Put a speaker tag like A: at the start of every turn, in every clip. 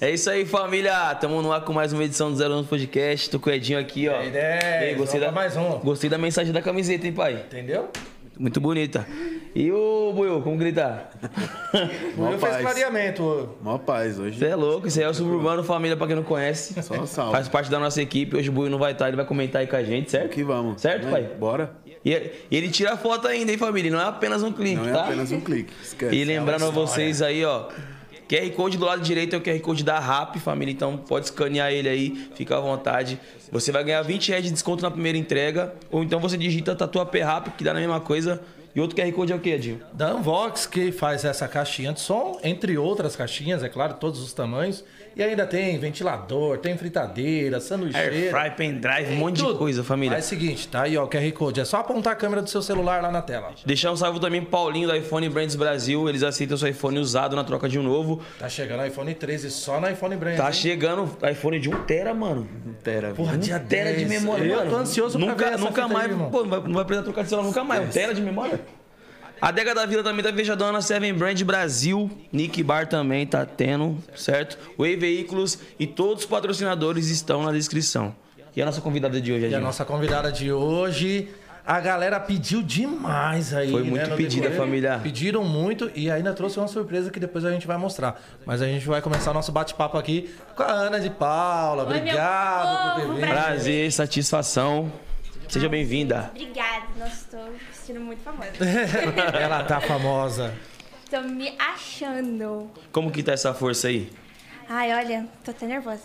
A: É isso aí, família. Tamo no ar com mais uma edição do Zero Onze Podcast. Tô com o Edinho aqui, ó.
B: Aí, dez.
A: Ei, gostei, da,
B: Vamos É, pra mais um.
A: gostei da mensagem da camiseta, hein, pai?
B: Entendeu?
A: Muito bonita. E o Buiu, como tá? gritar?
B: O Will fez
C: paz.
B: clareamento.
C: Mó paz hoje.
A: Você é louco, isso aí é o Suburbano Família, pra quem não conhece.
C: Só um salve.
A: Faz parte da nossa equipe. Hoje o Buiu não vai estar, ele vai comentar aí com a gente, certo?
C: Que vamos.
A: é Certo,
C: Né?
A: pai?
C: Bora.
A: E e ele tira foto ainda, hein, família? Não é apenas um clipe,
C: Não é
A: tá?
C: apenas um clique. Esquece.
A: E lembrando a vocês aí, ó. QR Code do lado direito é o QR Code da RAP, família. Então pode escanear ele aí, fica à vontade. Você vai ganhar 20 reais de desconto na primeira entrega. Ou então você digita Tatuapé RAP, que dá na mesma coisa. E outro QR Code é o quê, Edinho?
B: Da Unvox, que faz essa caixinha de som, entre outras caixinhas, é claro, todos os tamanhos. E ainda tem ventilador, tem fritadeira, sanduicheira.
A: Airfry, pendrive, um monte de
B: tudo.
A: coisa, família.
B: Mas é o seguinte, tá aí ó, o QR Code. É só apontar a câmera do seu celular lá na tela.
A: Deixar um salve também pro Paulinho do iPhone Brands Brasil. Eles aceitam seu iPhone usado na troca de um novo.
B: Tá chegando iPhone 13 só na iPhone Brand.
A: Tá
B: hein?
A: chegando iPhone de 1 tera, mano.
C: Tera,
B: Porra,
A: Um
B: dia
A: tera de
B: 10.
A: memória,
B: Eu
A: mano.
B: tô ansioso pra
A: nunca,
B: ver essa
A: Nunca
B: fita aí,
A: mais,
B: irmão.
A: pô, não vai, não vai precisar trocar de celular nunca mais. Um tera de memória? A Dega da Vila também tá viajadona, Seven Brand Brasil, Nick Bar também tá tendo, certo? Way Veículos e todos os patrocinadores estão na descrição. E a nossa convidada de hoje,
B: E a
A: Adinho?
B: nossa convidada de hoje, a galera pediu demais aí.
A: Foi
B: né,
A: muito
B: no
A: pedida,
B: decorrer.
A: família.
B: Pediram muito e ainda trouxe uma surpresa que depois a gente vai mostrar. Mas a gente vai começar o nosso bate-papo aqui com a Ana de Paula.
D: meu
B: Obrigado
D: povo,
B: por ter vindo.
D: pra-
A: Prazer, satisfação. Seja bem-vinda.
D: Obrigada, nossa, estou me sentindo muito famosa.
B: Ela tá famosa.
D: Estou me achando.
A: Como que tá essa força aí?
D: Ai, olha, tô até nervosa.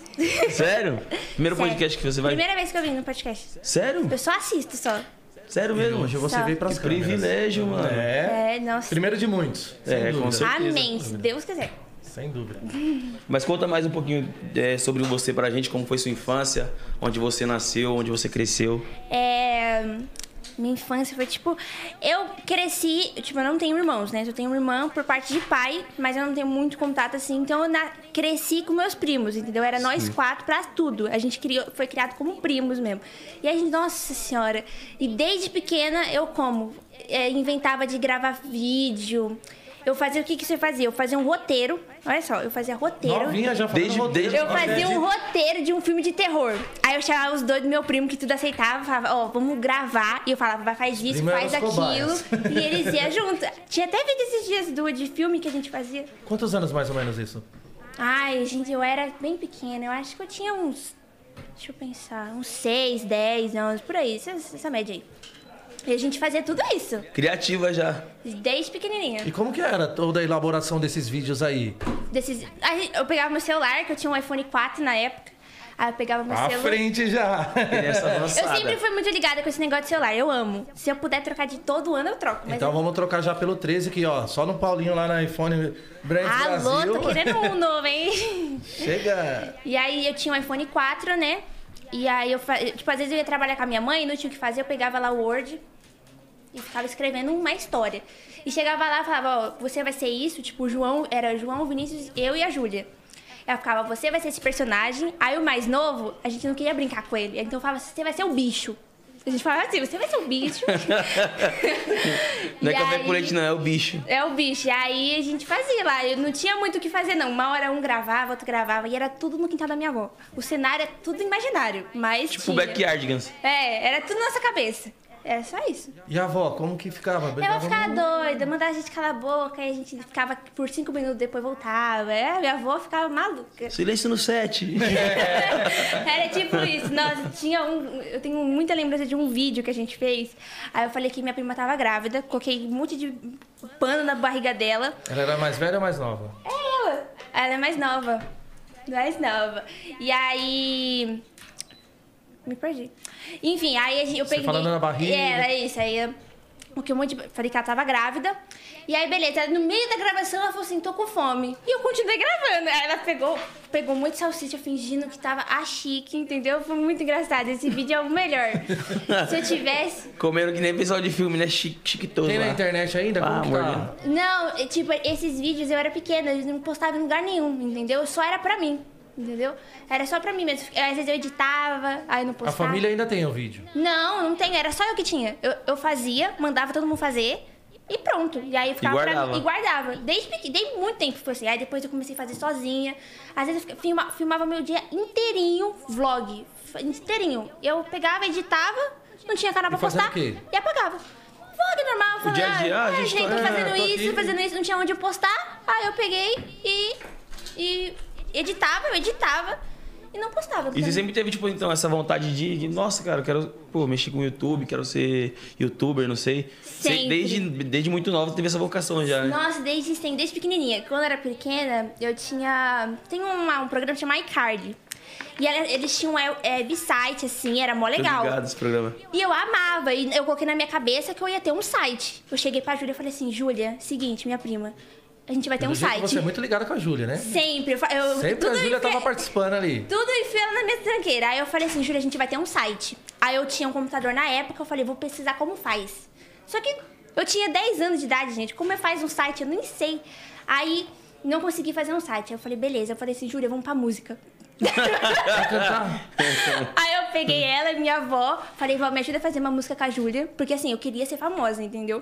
A: Sério? Primeiro podcast que você vai.
D: Primeira vez que eu vim no podcast.
A: Sério?
D: Eu só assisto só.
A: Sério mesmo?
B: Hoje você
D: Tá.
B: veio pras
A: Que
B: câmeras.
A: privilégio, mano.
B: É.
D: É, nossa.
B: Primeiro de muitos. Sem
A: É, com
B: dúvida.
A: certeza.
D: Amém, se Deus quiser.
B: Sem dúvida.
A: Mas conta mais um pouquinho é, sobre você pra gente, como foi sua infância, onde você nasceu, onde você cresceu.
D: É, minha infância foi tipo. Eu cresci. Tipo, eu não tenho irmãos, né? Eu tenho uma irmã por parte de pai, mas eu não tenho muito contato assim. Então eu na- cresci com meus primos, entendeu? Era nós quatro pra tudo. A gente criou, foi criado como primos mesmo. E a gente, nossa senhora. E desde pequena eu como. É, inventava de gravar vídeo. Eu fazia o que, que você fazia? Eu fazia um roteiro. Olha só, eu fazia roteiro.
B: Novinha já fazendo
A: Desde-
B: roteiro.
A: desde-
D: Eu fazia um roteiro de um filme de terror. Aí eu chamava os dois do meu primo, que tudo aceitava, falava, ó, vamos gravar. E eu falava, vai, faz isso,
B: Primo eram
D: faz
B: os
D: aquilo.
B: cobaias.
D: E eles iam junto. Tinha até vídeo esses dias do de filme que a gente fazia.
B: Quantos anos mais ou menos isso?
D: Ai, gente, eu era bem pequena. Eu acho que eu tinha uns. Deixa eu pensar. Uns 6, 10, 11, por aí. Essa, essa média aí. E a gente fazia tudo isso.
A: Criativa já.
D: Desde pequenininha.
B: E como que era toda a elaboração desses vídeos aí?
D: Desses, aí eu pegava meu celular, que eu tinha um iPhone 4 na época. Aí eu pegava meu
B: À
D: celular.
B: frente já.
A: Criança
D: Eu
A: avançada.
D: sempre fui muito ligada com esse negócio de celular, eu amo. Se eu puder trocar de todo ano, eu troco. Mas é-
B: Então vamos trocar já pelo 13 aqui, ó. Só no Paulinho lá na iPhone Brand
D: Alô,
B: Brasil.
D: tô querendo um novo, hein?
B: Chega!
D: E aí eu tinha um iPhone 4, né? E aí eu fa- tipo, às vezes eu ia trabalhar com a minha mãe, não tinha o que fazer, eu pegava lá o Word e ficava escrevendo uma história. E chegava lá e falava, ó, você vai ser isso, tipo, o João, era o João, o Vinícius, eu e a Júlia. Ela ficava, você vai ser esse personagem. Aí o mais novo, a gente não queria brincar com ele. Então eu falava, você vai ser o bicho. A gente falava assim, você vai ser o bicho.
A: Não é
D: E
A: café
D: aí-
A: com leite, não, é o bicho.
D: É o bicho. E aí a gente fazia lá. Eu não tinha muito o que fazer, não. Uma hora um gravava, outro gravava. E era tudo no quintal da minha avó. O cenário é tudo imaginário. Mas.
A: Tipo
D: tinha.
A: backyardigans.
D: É, era tudo na nossa cabeça. Era só isso.
B: E a avó, como que ficava?
D: Eu vou ficar
B: no-
D: doida, mandar a gente calar a boca, aí a gente ficava por cinco minutos, depois voltava. É, minha avó ficava maluca.
A: Silêncio no set.
D: Era tipo isso. Nossa, tinha um. Eu tenho muita lembrança de um vídeo que a gente fez. Aí eu falei que minha prima tava grávida, coloquei um monte de pano na barriga dela.
B: Ela era mais velha ou mais nova?
D: É ela. Ela é mais nova. Mais nova. E aí. Me perdi. Enfim, aí a gente- eu
B: Você
D: peguei.
B: falando na barriga.
D: É, era isso. Aí eu. Porque um monte de... Falei que ela tava grávida. E aí, beleza, no meio da gravação ela falou assim: tô com fome. E eu continuei gravando. Aí ela pegou, pegou muito salsicha fingindo que tava a chique, entendeu? Foi muito engraçado. Esse vídeo é o melhor. Se eu tivesse.
A: Comendo que nem pessoal de filme, né? Chique, chiquitoso
B: Tem na
A: lá.
B: internet ainda? Como
A: Ah,
B: que
A: amor
B: tá?
D: Não, e, tipo, esses vídeos eu era pequena, eu não postava em lugar nenhum, entendeu? Só era pra mim, entendeu? Era só pra mim mesmo. Eu, Às vezes eu editava, aí eu não
B: A
D: postava.
B: família ainda tem o vídeo.
D: Não, não tem, era só eu que tinha. Eu, eu fazia, mandava todo mundo fazer, E pronto. E aí eu ficava
A: E
D: pra
A: guardava.
D: mim. E guardava. Desde pequeno, dei muito tempo que foi assim. Aí depois eu comecei a fazer sozinha. Às vezes eu fica- filma- filmava meu dia inteirinho, vlog. f- Inteirinho. Eu pegava, editava, não tinha canal pra
B: E fazendo
D: postar.
B: o quê?
D: E apagava. Vlog normal, falando,
A: dia a dia, ah,
D: ah,
A: gente,
D: gente, tô
A: tô-
D: fazendo
B: é, tô
D: isso,
B: aqui."
D: fazendo isso, não tinha onde eu postar. Aí eu peguei e. e editava, eu editava e não postava.
A: E você sempre teve, tipo, então, essa vontade de, de, nossa, cara, eu quero, pô, mexer com o YouTube, quero ser youtuber, não sei. Você,
D: Sempre.
A: Desde, desde muito nova teve essa vocação já, né?
D: Nossa, desde, sim, desde pequenininha. Quando eu era pequena, eu tinha... Tem um, um programa que chama iCarly. E ela- eles tinham um web- website, assim, era mó legal.
A: Obrigado esse programa.
D: E eu amava, e eu coloquei na minha cabeça que eu ia ter um site. Eu cheguei pra Júlia e falei assim, Júlia, seguinte, minha prima, a gente vai ter
B: Pelo
D: um
B: jeito,
D: site.
B: Você é muito ligada com a Júlia, né?
D: Sempre. Eu, fa- eu,
B: Sempre a
D: tudo
B: Júlia
D: enfe-
B: tava participando ali.
D: Tudo enfiando na minha tranqueira. Aí eu falei assim, Júlia, a gente vai ter um site. Aí eu tinha um computador na época, eu falei, vou pesquisar como faz. Só que eu tinha 10 anos de idade, gente. Como é faz um site? Eu nem sei. Aí não consegui fazer um site. Aí eu falei, beleza. Eu falei assim, Júlia, vamos pra música.
B: Vai cantar?
D: Aí eu peguei ela e minha avó, falei, vó, me ajuda a fazer uma música com a Júlia, porque assim, eu queria ser famosa, entendeu?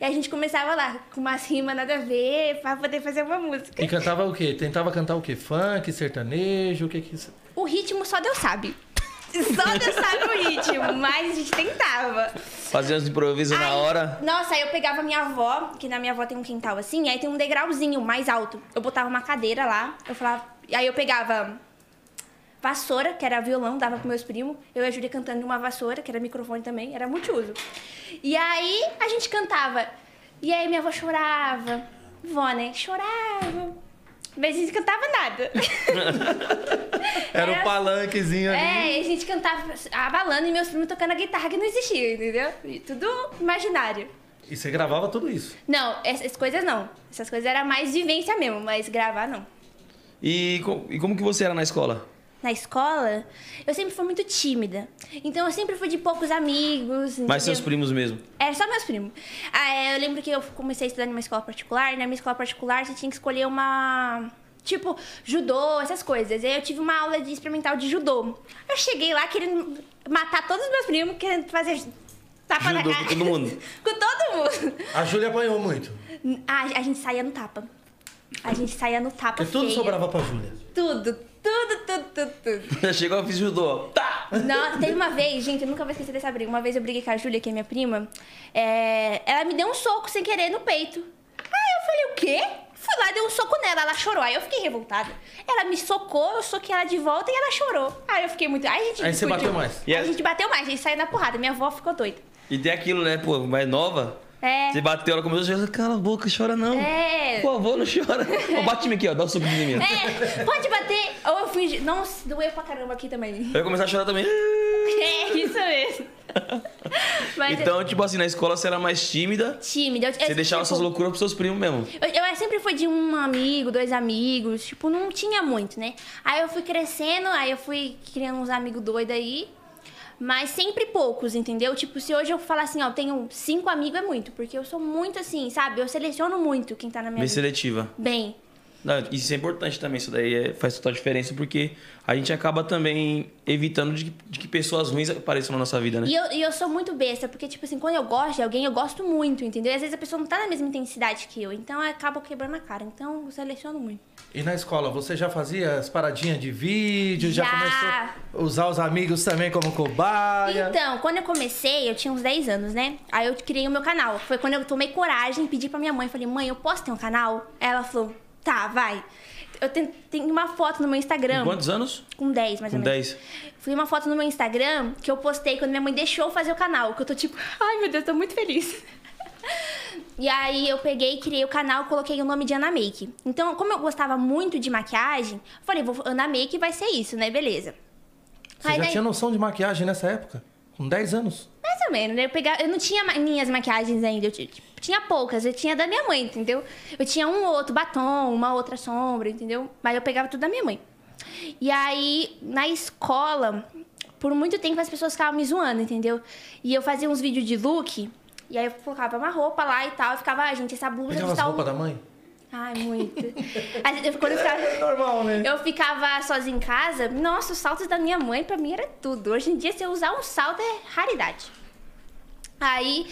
D: E a gente começava lá, com umas rimas nada a ver, pra poder fazer uma música.
B: E cantava o quê? Tentava cantar o quê? Funk, sertanejo, o que que... isso-
D: O ritmo só Deus sabe. Só Deus sabe o ritmo, mas a gente tentava.
A: Fazer uns improvisos na
D: Aí,
A: hora.
D: Nossa, aí eu pegava minha avó, que na minha avó tem um quintal assim, aí tem um degrauzinho mais alto. Eu botava uma cadeira lá, eu falava. e Aí eu pegava vassoura, que era violão, dava pros meus primos. Eu e a Júlia cantando uma vassoura, que era microfone também, era multiuso. E aí a gente cantava. E aí minha avó chorava. Vó, né? Chorava. Mas a gente cantava nada.
B: Era um
D: Era- assim.
A: né?
B: palanquezinho ali.
D: É, e a gente cantava abalando e meus primos tocando a guitarra que não existia, entendeu? E tudo imaginário.
B: E você gravava tudo isso.
D: Não, essas coisas não. Essas coisas era mais vivência mesmo, mas gravar não.
A: E, co- e como que você era na escola?
D: Na escola, eu sempre fui muito tímida. Então eu sempre fui de poucos amigos.
A: Mais seus
D: entendeu?
A: primos mesmo.
D: É, só meus primos. Ah, é, eu lembro que eu comecei a estudar numa escola particular. E na minha escola particular, você tinha que escolher uma. Tipo, judô, essas coisas. E aí eu tive uma aula de experimental de judô. Eu cheguei lá querendo matar todos os meus primos, querendo fazer. Tapa na
A: Judô
D: cara.
A: com todo mundo?
D: com todo mundo.
B: A Júlia apanhou muito.
D: A, a gente saía no tapa. A gente saía no tapa.
B: Porque tudo
D: feio.
B: sobrava pra Júlia.
D: Tudo, tudo, tudo, tudo, tudo.
A: Chegou, eu fiz judô. Tá!
D: Nossa, teve uma vez, gente, eu nunca vou esquecer dessa briga. Uma vez eu briguei com a Júlia, que é minha prima. é, Ela me deu um soco sem querer no peito. Aí eu falei, o quê? Fui lá, dei um soco nela, ela chorou. Aí eu fiquei revoltada. Ela me socou, eu soquei ela de volta e ela chorou. Aí eu fiquei muito. Aí a gente
B: Aí você
D: discutiu.
B: bateu mais.
D: Aí a gente bateu mais, a gente saiu na porrada. Minha avó ficou doida.
A: E tem aquilo, né, pô, mais nova.
D: É.
A: Você bateu, ela começou a chorar. Cala a boca, chora não.
D: É.
A: Por favor, não chora. Ó, bate-me aqui, ó. Dá um suco de mim. ó.
D: É, pode bater. Ou eu fingi. Nossa, doeu pra caramba aqui também.
A: Eu ia começar a chorar também.
D: É, isso mesmo. Mas
A: Então, tipo assim, na escola você era mais tímida.
D: tímida. Eu, tipo
A: Você deixava suas loucuras pros seus primos mesmo.
D: Eu, eu sempre fui de um amigo, dois amigos, tipo, não tinha muito, né? Aí eu fui crescendo, aí eu fui criando uns amigos doidos aí, mas sempre poucos, entendeu? Tipo, se hoje eu falar assim, ó, tenho cinco amigos é muito, porque eu sou muito assim, sabe? Eu seleciono muito quem tá na minha
A: Bem
D: vida.
A: seletiva.
D: Bem,
A: Não, isso é importante também, isso daí é- faz total diferença, porque a gente acaba também evitando de, que- de que pessoas ruins apareçam na nossa vida, né?
D: E eu, e eu sou muito besta, porque, tipo assim, quando eu gosto de alguém, eu gosto muito, entendeu? E às vezes a pessoa não tá na mesma intensidade que eu, então eu acabo quebrando a cara. Então eu seleciono muito.
B: E na escola, você já fazia as paradinhas de vídeo? Já,
D: Já.
B: começou a usar os amigos também como cobaia?
D: Então, quando eu comecei, eu tinha uns 10 anos, né? Aí eu criei o meu canal. Foi quando eu tomei coragem, pedi pra minha mãe, falei, mãe, eu posso ter um canal? Ela falou, tá, vai. Eu tenho, tenho uma foto no meu Instagram.
A: Com quantos anos?
D: Com 10, mais
A: Com
D: ou menos.
A: 10.
D: Fui uma foto no meu Instagram que eu postei quando minha mãe deixou eu fazer o canal. Que eu tô tipo, ai meu Deus, tô muito feliz. E aí eu peguei, criei o canal, coloquei o nome de Ana Make. Então, como eu gostava muito de maquiagem, eu falei, vou Ana Make vai ser isso, né? Beleza.
B: Você
D: Aí
B: já
D: daí-
B: tinha noção de maquiagem nessa época? Com 10 anos?
D: mais ou menos, né? Eu, pegava, eu não tinha ma- minhas maquiagens ainda. Eu ti- tipo, tinha poucas. Eu tinha da minha mãe, entendeu? Eu tinha um ou outro batom, uma outra sombra, entendeu? Mas eu pegava tudo da minha mãe. E aí, na escola, por muito tempo as pessoas ficavam me zoando, entendeu? E eu fazia uns vídeos de look. E aí eu colocava uma roupa lá e tal. E ficava, ah, gente, essa blusa
B: Pegava
D: de
B: as
D: tal...
B: roupas da mãe?
D: Ai, muito. Às vezes, eu- quando eu ficava...
B: Normal, né?
D: Eu ficava sozinha em casa, nossa, os saltos da minha mãe pra mim era tudo. Hoje em dia, se eu usar um salto é raridade. Aí,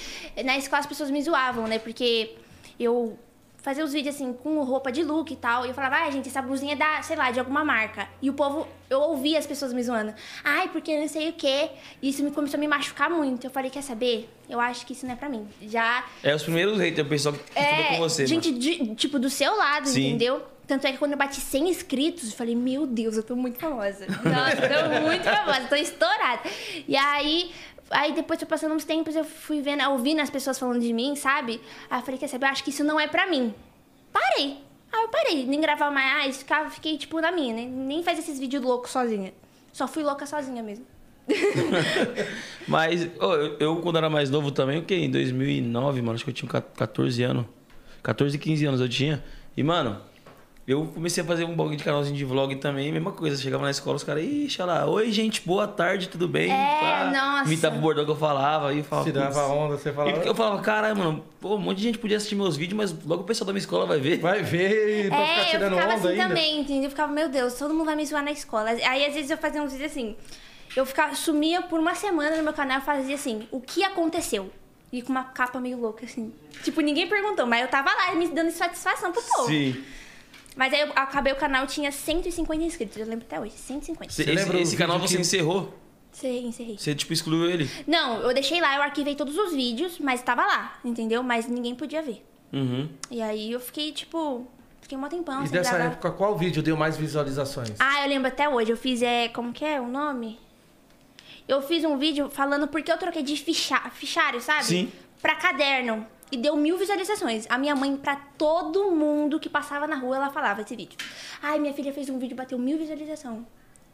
D: na escola as pessoas me zoavam, né? Porque eu fazia os vídeos assim, com roupa de look e tal. E eu falava, ai, gente, essa blusinha é da, sei lá, de alguma marca. E o povo, eu ouvia as pessoas me zoando. Ai, porque não sei o quê. E isso me começou a me machucar muito. Eu falei, quer saber? Eu acho que isso não é pra mim. Já.
A: É os primeiros haters, o pessoal que estuda com você.
D: É, gente,
A: mano.
D: de- tipo, do seu lado,
A: Sim.
D: entendeu? Tanto é que quando eu bati 100 inscritos, eu falei, meu Deus, eu tô muito famosa. Nossa, eu tô muito famosa, tô estourada. E aí, aí depois foi passando uns tempos, eu fui vendo, ouvindo as pessoas falando de mim, sabe? Aí eu falei, quer saber, eu acho que isso não é pra mim. Parei. Aí eu parei, nem gravar mais, ficava, fiquei, tipo, na minha, né? Nem faz esses vídeos loucos sozinha. Só fui louca sozinha mesmo.
A: Mas ô, eu, eu, quando era mais novo também, o que? Em 2009, mano, acho que eu tinha 14 anos. 14, 15 anos eu tinha. E, mano, eu comecei a fazer um bagulho de canalzinho de vlog também, mesma coisa. Chegava na escola, os caras, ixi, olha lá, oi, gente, boa tarde, tudo bem?
D: É, nossa.
A: Imitava o bordão que eu falava. E eu falava,
B: Tirava
A: "Putz".
B: onda, você
A: E
B: falava.
A: porque eu falava, caralho, mano, pô, um monte de gente podia assistir meus vídeos, mas logo o pessoal da minha escola vai ver.
B: Vai ver e vai ficar
D: É, eu
B: tirando
D: ficava
B: onda
D: assim
B: ainda.
D: também, entendeu? Eu ficava, meu Deus, todo mundo vai me zoar na escola. Aí às vezes eu fazia uns vídeos assim. Eu ficava, sumia por uma semana no meu canal e fazia assim, o que aconteceu? E com uma capa meio louca, assim. Tipo, ninguém perguntou, mas eu tava lá me dando satisfação pro povo.
A: Sim.
D: Mas aí eu acabei o canal, tinha 150 inscritos, eu lembro até hoje, 150.
A: Cê-
B: Você
A: esse
B: lembra o
A: esse canal
B: vídeo
A: você
B: que-
A: encerrou.
D: Sim, encerrei.
A: Você, tipo, excluiu ele.
D: Não, eu deixei lá, eu arquivei todos os vídeos, mas tava lá, entendeu? Mas ninguém podia ver.
A: Uhum.
D: E aí eu fiquei, tipo, fiquei um tempão
B: E
D: sem
B: dessa
D: gravar.
B: época, qual vídeo deu mais visualizações?
D: Ah, eu lembro até hoje. Eu fiz, é, como que é o nome? Eu fiz um vídeo falando porque eu troquei de ficha- fichário, sabe?
A: Sim.
D: Pra caderno. E deu mil visualizações. A minha mãe, pra todo mundo que passava na rua, ela falava esse vídeo. Ai, minha filha fez um vídeo, bateu mil visualizações.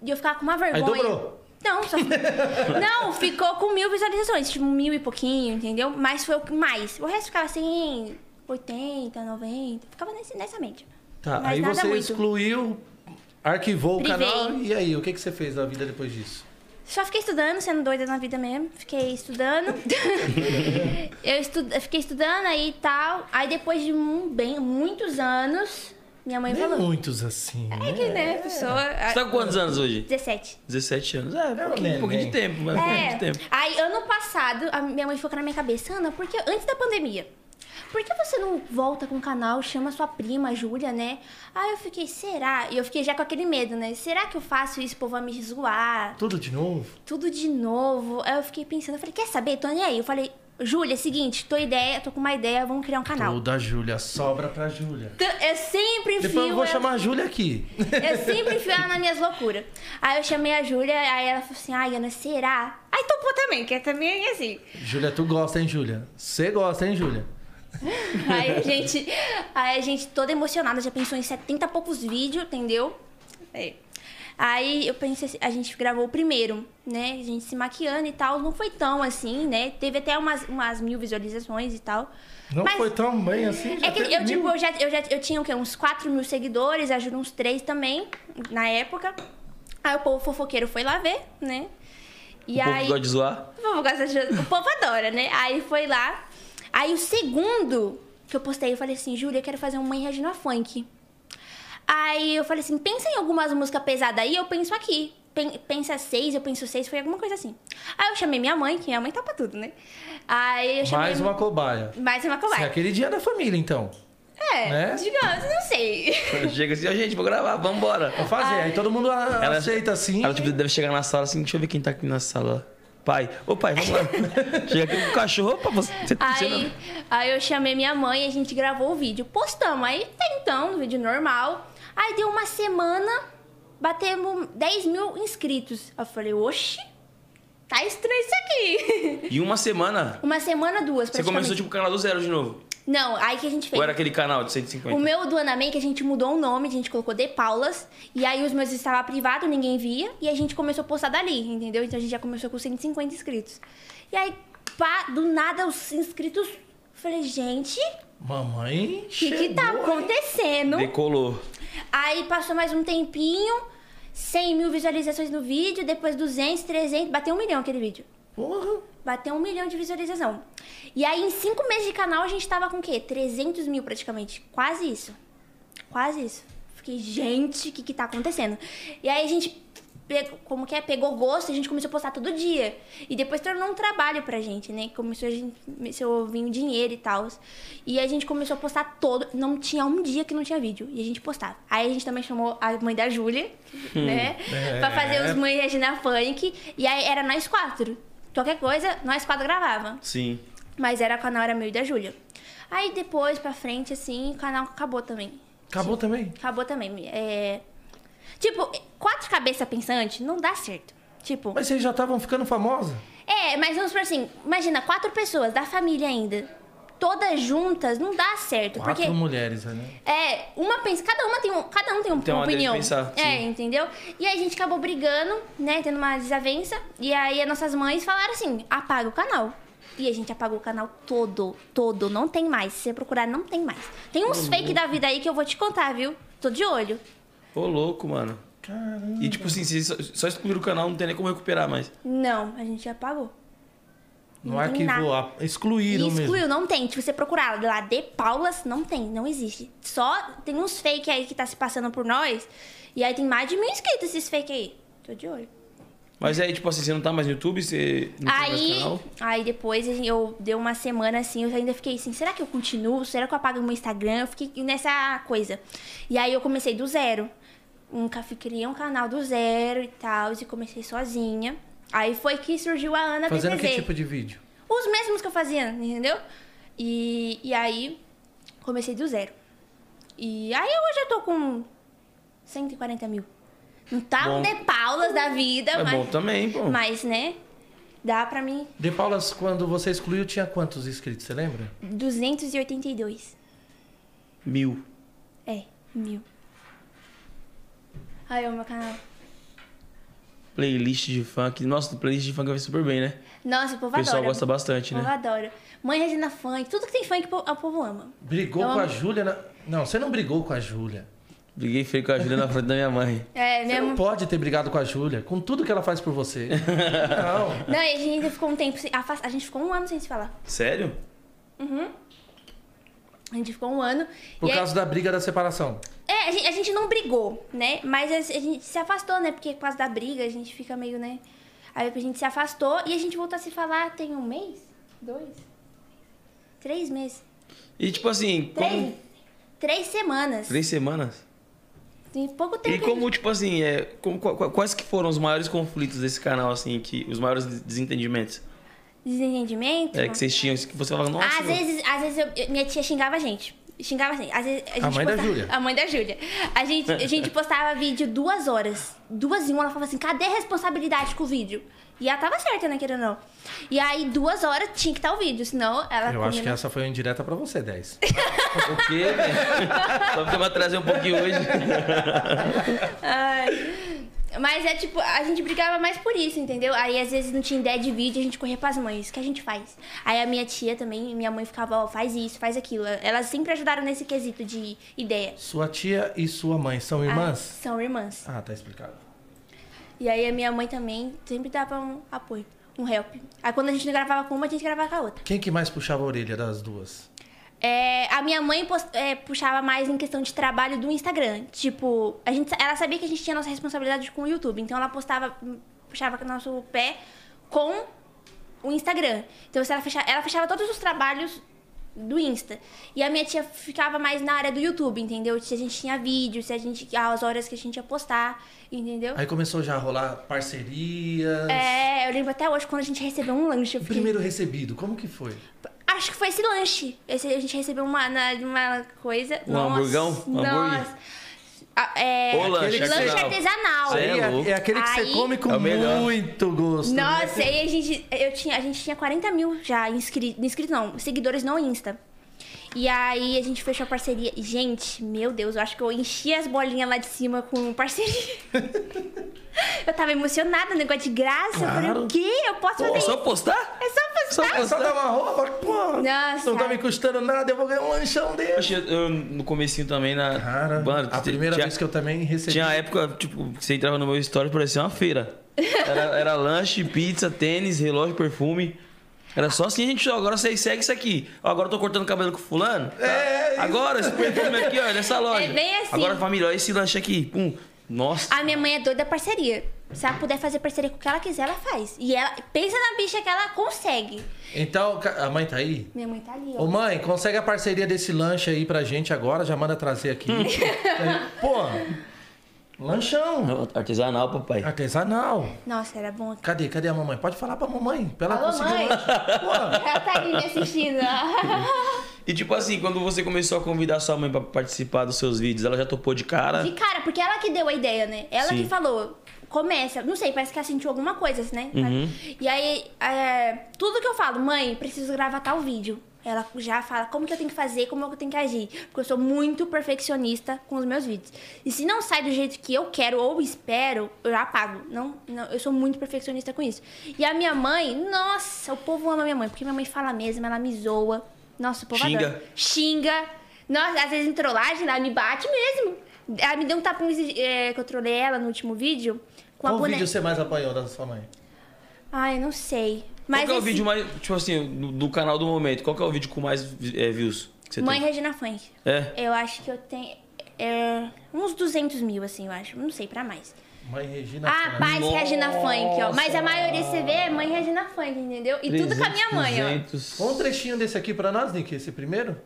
D: E eu ficava com uma vergonha.
B: dobrou.
D: Não, só... Não, ficou com mil visualizações. Tipo, mil e pouquinho, entendeu? Mas foi o que mais. O resto ficava assim, 80, 90. Ficava nesse- nessa mente.
B: Tá,
D: Mas
B: aí
D: nada
B: você
D: muito.
B: excluiu, arquivou o
D: Privei.
B: canal. E aí, o que, que você fez da vida depois disso?
D: Só fiquei estudando, sendo doida na vida mesmo. Fiquei estudando. eu estu- fiquei estudando aí e tal. Aí depois de um, bem, muitos anos, minha mãe
B: Nem
D: falou.
B: muitos assim, né?
D: É que, né, pessoa.
A: um. Você tá com quantos anos hoje?
D: 17.
A: 17 anos. É, um
B: um
A: pouquinho, um
B: neném.
A: pouquinho de tempo, mas um pouquinho de
D: É.
A: tempo.
D: Aí, ano passado, a minha mãe ficou na minha cabeça, Ana, porque antes da pandemia. Por que você não volta com o canal, chama sua prima, a Júlia, né? Aí eu fiquei, será? E eu fiquei já com aquele medo, né? Será que eu faço isso, o povo vai me zoar?
B: Tudo de novo?
D: tudo de novo. Aí eu fiquei pensando, eu falei, quer saber? Tô nem aí. Eu falei, Júlia, é o seguinte, tô ideia, tô com uma ideia, vamos criar um canal.
B: Ou da Júlia, sobra pra Júlia.
D: Então, Eu sempre enfio.
B: Depois eu vou
D: eu-
B: chamar a Júlia aqui.
D: eu sempre enfio ela nas minhas loucuras. Aí eu chamei a Júlia, aí ela falou assim, ai, Ana, será? Aí topou também, que é também assim.
B: Júlia, tu gosta, hein, Júlia? Você gosta, hein, Júlia?
D: Aí a gente, aí a gente toda emocionada, já pensou em 70 e poucos vídeos, entendeu? É. Aí eu pensei, assim, a gente gravou o primeiro, né? A gente se maquiando e tal, não foi tão assim, né? Teve até umas, umas mil visualizações e tal.
B: Não
D: Mas-
B: foi tão bem assim? já
D: É que
B: teve
D: eu,
B: mil?
D: tipo, eu já, eu já eu tinha o quê? Uns 4 mil seguidores, a Júlia uns 3 também, na época. Aí o povo fofoqueiro foi lá ver, né? E
A: o povo
D: aí.
A: Um gosta de zoar.
D: O povo gosta de- O povo adora, né? Aí foi lá. Aí o segundo que eu postei, eu falei assim, Júlia, eu quero fazer uma mãe reagindo a funk. Aí eu falei assim, pensa em algumas músicas pesadas aí, eu penso aqui. Pen- Pensa seis, eu penso seis, foi alguma coisa assim. Aí eu chamei minha mãe, que minha mãe topa tudo, né? Aí eu chamei.
B: Mais uma cobaia.
D: Mais uma
B: Você é
D: cobaia.
B: aquele dia da família, então.
D: É,
B: Né?
D: digamos, não sei.
A: Chega assim, ó, gente, vou gravar, vambora.
B: Vou fazer. Aí todo mundo a-
A: Ela-
B: aceita assim.
A: Ela tipo, deve chegar na sala assim, deixa eu ver quem tá aqui na sala. Pai, ô pai, vamos lá. Chega aqui com o cachorro, opa, você, você tá você não-
D: Aí, aí eu chamei minha mãe e a gente gravou o vídeo. Postamos. Aí até então, no vídeo normal. Aí deu uma semana, batemos 10 mil inscritos. Aí eu falei, oxi, tá estranho isso aqui.
A: Em uma semana,
D: uma semana, duas,
A: você começou tipo o canal do zero de novo.
D: Não, aí que a gente fez.
A: Ou era aquele canal de 150?
D: O meu do Anamei, que a gente mudou o nome, a gente colocou De Paulas. E aí os meus estavam privados, ninguém via. E a gente começou a postar dali, entendeu? Então a gente já começou com 150 inscritos. E aí, pá, do nada os inscritos. Falei, gente,
B: Mamãe.
D: o que, que tá acontecendo?
A: Decolou.
D: Aí passou mais um tempinho, 100 mil visualizações no vídeo, depois 200, 300, bateu um milhão aquele vídeo.
B: Porra.
D: Bateu um milhão de visualização. E aí, em cinco meses de canal, a gente tava com o quê? 300 mil praticamente. Quase isso. Quase isso. Fiquei, gente, o que que tá acontecendo? E aí a gente pegou, como que é, pegou gosto, a gente começou a postar todo dia. E depois tornou um trabalho pra gente, né? Começou a gente, começou a vir o dinheiro e tal. E a gente começou a postar todo, não tinha um dia que não tinha vídeo, e a gente postava. Aí a gente também chamou a mãe da Júlia, né? Pra fazer os mães Regina Funk, e aí era nós quatro. Qualquer coisa, nós quatro gravava.
A: Sim.
D: Mas era o canal era meu e da Júlia. Aí depois, pra frente, assim, o canal acabou também.
B: Acabou também.
D: Acabou também. É... Tipo, quatro cabeças pensantes não dá certo. Tipo,
B: Mas vocês já estavam ficando famosa?
D: é, mas vamos por assim, imagina, quatro pessoas da família ainda, todas juntas, não dá certo.
B: Quatro
D: É porque
B: mulheres, né?
D: é, uma pensa, cada uma tem um, cada um tem, um,
A: Tem
D: uma
A: uma maneira de
D: opinião.
A: pensar,
D: é,
A: sim.
D: entendeu? E aí a gente acabou brigando, né, tendo uma desavença, e aí as nossas mães falaram assim: "Apaga o canal". E a gente apagou o canal todo, todo, não tem mais. Se você procurar, não tem mais. Tem uns fake da vida aí que eu vou te contar, viu? Tô de olho.
A: Ô, louco, mano.
B: Caramba.
A: E tipo assim, vocês só, só excluíram o canal, não tem nem como recuperar mais.
D: Não, a gente apagou.
B: No
D: Não tem
B: arquivo,
D: nada.
B: é a- excluíram
D: E
B: mesmo.
D: excluiu, não tem. Se você procurar lá de Paulas, não tem, não existe. Só tem uns fake aí que tá se passando por nós. E aí tem mais de mil inscritos esses fake aí. Tô de olho.
A: Mas aí, tipo assim, você não tá mais no YouTube, você não tem mais
D: Aí,
A: canal.
D: aí depois eu deu uma semana assim, eu ainda fiquei assim, será que eu continuo? Será que eu apago meu Instagram? Eu fiquei nessa coisa. E aí eu comecei do zero. Um, ca- criei um canal do zero e tal, e comecei sozinha. Aí foi que surgiu a Ana
B: Fazendo
D: TTZ.
B: que tipo de vídeo?
D: os mesmos que eu fazia, entendeu? E, e aí comecei do zero. E aí hoje eu tô com 140 mil. Não tá
A: Bom.
D: um de paulas da vida,
A: É
D: mas,
A: bom também, pô.
D: mas né? Dá pra mim
B: De Paulas, quando você excluiu, tinha quantos inscritos, você lembra?
D: 282.
A: Mil.
D: É, mil. Aí o meu canal.
A: Playlist de funk. Nossa, playlist de funk vai super bem, né?
D: Nossa, o povo
A: O pessoal
D: adora.
A: gosta bastante,
D: O povo
A: né?
D: adora. Mãe Regina Funk, tudo que tem funk, o povo- o povo ama.
B: Brigou
D: Eu
B: com a
D: amo.
B: Júlia? na- Não, você não brigou com a Júlia.
A: Briguei feio com a Julia na frente da minha mãe.
D: É,
B: Você
D: minha
B: não
D: mãe.
B: pode ter brigado com a Júlia, com tudo que ela faz por você. Não.
D: Não, e a gente ainda ficou um tempo. sem- afast- A gente ficou um ano sem se falar.
A: Sério?
D: A gente ficou um ano.
B: Por
D: e aí-
B: causa da briga da separação.
D: É, a gente, a gente não brigou, né? Mas a, a gente se afastou, né? Porque por causa da briga a gente fica meio, né? Aí a gente se afastou e a gente voltou a se falar tem um mês? Dois? Três meses?
A: E tipo assim,
D: Três?
A: como.
D: Três semanas.
A: Três semanas?
D: Tem pouco tempo.
A: E
D: que a
A: como, tipo assim, é, como- qua- qua- quais que foram os maiores conflitos desse canal, assim, que, os maiores des- desentendimentos?
D: gente- Desentendimento?
A: É, que vocês tinham, que você falava, nossa,
D: Às vezes, às vezes eu- eu- minha tia xingava a gente. Xingava assim. Às vezes, a, gente
B: mãe da
D: postava-
B: Júlia.
D: A mãe da Júlia. A gente, a gente postava vídeo duas horas. Duas e uma, ela falava assim, cadê a responsabilidade com o vídeo? E ela tava certa, né, querendo ou não. E aí, duas horas tinha que estar o vídeo, senão ela...
B: Eu acho
D: comia-
B: que essa foi uma indireta pra você, 10.
A: o quê, velho? Só porque eu me atrasei um pouquinho hoje.
D: Ai. Mas é tipo, a gente brigava mais por isso, entendeu? Aí às vezes não tinha ideia de vídeo, a gente corria pras mães. O que a gente faz? Aí a minha tia também, minha mãe ficava, ó, faz isso, faz aquilo. Elas sempre ajudaram nesse quesito de ideia.
B: Sua tia e sua mãe são
D: Ah,
B: irmãs?
D: são irmãs.
B: Ah, tá explicado.
D: E aí a minha mãe também sempre dava um apoio, um help. Aí quando a gente não gravava com uma, a gente gravava com a outra.
B: Quem que mais puxava a orelha das duas?
D: É, a minha mãe pos- é, puxava mais em questão de trabalho do Instagram. Tipo, a gente, ela sabia que a gente tinha nossa responsabilidade com o YouTube. Então ela postava, puxava com o nosso pé com o Instagram. Então se ela, fecha, ela fechava todos os trabalhos do Insta. E a minha tia ficava mais na área do YouTube, entendeu? Se a gente tinha vídeo, se a gente. as horas que a gente ia postar, entendeu?
B: Aí começou já a rolar parcerias.
D: É, eu lembro até hoje quando a gente recebeu um lanche. Eu
B: O
D: fiquei,
B: primeiro recebido, como que foi?
D: Acho que foi esse lanche. Esse- a gente recebeu uma, na- uma coisa.
A: Um
D: Nossa,
A: hamburgão? Um hambúrguer?
D: Nossa. Ah, é,
A: Ô, lanche artesanal.
D: artesanal.
A: Cê é
B: Aí
A: louco.
B: é aquele que você
D: Aí-
B: come com
A: É o melhor.
B: muito gosto. né?
D: Nossa, é e aí a gente, eu tinha, a gente tinha 40 mil já inscritos, inscritos não, seguidores no Insta. E aí a gente fechou a parceria. E, Gente, meu Deus, eu acho que eu enchi as bolinhas lá de cima com parceria. eu tava emocionada, negócio de graça. Eu
B: Claro.
D: falei, o quê? Eu posso
A: Pô,
D: fazer
A: só
D: isso?
A: postar?
D: É só fazer.
A: Só
B: É só
A: postar?
B: dar uma roupa, pô,
D: Nossa.
B: não tá me custando nada, eu vou ganhar um lanchão dele.
A: Eu, eu, no comecinho também, na...
B: Cara,
A: Mano,
B: a
A: te-
B: primeira
A: tinha,
B: vez que eu também recebi.
A: Tinha a época, tipo, que você entrava no meu story parecia uma feira. Era, era lanche, pizza, tênis, relógio, perfume. Era só assim, gente, ó, agora vocês seguem isso aqui. Ó, agora eu tô cortando cabelo com fulano. tá?
B: É, isso.
A: Agora esse perfume aqui, ó, nessa loja.
D: É bem assim.
A: Agora, família, ó, esse lanche aqui. Pum. Nossa.
D: A minha mãe é doida da parceria. Se ela puder fazer parceria com o que ela quiser, ela faz. E ela pensa na bicha que ela consegue.
B: Então, ca- a mãe tá aí?
D: Minha mãe tá ali, ó.
B: Ô mãe, consegue a parceria desse lanche aí pra gente agora? Já manda trazer aqui. Aí,
D: Hum.
B: Pô, lanchão.
A: Artesanal, papai.
B: Artesanal.
D: Nossa, era bom.
B: Cadê? Cadê a mamãe? Pode falar pra mamãe. Pra ela
D: Alô,
B: conseguir o
D: mãe?
B: lanche. Pô,
D: Ela tá ali me assistindo. ó.
A: E tipo assim, quando você começou a convidar sua mãe pra participar dos seus vídeos, ela já topou de cara?
D: De cara, porque ela que deu a ideia, né? Ela
A: Sim.
D: que falou. Começa, não sei, parece que ela sentiu alguma coisa, né?
A: Uhum.
D: E aí, é, tudo que eu falo, mãe, preciso gravar tal vídeo. Ela já fala como que eu tenho que fazer, como eu tenho que agir. Porque eu sou muito perfeccionista com os meus vídeos. E se não sai do jeito que eu quero ou espero, eu já apago. Não, não, eu sou muito perfeccionista com isso. E a minha mãe, nossa, o povo ama minha mãe, porque minha mãe fala mesmo, ela me zoa. Nossa, o povo
A: Xinga.
D: adora. Xinga. Nossa, às vezes em trollagem, ela me bate mesmo. Ela me deu um tapão é, que eu trolei ela no último vídeo. Com
B: qual
D: a boneca.
B: vídeo você mais apanhou da sua mãe?
D: Ai, não sei. Mas
A: Qual que é o
D: esse-
A: vídeo mais, tipo assim, do, do canal do momento? Qual que é o vídeo com mais vi- é, views que você
D: Mãe
A: tem?
D: Regina Funk.
A: É?
D: Eu acho que eu tenho. é, uns 200 mil, assim, eu acho. Não sei, pra mais.
B: Mãe Regina.
D: Ah,
B: Fran.
D: paz Regina Funk, ó. Mas
B: Nossa!
D: a maioria você vê é mãe Regina Funk, entendeu? E tudo com a minha mãe, ó.
A: 300,
B: Põe um trechinho desse aqui pra nós, Nick, esse primeiro.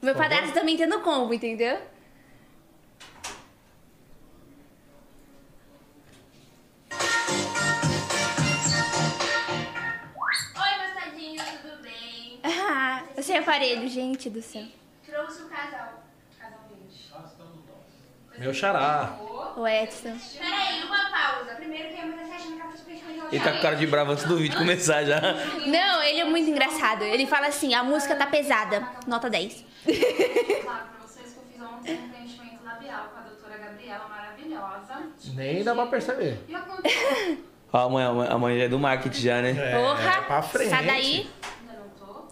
D: Meu padrasto também tem no combo, entendeu?
E: Oi, meus tadinhos, tudo bem?
D: Ah, eu sei aparelho, gente do céu.
E: Trouxe um casal. Casal verde.
B: Meu xará.
D: O Edson.
E: Peraí, uma pausa. Primeiro que a mulher tá achando que ela fez peixe de
A: Ele tá com cara de bravo antes do vídeo começar já.
D: Não, ele é muito engraçado. Ele fala assim: a música tá pesada. Nota 10.
E: Claro, pra vocês que eu fiz ontem um preenchimento labial com a doutora Gabriela, maravilhosa.
B: Nem dá pra perceber.
E: E aconteceu.
A: Ó, a mãe, a mãe- a mãe é do marketing já, né?
D: Porra!
B: é pra frente.
D: Sai daí.
E: Ainda não tô.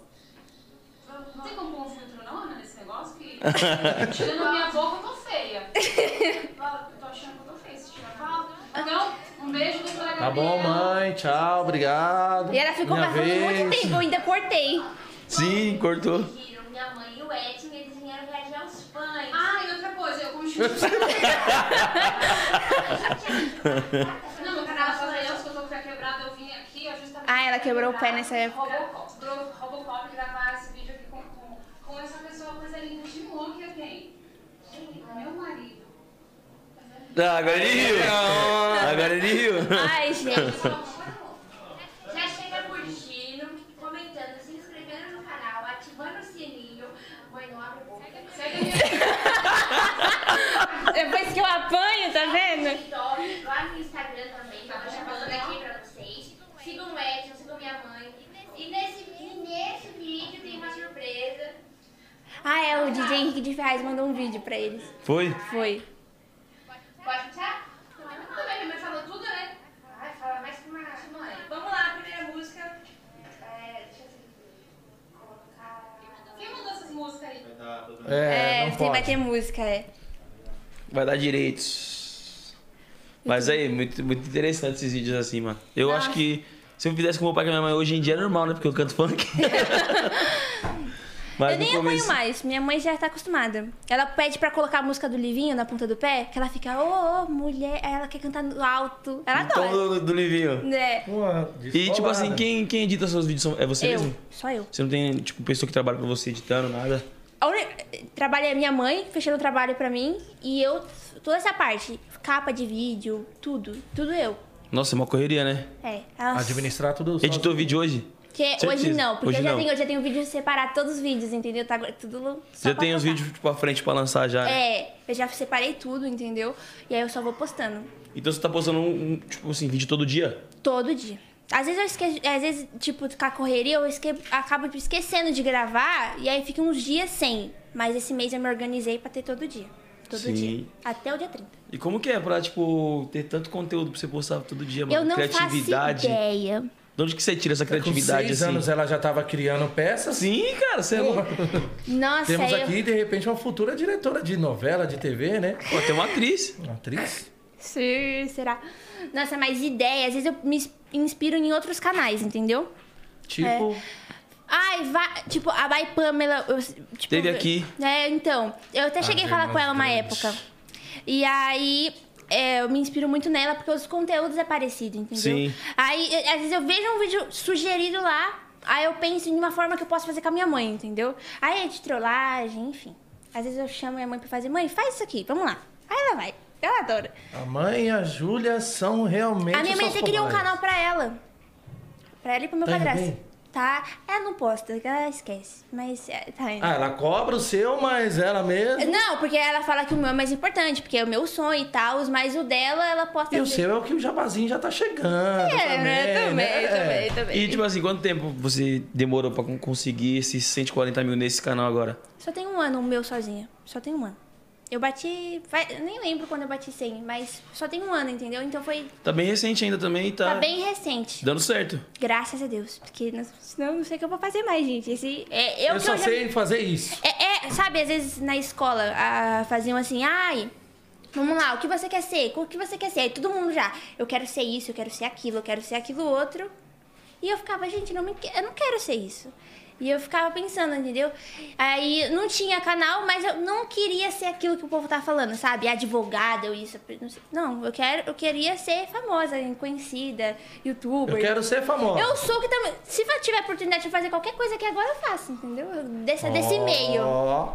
E: Não tem como pôr um filtro não, Ana, nesse negócio? Que tirando a minha boca, eu tô feia. Eu tô achando que eu tô feia se tirar fala. Então, um beijo, doutora Gabriela.
B: Tá bom, mãe. Tchau, obrigado.
D: E ela ficou
B: Minha
D: passando muito
B: vez.
D: tempo, eu ainda cortei.
A: Sim, cortou.
E: Viram minha mãe e o Edson, eles vieram viajar aos fãs. Ah, e outra coisa, eu como Não, meu canal só eu, se eu tô com o pé quebrado, eu vim aqui, ó, justamente.
D: Ah, ela quebrou o pé nessa época.
E: Robocop, Bro- Robocop gravar esse vídeo aqui com, com, com essa pessoa, coisa linda de mão que eu tenho. Gente, Meu marido.
A: Ah, agora ele riu. Agora ele riu.
D: Ai, gente.
E: Já chega curtindo, comentando, se inscrevendo no canal, ativando o sininho. Mãe, não abre a boca. Segue a minha
D: Depois que eu apanho, tá vendo?
E: TikTok, lá no Instagram também, tá chamando aqui pra vocês. Sigam o Edson, sigam minha mãe. E nesse, e nesse vídeo tem uma surpresa.
D: Ah, é, o DJ Henrique de Ferraz mandou um vídeo pra eles.
A: Foi?
D: Foi.
E: Pode começar? Também, minha mãe falou tudo, né? Ai, fala mais que uma mãe. Vamos lá, primeira música. É, deixa eu colocar... Quem mandou essas músicas aí?
B: É,
D: É,
B: não
D: tem, vai
B: pode.
D: ter música, é.
A: Vai dar direitos. Mas aí, muito, muito interessante esses vídeos assim, mano. Eu acho que se eu fizesse com meu pai e com a minha mãe hoje em dia é normal, né? Porque eu canto funk.
B: Tá
A: Mas
D: eu nem apanho mais, minha mãe já tá acostumada. Ela pede pra colocar a música do Livinho na ponta do pé, que ela fica, ô, ô, mulher, aí ela quer cantar no alto. Ela
A: Então,
D: adora.
A: do, do Livinho.
D: É,
B: Pô,
A: E tipo
B: descolada.
A: assim, quem, quem edita seus vídeos são- é você
D: eu,
A: mesmo?
D: só eu.
A: Você não tem, tipo, pessoa que trabalha pra você editando, nada?
D: A uni- Trabalhei a minha mãe, fechando o trabalho pra mim, e eu, toda essa parte, capa de vídeo, tudo, tudo eu.
A: Nossa, é uma correria, né?
D: É.
B: Ah,
D: ela-
B: Administrar tudo sozinho.
A: Editou vídeo hoje?
D: Que
A: Certeza.
D: hoje não, porque
A: Hoje
D: eu, já
A: não.
D: Tenho, eu já tenho vídeo separado, todos os vídeos, entendeu? Tá tudo. só
A: Já
D: pra
A: tem os
D: postar.
A: vídeos tipo, pra frente pra lançar já. né?
D: É, eu já separei tudo, entendeu? E aí eu só vou postando.
A: Então você tá postando um, um, tipo assim, vídeo todo dia?
D: Todo dia. Às vezes eu esqueço, às vezes, tipo, com a correria, eu esque... acabo tipo, esquecendo de gravar e aí fica uns dias sem. Mas esse mês eu me organizei pra ter todo dia. Todo
A: Sim.
D: dia. Até o dia 30.
A: E como que é pra, tipo, ter tanto conteúdo pra você postar todo dia, mano?
D: eu não
A: Criatividade.
D: faço ideia.
A: De onde que você tira essa
B: Com
A: criatividade,
B: seis
A: assim?
B: anos né? ela já tava criando peças.
A: Sim, cara, você é louco.
D: Nossa, é,
B: Temos
D: eu...
B: aqui, de repente, uma futura diretora de novela, de TV, né?
A: Pô, tem uma atriz.
B: Uma atriz.
D: Sim, será? Nossa, mas ideia, às vezes eu me ins- inspiro em outros canais, entendeu?
B: Tipo,
D: Ai, vai. Tipo, a Vai Pamela. eu- tipo,
A: Teve aqui.
D: É, então. Eu até cheguei a falar com ela uma
B: Deus.
D: época. E aí. é, eu me inspiro muito nela porque os conteúdos é parecido, entendeu?
A: Sim.
D: Aí, eh, às vezes, eu vejo um vídeo sugerido lá, aí eu penso em uma forma que eu posso fazer com a minha mãe, entendeu? Aí é de trollagem, enfim. Às vezes eu chamo minha mãe pra fazer, mãe, faz isso aqui, vamos lá. Aí ela vai. Ela adora.
B: A mãe e a Júlia são realmente.
D: É. A minha mãe
B: suas
D: até criou um
B: comadres.
D: canal pra ela. Pra ela e pro meu
B: Tá indo
D: padrasto.
B: bem?
D: Tá? Ela não posta, ela esquece. Mas é, tá indo.
B: Ah, ela cobra o seu, mas ela mesma.
D: Não, porque ela fala que o meu é mais importante, porque é o meu sonho e tal, mas o dela, ela posta.
B: E o seu é o que o jabazinho já tá chegando.
D: É, né?
B: também,
D: Também,
B: né?
D: também, também.
A: E tipo assim, quanto tempo você demorou pra con- conseguir esses 140 mil nesse canal agora?
D: Só tem um ano o meu sozinha. Só tem um ano. Eu bati. vai- eu nem lembro quando eu bati 100, mas só tem um ano, entendeu? Então foi.
A: Tá bem recente ainda também e tá,
D: Tá bem recente.
A: dando certo.
D: Graças a Deus. Porque não- senão eu não sei o que eu vou fazer mais, gente. Esse, é,
B: Eu
D: eu que
B: só
D: já-
B: sei fazer isso.
D: É, é, sabe, às vezes na escola ah, faziam assim, ai, vamos lá, o que você quer ser? O que você quer ser? Aí todo mundo já, eu quero ser isso, eu quero ser aquilo, eu quero ser aquilo outro. E eu ficava, gente, não me, que- eu não quero ser isso. E eu ficava pensando, entendeu? Aí não tinha canal, mas eu não queria ser aquilo que o povo tá falando, sabe? Advogada ou isso. Não, sei. não eu, quero, eu queria ser famosa, conhecida, youtuber.
B: Eu quero ser famosa.
D: Eu sou que também. Se eu tiver oportunidade de fazer qualquer coisa aqui agora, eu faço, entendeu? Desse, desse
B: Oh.
D: meio.
B: Ó.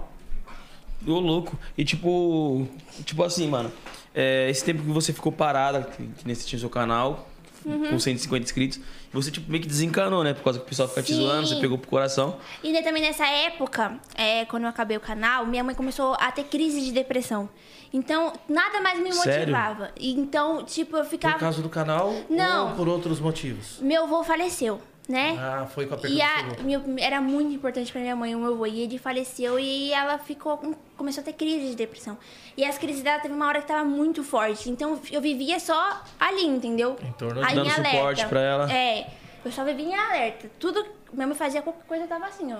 A: Ô, louco. E tipo. Tipo assim, mano. é, esse tempo que você ficou parada, que, que nesse tinha o seu canal,
D: Uhum.
A: com 150 inscritos, você tipo, meio que desencanou, né? Por causa que o pessoal fica te
D: Sim.
A: zoando, você pegou pro coração.
D: E daí também nessa época, é, quando eu acabei o canal, minha mãe começou a ter crise de depressão. Então, nada mais me
A: Sério?
D: motivava. E Então, tipo, eu
B: Por
D: ficava.
B: causa do canal
D: Não.
B: ou por outros motivos?
D: Meu avô faleceu, né?
B: Ah, foi com a pergunta.
D: E a-
B: do seu avô.
D: meu- era muito importante pra minha mãe o meu avô. E ele faleceu e ela ficou. com- Começou a ter crise de depressão. E as crises dela teve uma hora que tava muito forte. Então eu vivia só ali, entendeu?
B: Em torno
D: Aí
A: dando
D: em
A: suporte pra ela.
D: É. Eu só vivia em alerta. Tudo. Minha mãe fazia qualquer coisa, eu tava assim, ó.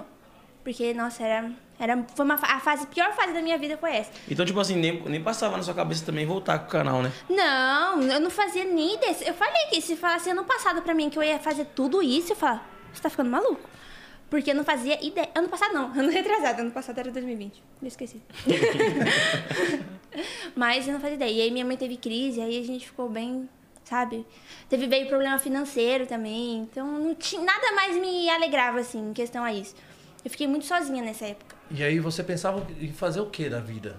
D: Porque, nossa, era. era foi uma, fa- a fase, pior fase da minha vida foi essa.
A: Então, tipo assim, nem, nem passava na sua cabeça também voltar com o canal, né?
D: Não, eu não fazia nem desse. Eu falei que se falasse ano passado pra mim que eu ia fazer tudo isso, eu falava, você tá ficando maluco. Porque eu não fazia ideia. Ano passado não, ano retrasado, ano passado era 2020. Me esqueci. Mas eu não fazia ideia. E aí minha mãe teve crise, aí a gente ficou bem, sabe? Teve veio problema financeiro também. Então não tinha nada mais me alegrava assim em questão a isso. Eu fiquei muito sozinha nessa época.
B: E aí você pensava em fazer o que da vida?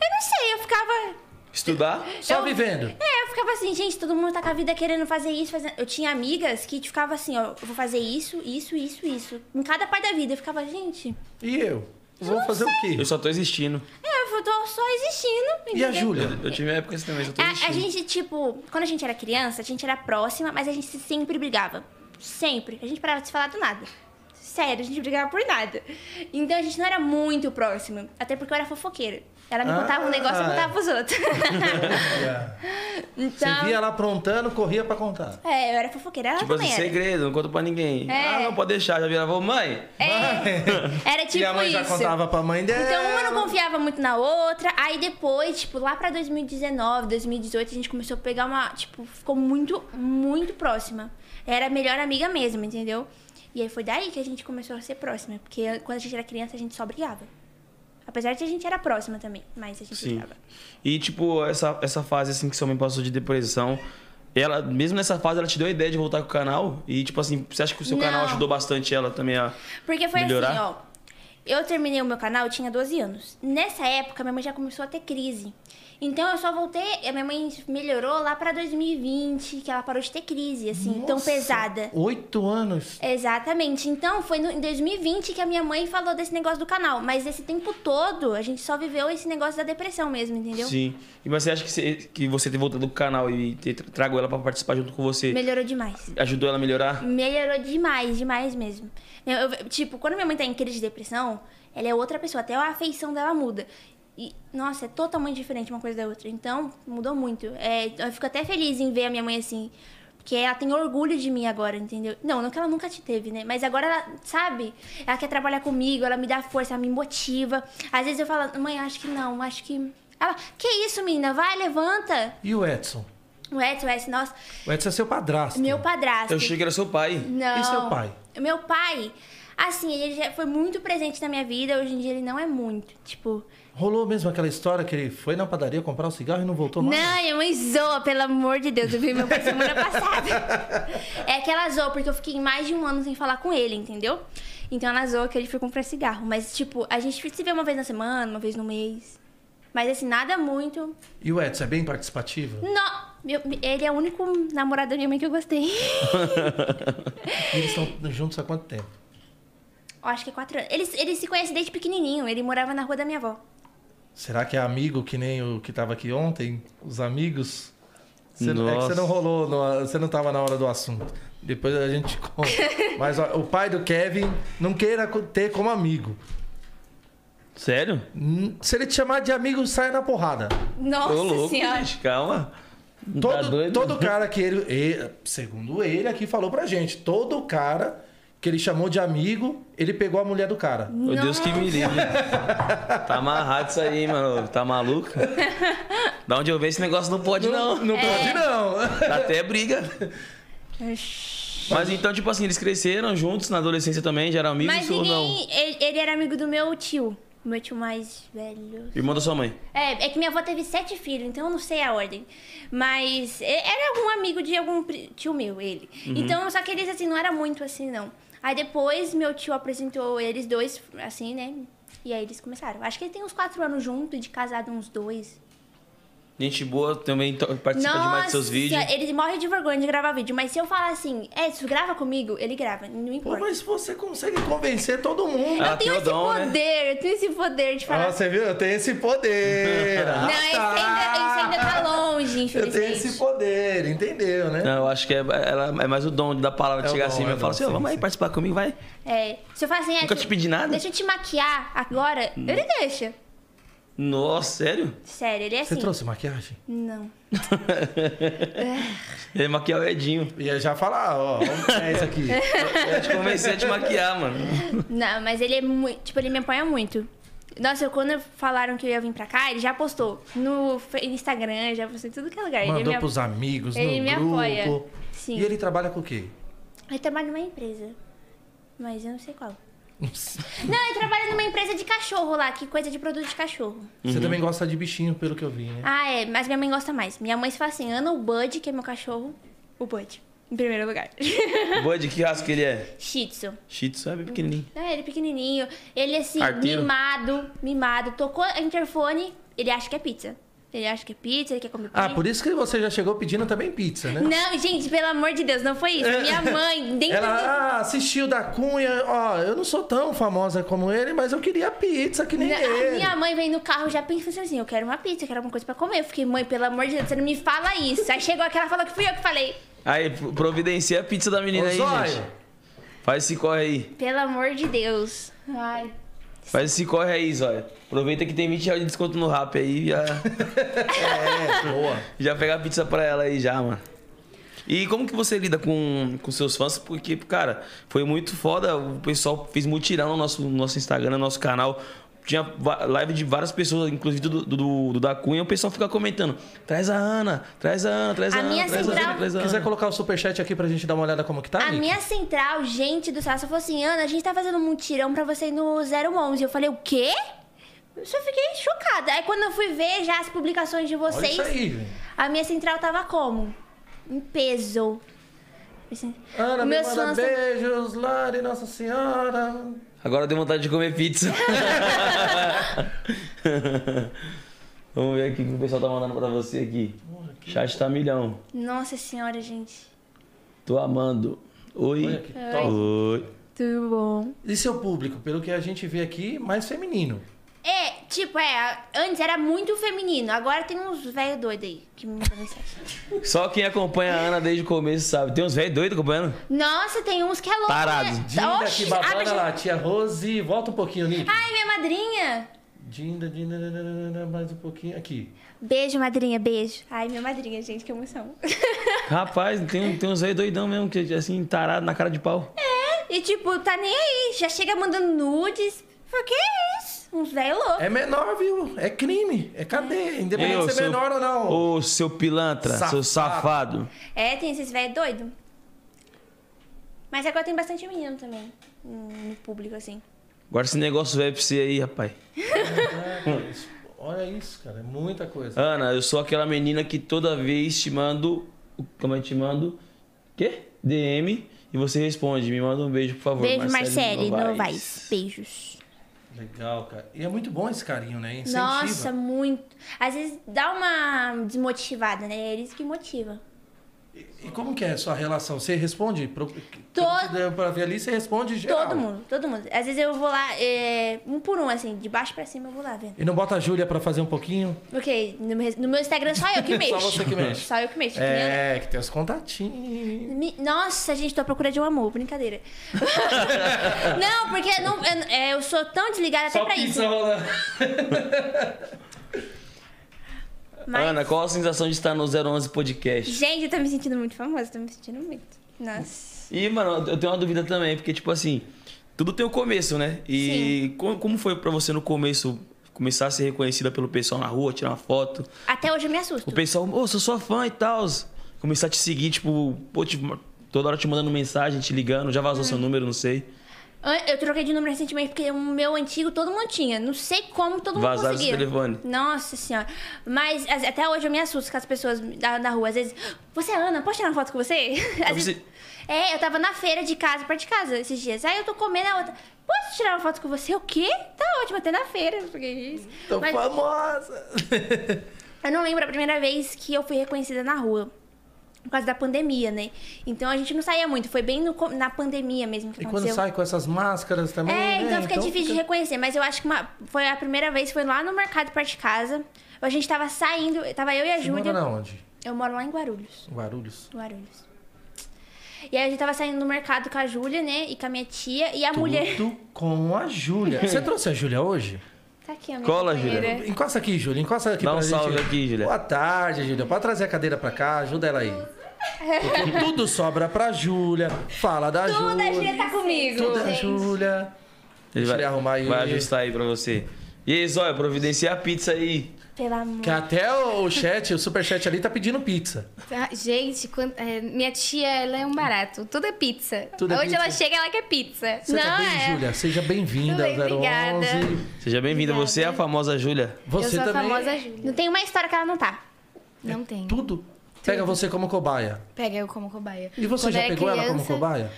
D: Eu não sei, eu ficava
A: Estudar.
B: Só
D: Eu-
B: vivendo.
D: É, eu ficava assim, gente, todo mundo tá com a vida querendo fazer isso, fazer... Eu tinha amigas que ficavam assim, ó, eu vou fazer isso, isso, isso, isso. Em cada parte da vida, eu ficava, gente,
B: E eu? Vou fazer o quê?
A: Eu só tô existindo.
D: é, eu tô só existindo.
B: E a
D: entendeu?
B: Júlia?
A: Eu tive minha época assim também, só tô
D: A,
A: existindo.
D: a gente, tipo, quando a gente era criança, a gente era próxima, mas a gente sempre brigava. Sempre. A gente parava de se falar do nada. Sério, a gente brigava por nada. Então a gente não era muito próxima. Até porque eu era fofoqueira. Ela me
B: Ah,
D: contava um negócio, eu
B: é.
D: contava pros outros.
B: Você
D: então.
B: via ela aprontando, corria pra contar.
D: É, eu era fofoqueira. Ela
A: Tipo assim,
D: também era.
A: segredo, não conta pra ninguém.
D: É.
A: Ah, não, pode deixar. Já virava, mãe,
D: É, era tipo
B: e a mãe
D: isso.
B: já contava pra mãe dela.
D: Então uma não confiava muito na outra, aí depois, tipo, lá pra 2019, 2018, a gente começou a pegar uma, tipo, ficou muito, muito próxima. Era a melhor amiga mesmo, entendeu? E aí foi daí que a gente começou a ser próxima, porque quando a gente era criança a gente só brigava. Apesar de a gente era próxima também, mas a gente
A: Sim.
D: brigava.
A: E, tipo, essa, essa fase, assim, que sua mãe passou de depressão, ela, mesmo nessa fase, ela te deu a ideia de voltar com o canal? E, tipo assim, você acha que o seu canal
D: Não.
A: ajudou bastante ela também a...
D: Porque foi
A: Melhorar?
D: assim, ó. Eu terminei o meu canal, eu tinha 12 anos. Nessa época, minha mãe já começou a ter crise. Então, eu só voltei... A minha mãe melhorou lá pra 2020, que ela parou de ter crise, assim, tão
B: Nossa,
D: pesada.
B: Oito anos.
D: Exatamente. Então, foi no- em 2020 que a minha mãe falou desse negócio do canal. Mas esse tempo todo, a gente só viveu esse negócio da depressão mesmo, entendeu?
A: Sim. E mas você acha que você, que você ter voltado com o canal e ter tra- trago ela pra participar junto com você,
D: Melhorou demais.
A: ajudou ela a melhorar?
D: Melhorou demais, demais mesmo. Eu- eu- tipo, quando minha mãe tá em crise de depressão, ela é outra pessoa, até a afeição dela muda. E, nossa, é totalmente diferente uma coisa da outra. Então, mudou muito. É, eu fico até feliz em ver a minha mãe assim. Porque ela tem orgulho de mim agora, entendeu? Não, não que ela nunca te teve, né? Mas agora ela, sabe? Ela quer trabalhar comigo, ela me dá força, ela me motiva. Às vezes eu falo, mãe, acho que não, acho que. Ela, que isso, menina? Vai, levanta.
B: E o Edson?
D: O Edson, o Edson, nossa,
B: O Edson é seu padrasto.
D: meu padrasto.
A: Eu achei que era seu pai.
D: Não.
B: E seu pai?
D: Meu pai, assim, ele já foi muito presente na minha vida. Hoje em dia ele não é muito. Tipo,
B: Rolou mesmo aquela história que ele foi na padaria comprar o cigarro e não voltou mais?
D: Não, minha mãe zoa, pelo amor de Deus. Eu vi meu pai semana passada. É que ela zoa, porque eu fiquei mais de um ano sem falar com ele, entendeu? Então ela zoa que ele foi comprar cigarro. Mas, tipo, a gente se vê uma vez na semana, uma vez no mês. Mas, assim, nada muito.
B: E o Edson é bem participativo?
D: Não, meu- ele é o único namorado da minha mãe que eu gostei.
B: Eles estão juntos há quanto tempo?
D: Eu acho que é quatro anos. Eles, eles se conhecem desde pequenininho. Ele morava na rua da minha avó.
B: Será que é amigo que nem o que tava aqui ontem? Os amigos? Você, não- é que você
A: Nossa.
B: não rolou, no- você não tava na hora do assunto. Depois a gente conta. Mas ó, o pai do Kevin não queira co- ter como amigo.
A: Sério?
B: Hum, Se ele te chamar de amigo, saia na porrada.
A: Tá
D: Nossa
A: Ô, louco,
D: senhora.
A: gente, calma. Não tá
B: Todo,
A: doido?
B: todo cara que ele, e- Segundo ele, aqui falou pra gente. Todo cara que ele chamou de amigo, ele pegou a mulher do cara.
A: Meu Deus que me livre. Tá amarrado isso aí, mano. Tá maluco? Da onde eu vejo esse negócio não pode, não.
B: Não pode, não.
A: Dá até briga. Mas então, tipo assim, eles cresceram juntos na adolescência também, já eram amigos
D: Mas
A: ou não?
D: ninguém. Ele, ele era amigo do meu tio. Meu tio mais velho.
A: Irmão da sua mãe.
D: É, é que minha avó teve sete filhos, então eu não sei a ordem. Mas e- era algum amigo de algum pri- tio meu, ele.
A: Uhum.
D: Então, só que eles, assim, não era muito assim, não. Aí depois meu tio apresentou eles dois, assim, né? E aí eles começaram. Acho que ele tem uns quatro anos junto e de casado uns dois.
A: Gente boa também to- participa
D: Nossa, é-
A: demais dos seus vídeos.
D: ele morre de vergonha de gravar vídeo. Mas se eu falar assim, é, isso grava comigo, ele grava, não
B: Pô,
D: importa.
B: mas você consegue convencer todo mundo.
A: Ela
D: eu
A: tem
D: tenho
A: o
D: esse
A: dom, né?
D: poder, eu tenho esse poder de falar.
B: Ah, você viu? Eu tenho esse poder.
D: não, esse ainda, esse ainda
A: Ah,
D: tá longe,
B: Eu
D: infelizmente.
B: tenho esse poder, entendeu, né?
A: Não, eu acho que é, ela- é mais o dom da palavra
B: É
A: de
B: o
A: chegar
B: dom,
A: assim
B: é
A: e
B: o
A: falar
B: dom,
A: assim, ó,
B: sim,
A: vamos aí
B: sim.
A: participar comigo, vai.
D: É, se eu falar assim, é,
A: Nunca
D: tu-
A: te pedi nada? Hum.
D: Deixa eu te maquiar agora, ele deixa.
A: Nossa, sério?
D: Sério, ele é
B: Você
D: assim.
B: trouxe maquiagem?
D: Não.
A: Ele maquiar o Edinho.
B: E aí já falar, ó, ó, é isso aqui.
A: Eu te convenci a te maquiar, mano.
D: Não, mas ele é muito. Tipo, ele me apoia muito. Nossa, eu- quando falaram que eu ia vir pra cá, ele já postou no Fe- Instagram, já postou em tudo que é lugar. ele
B: Mandou
D: me, ap-
B: pros amigos, no
D: ele me
B: grupo.
D: apoia. Sim.
B: E ele trabalha com o quê?
D: Ele trabalha numa empresa. Mas eu não sei qual.
A: Uhum.
B: Não sei.
D: Não, ele trabalha numa empresa de cachorro lá, que coisa de produto de cachorro.
B: Você também gosta de bichinho, pelo que eu vi, né?
D: Ah, é, mas minha mãe gosta mais. Minha mãe fala assim: Ana, o Bud, que é meu cachorro, o Bud, em primeiro lugar.
A: Boa de que raça que ele é?
D: Shih Tzu.
A: Shih Tzu é bem pequenininho.
D: É, ele pequenininho. Ele, assim,
A: Arteiro.
D: mimado, mimado. Tocou a interfone, ele acha que é pizza. Ele acha que é pizza, ele quer comer pizza.
B: Ah, por isso que você já chegou pedindo também pizza, né?
D: Não, gente, pelo amor de Deus, não foi isso. Minha mãe, dentro do...
B: É. Ela ah, assistiu da Cunha, ó, eu não sou tão famosa como ele, mas eu queria pizza que nem
D: Não, A
B: ele.
D: minha mãe vem no carro já pensando assim, eu quero uma pizza, eu quero alguma coisa pra comer. Eu fiquei, mãe, pelo amor de Deus, você não me fala isso. Aí chegou aquela e falou que fui eu que falei.
A: Aí, providencia a pizza da menina
B: Ô,
A: aí,
B: Zóio,
A: gente. Faz esse corre aí.
D: Pelo amor de Deus. Ai.
A: Faz esse corre aí, Zóia. Aproveita que tem 20 reais de desconto no rap aí e já,
B: É, boa.
A: já pega a pizza pra ela aí já, mano. E como que você lida com, com seus fãs? Porque, cara, foi muito foda. O pessoal fez mutirão no nosso, no nosso Instagram, no nosso canal. Tinha va- live de várias pessoas, inclusive do, do, do- do da Cunha. O pessoal fica comentando: traz a Ana, traz a Ana, traz a,
D: A
A: Ana.
D: minha
A: traz a
D: central-
A: Ana, traz a
B: Quiser
A: Ana.
B: colocar o superchat aqui pra gente dar uma olhada como que tá,
D: A
B: Nick?
D: minha central, gente do céu, ela só falou assim, Ana, a gente tá fazendo um mutirão pra você ir no 011. Eu falei, o quê? Eu só fiquei chocada. Aí quando eu fui ver já as publicações de
B: Olha
D: vocês,
B: isso aí, velho.
D: a minha central tava como? Em peso. Assim,
B: Ana, me
D: meus
B: manda
D: fãs-
B: beijos, Lari, Nossa Senhora.
A: Agora deu vontade de comer pizza. Vamos ver aqui o que o pessoal tá mandando pra você aqui. Chat tá milhão.
D: Nossa senhora, gente.
A: Tô amando.
B: Olha
A: Oi.
B: que
A: Oi.
D: Tudo bom.
B: E seu público, pelo que a gente vê aqui, mais feminino.
D: É, tipo, é, a- antes era muito feminino, agora tem uns velho doido aí que me mandam mensagem.
A: Só quem acompanha a Ana desde o começo sabe. Tem uns velhos doidos acompanhando?
D: Nossa, tem uns que é louco.
A: Tarado.
D: Né?
B: Dinda
D: Oxi,
B: que babana
D: abre-
B: lá, tia Rose. Volta um pouquinho, Nick.
D: Ai, minha madrinha.
B: Dinda, dinda, dinda, dinda, mais um pouquinho. Aqui.
D: Beijo, madrinha, beijo. Ai, minha madrinha, gente, que emoção.
A: Rapaz, tem, tem uns velhos doidão mesmo, que assim, tarado na cara de pau.
D: é, e tipo, tá nem aí, já chega mandando nudes. Por que isso? Uns velho louco.
B: É menor, viu? É crime. É cadeia. Independente
A: Ei, ô,
B: de ser
A: seu-
B: menor ou não.
A: Ô, seu pilantra, seu
B: Safado.
A: safado.
D: É, tem esses velho doido. Mas agora tem bastante menino também hum, no público, assim.
A: Agora esse negócio vai pra você aí, rapaz.
B: Caraca, isso- É Olha isso, cara. É muita coisa.
A: Ana, eu sou aquela menina que toda vez te mando. Como é que te mando? Quê? DM. E você responde. Me manda um beijo, por favor.
D: Beijo, Marcele Novaes. Beijos.
B: Legal, cara. E é muito bom esse carinho, né? Incentiva.
D: Nossa, muito. Às vezes dá uma desmotivada, né? É isso que motiva.
B: E, e como que é a sua relação? Você responde? Pro...
D: Todo-
B: Deu Pra ver ali, você responde geral.
D: Todo mundo, todo mundo. Às vezes eu vou lá, é, um por um, assim, de baixo pra cima eu vou lá vendo.
B: E não bota a Júlia pra fazer um pouquinho?
D: Porque no meu, no meu Instagram só eu que mexo.
B: você que mexe.
D: Só eu que mexo.
B: É, que tem os contatinhos.
D: entendeu? Me- Nossa, gente, tô à procura de um amor, brincadeira. não, porque não- eu, é, eu sou tão desligada até pra isso.
B: rolando.
D: Mas,
A: Ana, qual a sensação de estar no 011 Podcast?
D: gente, eu tô me sentindo muito famosa, tô me sentindo muito. Nossa.
A: E, mano, eu tenho uma dúvida também, porque, tipo assim, tudo tem um começo, né? E co- como, foi pra você no começo começar a ser reconhecida pelo pessoal na rua, tirar uma foto?
D: Até hoje eu me assusto.
A: O pessoal, ô, sou sua fã e tal. Começar a te seguir, tipo, pô, te- toda hora te mandando mensagem, te ligando, já vazou
D: Hum.
A: seu número, não sei.
D: An- Eu troquei de número recentemente porque o meu antigo todo mundo tinha. Não sei como todo mundo
A: Vazaram
D: conseguia.
A: esse telefone.
D: Nossa senhora. Mas as- até hoje eu me assusto com as pessoas da- na rua. Às vezes, você é Ana, posso tirar uma foto com você? Às
A: você-
D: vezes- É, eu tava na feira de casa, perto de casa, esses dias. Aí eu tô comendo a outra. Posso tirar uma foto com você? O quê? Tá ótimo, até na feira. Porque... isso.
B: Tô
D: Mas
B: famosa.
D: eu não lembro a primeira vez que eu fui reconhecida na rua. Por causa da pandemia, né? Então a gente não saía muito. Foi bem no co- na pandemia mesmo que
B: E quando
D: aconteceu.
B: sai com essas máscaras também.
D: É,
B: né?
D: então fica difícil de reconhecer, mas eu acho que uma- foi a primeira vez, foi lá no mercado perto de casa. A gente tava saindo, tava eu e a
B: Você mora
D: Júlia.
B: na onde?
D: Eu moro lá em Guarulhos.
B: Guarulhos.
D: Guarulhos. E aí a gente tava saindo no mercado com a Júlia, né? E com a minha tia e a mulher.
B: Tudo com a Júlia. Você trouxe a Júlia hoje?
D: Tá aqui, a minha
A: Cola,
D: companheira.
B: Encosta aqui, Júlia. Encosta aqui
A: Dá
B: pra
A: um
B: gente.
A: salve aqui, Júlia.
B: Boa tarde, Júlia. Pode trazer a cadeira pra cá, ajuda ela aí. Porque tudo sobra pra Júlia. Fala da
D: Tudo a Júlia
B: Júlia.
D: tá comigo.
B: Tudo da
D: gente.
B: Júlia.
A: Ele
B: Deixa ele arrumar aí. né?
A: Vai ajustar aí pra você. E aí, Zóia, providencia a pizza aí.
D: Pelo amor.
B: Que até o chat, o superchat ali tá pedindo pizza.
F: Ah, Gente, quando- é, minha tia, ela é um barato. Tudo é pizza.
B: Tudo é
F: Hoje ela
B: pizza?
F: chega, ela quer pizza. é.
B: Você tá bem, Júlia? Seja bem-vinda ao
F: Tudo bem,
B: 011.
F: obrigada.
A: Seja bem-vinda.
F: Obrigada.
A: Você é a famosa Júlia.
F: Eu
B: Você
F: sou a
B: também. é?
F: famosa Júlia.
D: Não tem uma história que ela não tá.
F: Não tem.
B: Tudo. Pega você como cobaia.
F: Pega eu como cobaia.
B: E você
F: Quando
B: já
F: era
B: pegou ela como
F: criança-
B: cobaia?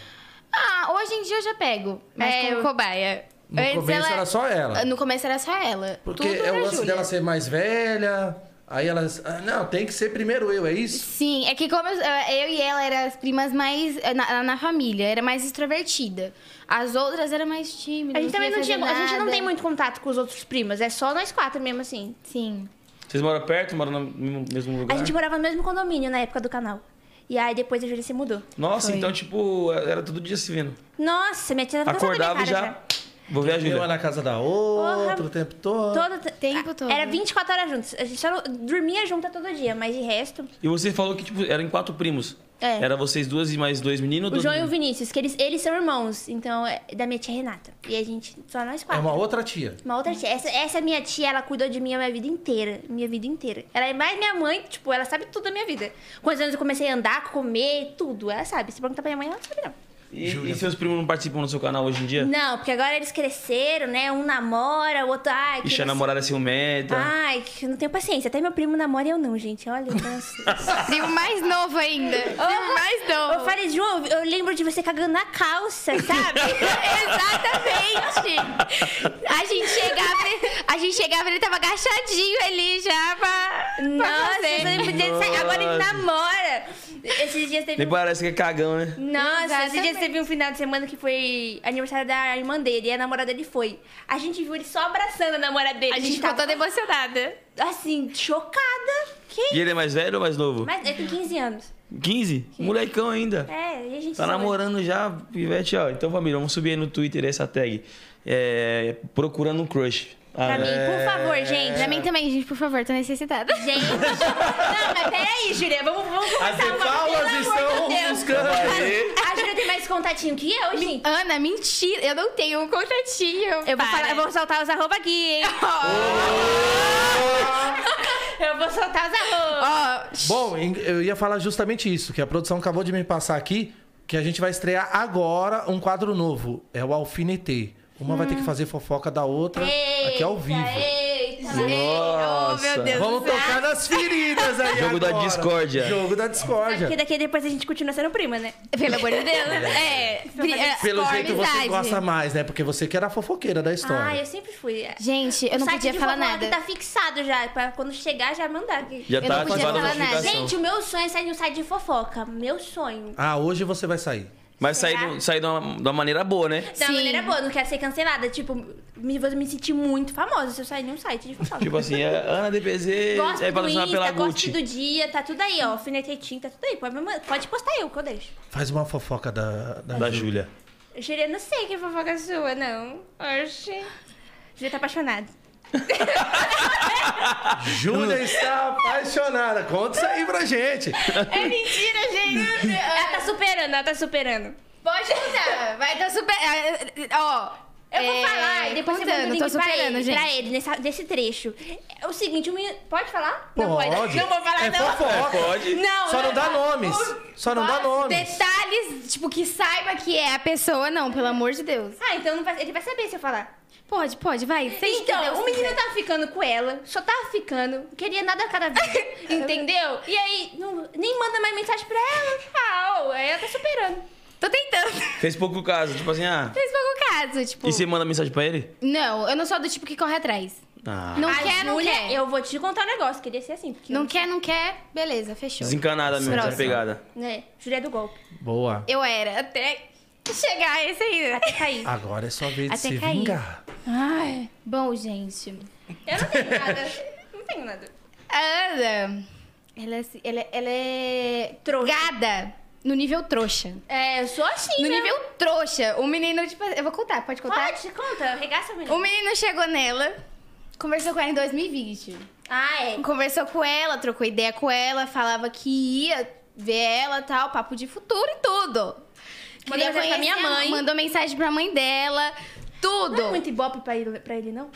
F: Ah, hoje em dia eu já pego. Mas
D: É,
F: como
D: eu-
F: cobaia.
B: No começo era só ela.
F: No começo era só ela.
B: Porque
F: Tudo
B: é
F: era
B: o lance
F: Júlia.
B: dela ser mais velha. Aí ela. ah, Não, tem que ser primeiro eu, é isso?
F: Sim, é que como eu, eu e ela eram as primas mais. é, Na, na família, era mais extrovertida. As outras eram mais tímidas.
D: A gente também não
F: queria
D: tinha.
F: fazer
D: A gente não
F: nada.
D: tem muito contato com os outros primos. É só nós quatro mesmo, assim.
F: Sim.
A: Vocês moram perto? Moram no mesmo- mesmo lugar?
D: A
B: É.
D: gente morava no mesmo condomínio na época do canal. E aí depois a Júlia se mudou.
A: Nossa,
F: Foi.
A: então, tipo, era todo dia se vendo.
D: Nossa, minha tia tava cansada da
A: Acordava
D: minha
A: e já.
D: Tá cara já.
A: Vou ver a
B: Eu
A: Júlia.
B: na casa da outra
D: Porra.
B: o tempo todo.
D: Todo
F: Tempo todo.
D: Era 24 horas juntos. A gente só não- dormia junto todo dia, mas de resto.
A: E você falou que, tipo, eram quatro primos.
D: É.
A: Era vocês duas e mais dois meninos?
D: O
A: dois
D: João e o
A: meninos?
D: Vinícius, que eles, eles são irmãos, então, é da minha tia Renata. E a gente, só nós
B: É
D: quatro.
B: uma outra tia.
D: Uma outra tia. Essa, essa minha tia, ela cuidou de mim a minha vida inteira. Minha vida inteira. Ela é mais minha mãe, tipo, ela sabe tudo da minha vida. Quantos anos eu comecei a andar, comer, tudo. Ela sabe. Se perguntar pra minha mãe, ela não sabe não.
A: E, e seus primos não participam do seu canal hoje em dia?
D: Não, porque agora eles cresceram, né? Um namora, o outro. Ai, que
A: Ixi, a
D: não sei-
A: namorada é ciumenta.
D: Ai, que eu não tenho paciência. Até meu primo namora e eu não, gente. Olha, então, assim, nossa.
F: Primo mais novo ainda. Primo mais novo.
D: Eu falei, João, eu lembro de você cagando na calça, sabe?
F: Exatamente! A gente chegava, ele- a gente chegava, ele tava agachadinho ali já pra. pra
D: Nossa,
F: fazer.
D: eu lembro dele sair. agora ele
A: Nossa.
D: namora. Esses dias teve.
A: Nem
D: um-
A: parece que é cagão, né?
D: Nossa, esses dias
F: Exatamente.
D: teve um final de semana que foi aniversário da irmã dele e a namorada dele foi. A gente viu ele só abraçando a namorada dele.
F: A gente ficou toda emocionada.
D: assim, chocada. Que?
A: E ele é mais velho ou mais novo?
D: Mas ele tem 15 anos.
A: 15? Molecão ainda.
D: É, e a gente
A: Tá
D: sonha.
A: namorando já, pivete, ó. Então, família, vamos subir aí no Twitter essa tag. É, procurando um crush. Ah,
D: Pra mim, por favor, gente.
F: É. Pra mim também, gente, por favor, tô necessitada.
D: Gente, não, mas peraí, Júlia, vamos, vamos começar
B: As
D: uma- pelo
B: falas
D: amor
B: estão
D: de Deus.
B: buscando.
D: A Júlia tem mais contatinho que eu, gente.
F: Ana, mentira, eu não tenho um contatinho.
D: Eu vou,
F: Para.
D: falar, eu vou soltar os arroba aqui, hein? Eu vou soltar os arroba.
F: Ó,
B: Bom, em- eu ia falar justamente isso, que a produção acabou de me passar aqui, que a gente vai estrear agora um quadro novo. É o Alfinetê. Uma vai ter que fazer fofoca da outra aqui é ao vivo.
D: Eita,
A: Nossa.
D: eita. Oh, meu Deus.
B: Vamos
D: do céu.
B: tocar nas feridas aí
A: Jogo da
B: agora.
A: discórdia.
B: Jogo da discórdia.
D: Porque daqui depois a gente continua sendo prima, né?
F: Pelo amor de Deus. É. pri- é,
B: Pelo
F: amizade.
B: jeito você gosta mais, né? Porque você que era a fofoqueira da
D: Ah,
B: história.
D: eu sempre fui.
F: Gente, eu
D: O
F: não
D: site
F: podia
D: de
F: falar
D: fofoca
F: nada.
D: Tá fixado já, pra quando chegar já mandar aqui.
A: Já
F: Eu
A: tá
F: não podia
A: ativada a
F: falar nada.
A: notificação.
D: Gente, o meu sonho é sair de um site de fofoca. Meu sonho.
B: Ah, hoje você vai sair.
A: Mas
D: Será?
A: sair do- sair de uma, de uma maneira boa, né?
D: Da
F: Sim.
D: maneira boa, não quero ser cancelada. Tipo, me, vou me sentir muito famosa se eu sair de um site de fofoca.
A: Tipo assim, é Ana DPZ
D: Gosto
A: é
D: do
A: patrocinada pela
D: Insta,
A: Gucci.
D: gosto do dia, tá tudo aí, ó. Finetetinho, tá tudo aí. Pode, me mandar- pode postar eu, que eu deixo.
B: Faz uma fofoca da, da,
A: Da
B: Ju.
A: Júlia.
D: Eu jurei, eu não sei que fofoca é sua, não. Oxi. Júlia tá apaixonada.
B: Júlia está apaixonada. Conta isso aí pra gente.
F: É mentira,
D: Ela
F: gente.
D: tá superando, ela tá superando.
F: Pode mudar. Vai dar super. ah, Ó.
D: Eu vou
F: é,
D: falar e depois você manda o
F: contando,
D: link
F: tô
D: pra
F: superando,
D: ele,
F: gente.
D: pra ele nessa- desse trecho. É o seguinte, o menino... Pode falar? Não
B: Pode.
D: pode. Não vou falar,
B: é
D: não.
B: Fofoca.
A: Pode?
F: Não,
B: Só não dá
F: eu-
B: nomes. Só não dá nomes.
F: Detalhes, tipo, que saiba que é a pessoa, não, pelo amor de Deus.
D: Ah, então não vai- ele vai saber se eu falar.
F: Pode, pode, vai. seja que Deus
D: Então, o menino
F: quiser.
D: tava ficando com ela, só tava ficando, não queria nada a cada vez, entendeu? E aí, não- nem manda mais mensagem pra ela, tchau, aí ela tá superando.
F: Tô tentando.
A: Fez pouco caso. Tipo assim, ah.
F: Fez pouco caso, tipo.
A: E você manda mensagem pra ele?
F: Não, eu não sou do tipo que corre atrás.
A: Ah.
F: Não
D: A
F: quer, não
D: Júlia,
F: quer.
D: Eu vou te contar um negócio, queria ser assim. Porque
F: Não quer, não quer, beleza, fechou.
A: Desencanada mesmo,
F: Próximo.
A: desapegada.
D: Né? Júlia é do golpe.
B: Boa.
F: Eu era, até chegar esse aí.
D: Até cair.
B: Agora é sua vez de
F: Até
B: se
F: cair.
B: vingar.
F: Ai, bom, gente.
D: Eu não tenho nada. Não tenho nada.
F: A Ana, ela, é assim- ela, é- ela é
D: Trouxa.
F: gada no nível trouxa.
D: É, eu sou assim,
F: No
D: mesmo.
F: nível trouxa, o menino, tipo, eu vou contar, pode contar?
D: Pode, conta, regaça o menino.
F: O menino chegou nela, conversou com ela em 2020.
D: Ah, é.
F: Conversou com ela, trocou ideia com ela, falava que ia ver ela tal, papo de futuro e tudo.
D: Mandou
F: Queria
D: mensagem pra minha
F: conhecer a-
D: mãe.
F: Mandou mensagem pra mãe dela, tudo.
D: Não é muito ibope pra ele, pra ele não?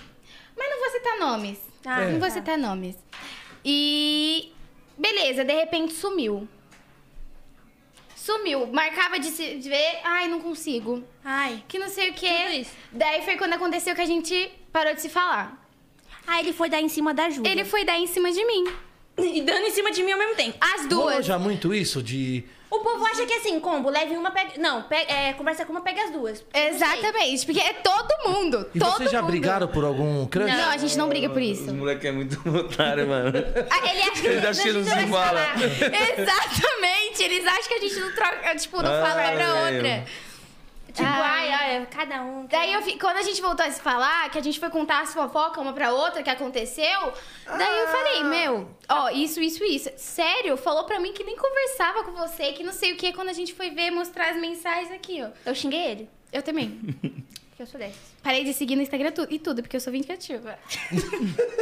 F: Mas não vou citar nomes.
D: Ah,
F: não vou
D: tá.
F: citar nomes. E. Beleza, de repente sumiu. Sumiu. Marcava de se de ver. Ai, não consigo.
D: Ai.
F: Que não sei o
D: Tudo
F: quê.
D: isso.
F: Daí foi quando aconteceu que a gente parou de se falar.
D: Ah, ele foi dar em cima da Júlia.
F: Ele foi dar em cima de mim.
D: E dando em cima de mim ao mesmo tempo.
F: As
B: Rolou
F: duas.
B: já muito isso de...
D: O povo acha que assim, combo, leve uma, pega. Não, pe- é, conversa com uma, pega as duas. Não sei.
F: Exatamente. Porque é todo mundo.
B: E
F: todo
B: vocês já
F: mundo.
B: brigaram por algum crush?
F: Não, a gente não briga por
A: Os
F: isso.
A: moleque é muito otário, mano.
F: Ah, Ele acha que
A: Ele acha que não se fala.
F: Exatamente. Eles acham que a gente não troca, tipo, não fala
A: Ai,
F: pra
A: ai,
F: outra.
A: ai.
D: Tipo,
F: Ai. é-
D: ai, ai, cada um.
F: Ah. Daí eu fi- quando a gente voltou a se falar, que a gente foi contar as fofocas uma pra outra que aconteceu, daí
D: Ah.
F: eu falei, meu, ó, isso, isso, isso. Sério, falou pra mim que nem conversava com você, que não sei o que, quando a gente foi ver, mostrar as mensagens aqui, ó.
D: Eu xinguei ele,
F: Eu também.
D: porque eu sou dessa.
F: Parei de seguir no Instagram tu- e tudo, porque eu sou vingativa.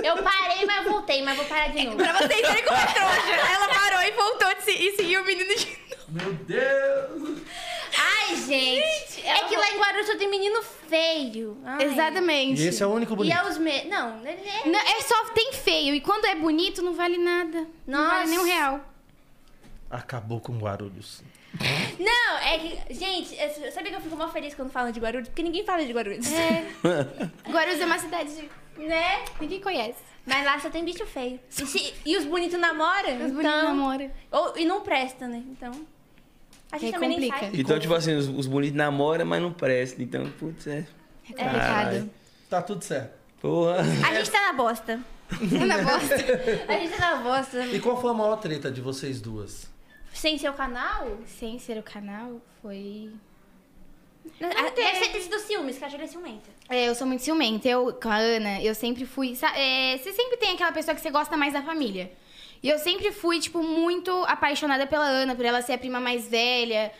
D: Eu parei, mas voltei, mas vou parar de novo.
F: pra vocês verem como é trouxa, ela parou e voltou de se- e seguiu o menino de novo.
B: Meu Deus!
D: Ai, gente. é
F: ela
D: que lá em Guarulhos só tem menino feio. Ai.
F: Exatamente.
B: E esse é o único
D: E
B: bonito.
D: é os me... Não, ele é...
F: Não, é só tem feio, e quando é bonito não vale nada. Não
D: Nossa.
F: vale nem um real.
B: Acabou com Guarulhos.
D: Não, é que. Gente, é- sabe que eu fico mal feliz quando falam de Guarulhos? Porque ninguém fala de Guarulhos.
F: É. Guarulhos é uma cidade de
D: Né?
F: Ninguém conhece.
D: Mas lá só tem bicho feio. E, se- e os bonitos namoram?
F: Os bonitos
D: então...
F: namoram. É
D: Ou, e não presta, né? Então. A gente
F: Aí
D: também nem
F: complica.
D: sabe.
A: Então, tipo assim, os, os bonitos namoram, mas não prestam. Então, putz, é.
F: É complicado.
B: Tá tudo certo.
A: Porra.
D: A gente tá na bosta.
F: Na É bosta.
D: A gente tá na bosta.
B: E qual foi a maior treta de vocês duas?
D: Sem seu canal?
F: Sem ser o canal, foi.
D: Ah,
F: tem.
D: Deve ser sido ciúmes, que a Júlia é ciumenta.
F: É, eu sou muito ciumenta. Eu, com a Ana, eu sempre fui. sa- é, você sempre tem aquela pessoa que você gosta mais da família. E eu sempre fui, tipo, muito apaixonada pela Ana, por ela ser a prima mais velha.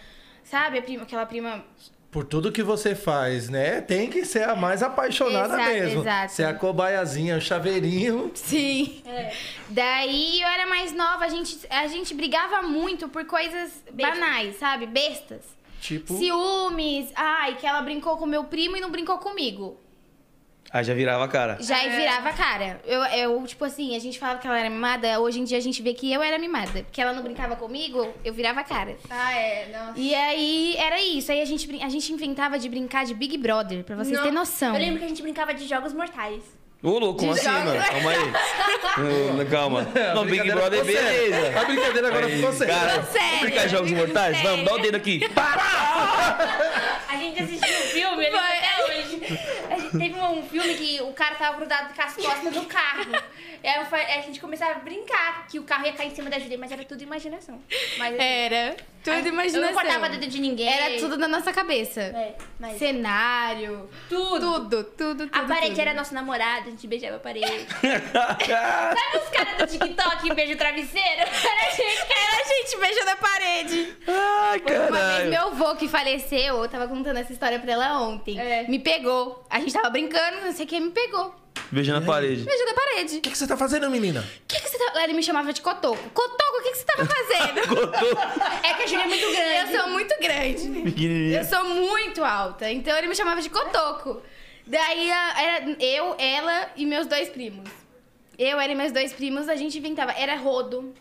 F: Sabe? A prima, aquela prima.
B: Por tudo que você faz, né? Tem que ser a mais apaixonada
F: Exato,
B: mesmo.
F: exato.
B: Ser a cobaiazinha, o chaveirinho.
F: Sim. Daí eu era mais nova, a gente, a gente brigava muito por coisas banais, sabe? Bestas.
B: Tipo,
F: Ciúmes. Ai, que ela brincou com meu primo e não brincou comigo.
A: Aí Ah, já virava a cara.
F: Já virava a cara. Eu, eu, tipo assim, a gente falava que ela era mimada, hoje em dia a gente vê que eu era mimada. Porque ela não brincava comigo, eu virava a cara.
E: Ah, é, nossa.
F: E aí era isso. Aí a gente, brin- a gente inventava de brincar de Big Brother, pra vocês
E: Não,
F: terem noção.
D: Eu lembro que a gente brincava de jogos mortais.
A: Ô, louco, como assim,
E: Joga.
A: mano? Calma aí. Não, calma. Não, Big
B: É, brincadeira
A: Brother, é
B: ficou séria.
A: beleza.
B: A brincadeira agora
A: Aí,
B: ficou séria.
A: Cara, vamos brincar de Jogos Mortais? Vamos, dá o dedo aqui.
D: A gente assistiu um filme, ele até hoje. A gente teve um filme que o cara tava grudado com as costas no carro. E aí eu fa- a gente começava a brincar que o carro ia cair em cima da Julia, mas era tudo imaginação. Mas,
F: Era. É, Tudo
D: assim,
F: imaginação.
D: Eu não cortava dedo de ninguém.
F: Era tudo na nossa cabeça.
D: É, mas
F: Cenário.
D: tudo.
F: Tudo, tudo, tudo.
D: A parede
F: tudo.
D: era nosso namorado, a gente beijava a parede. Sabe os caras do TikTok que beijam o travesseiro? Era a gente, cara.
F: Era a gente beijando a parede.
A: Ai,
F: Uma vez
A: caralho.
F: meu avô que faleceu, eu tava contando essa história pra ela ontem.
E: É.
F: Me pegou. A gente tava brincando, não sei o que, me pegou.
A: Beijando a parede.
F: Beijou da parede.
B: O que, que você tá fazendo, menina?
F: O que, que você tá... Ele me chamava de Cotoco. Cotoco, o que, que você tava fazendo?
D: É que a Julia é muito grande.
F: eu sou muito grande. Eu
A: Pequenininha.
F: sou muito alta. Então ele me chamava de Cotoco. Daí a- era eu, ela e meus dois primos. Eu, ela e meus dois primos, a gente inventava. Era rodo,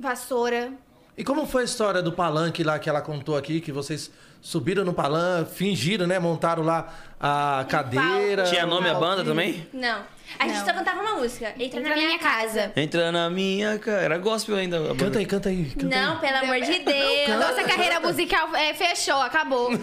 F: vassoura.
B: E como foi a história do palanque lá que ela contou aqui, que vocês subiram no palanque, fingiram, né? Montaram lá a
F: Um
B: cadeira.
A: Tinha nome a
B: o
A: banda
B: palquinho.
A: também?
D: Não. A gente
F: Não.
D: só cantava uma música. Entra,
F: Entra na minha casa.
A: Entra na minha, cara. Era gospel ainda. a banda.
B: Canta aí, canta aí. Canta
D: Não, pelo amor de Deus.
F: A nossa carreira musical é, fechou, acabou. um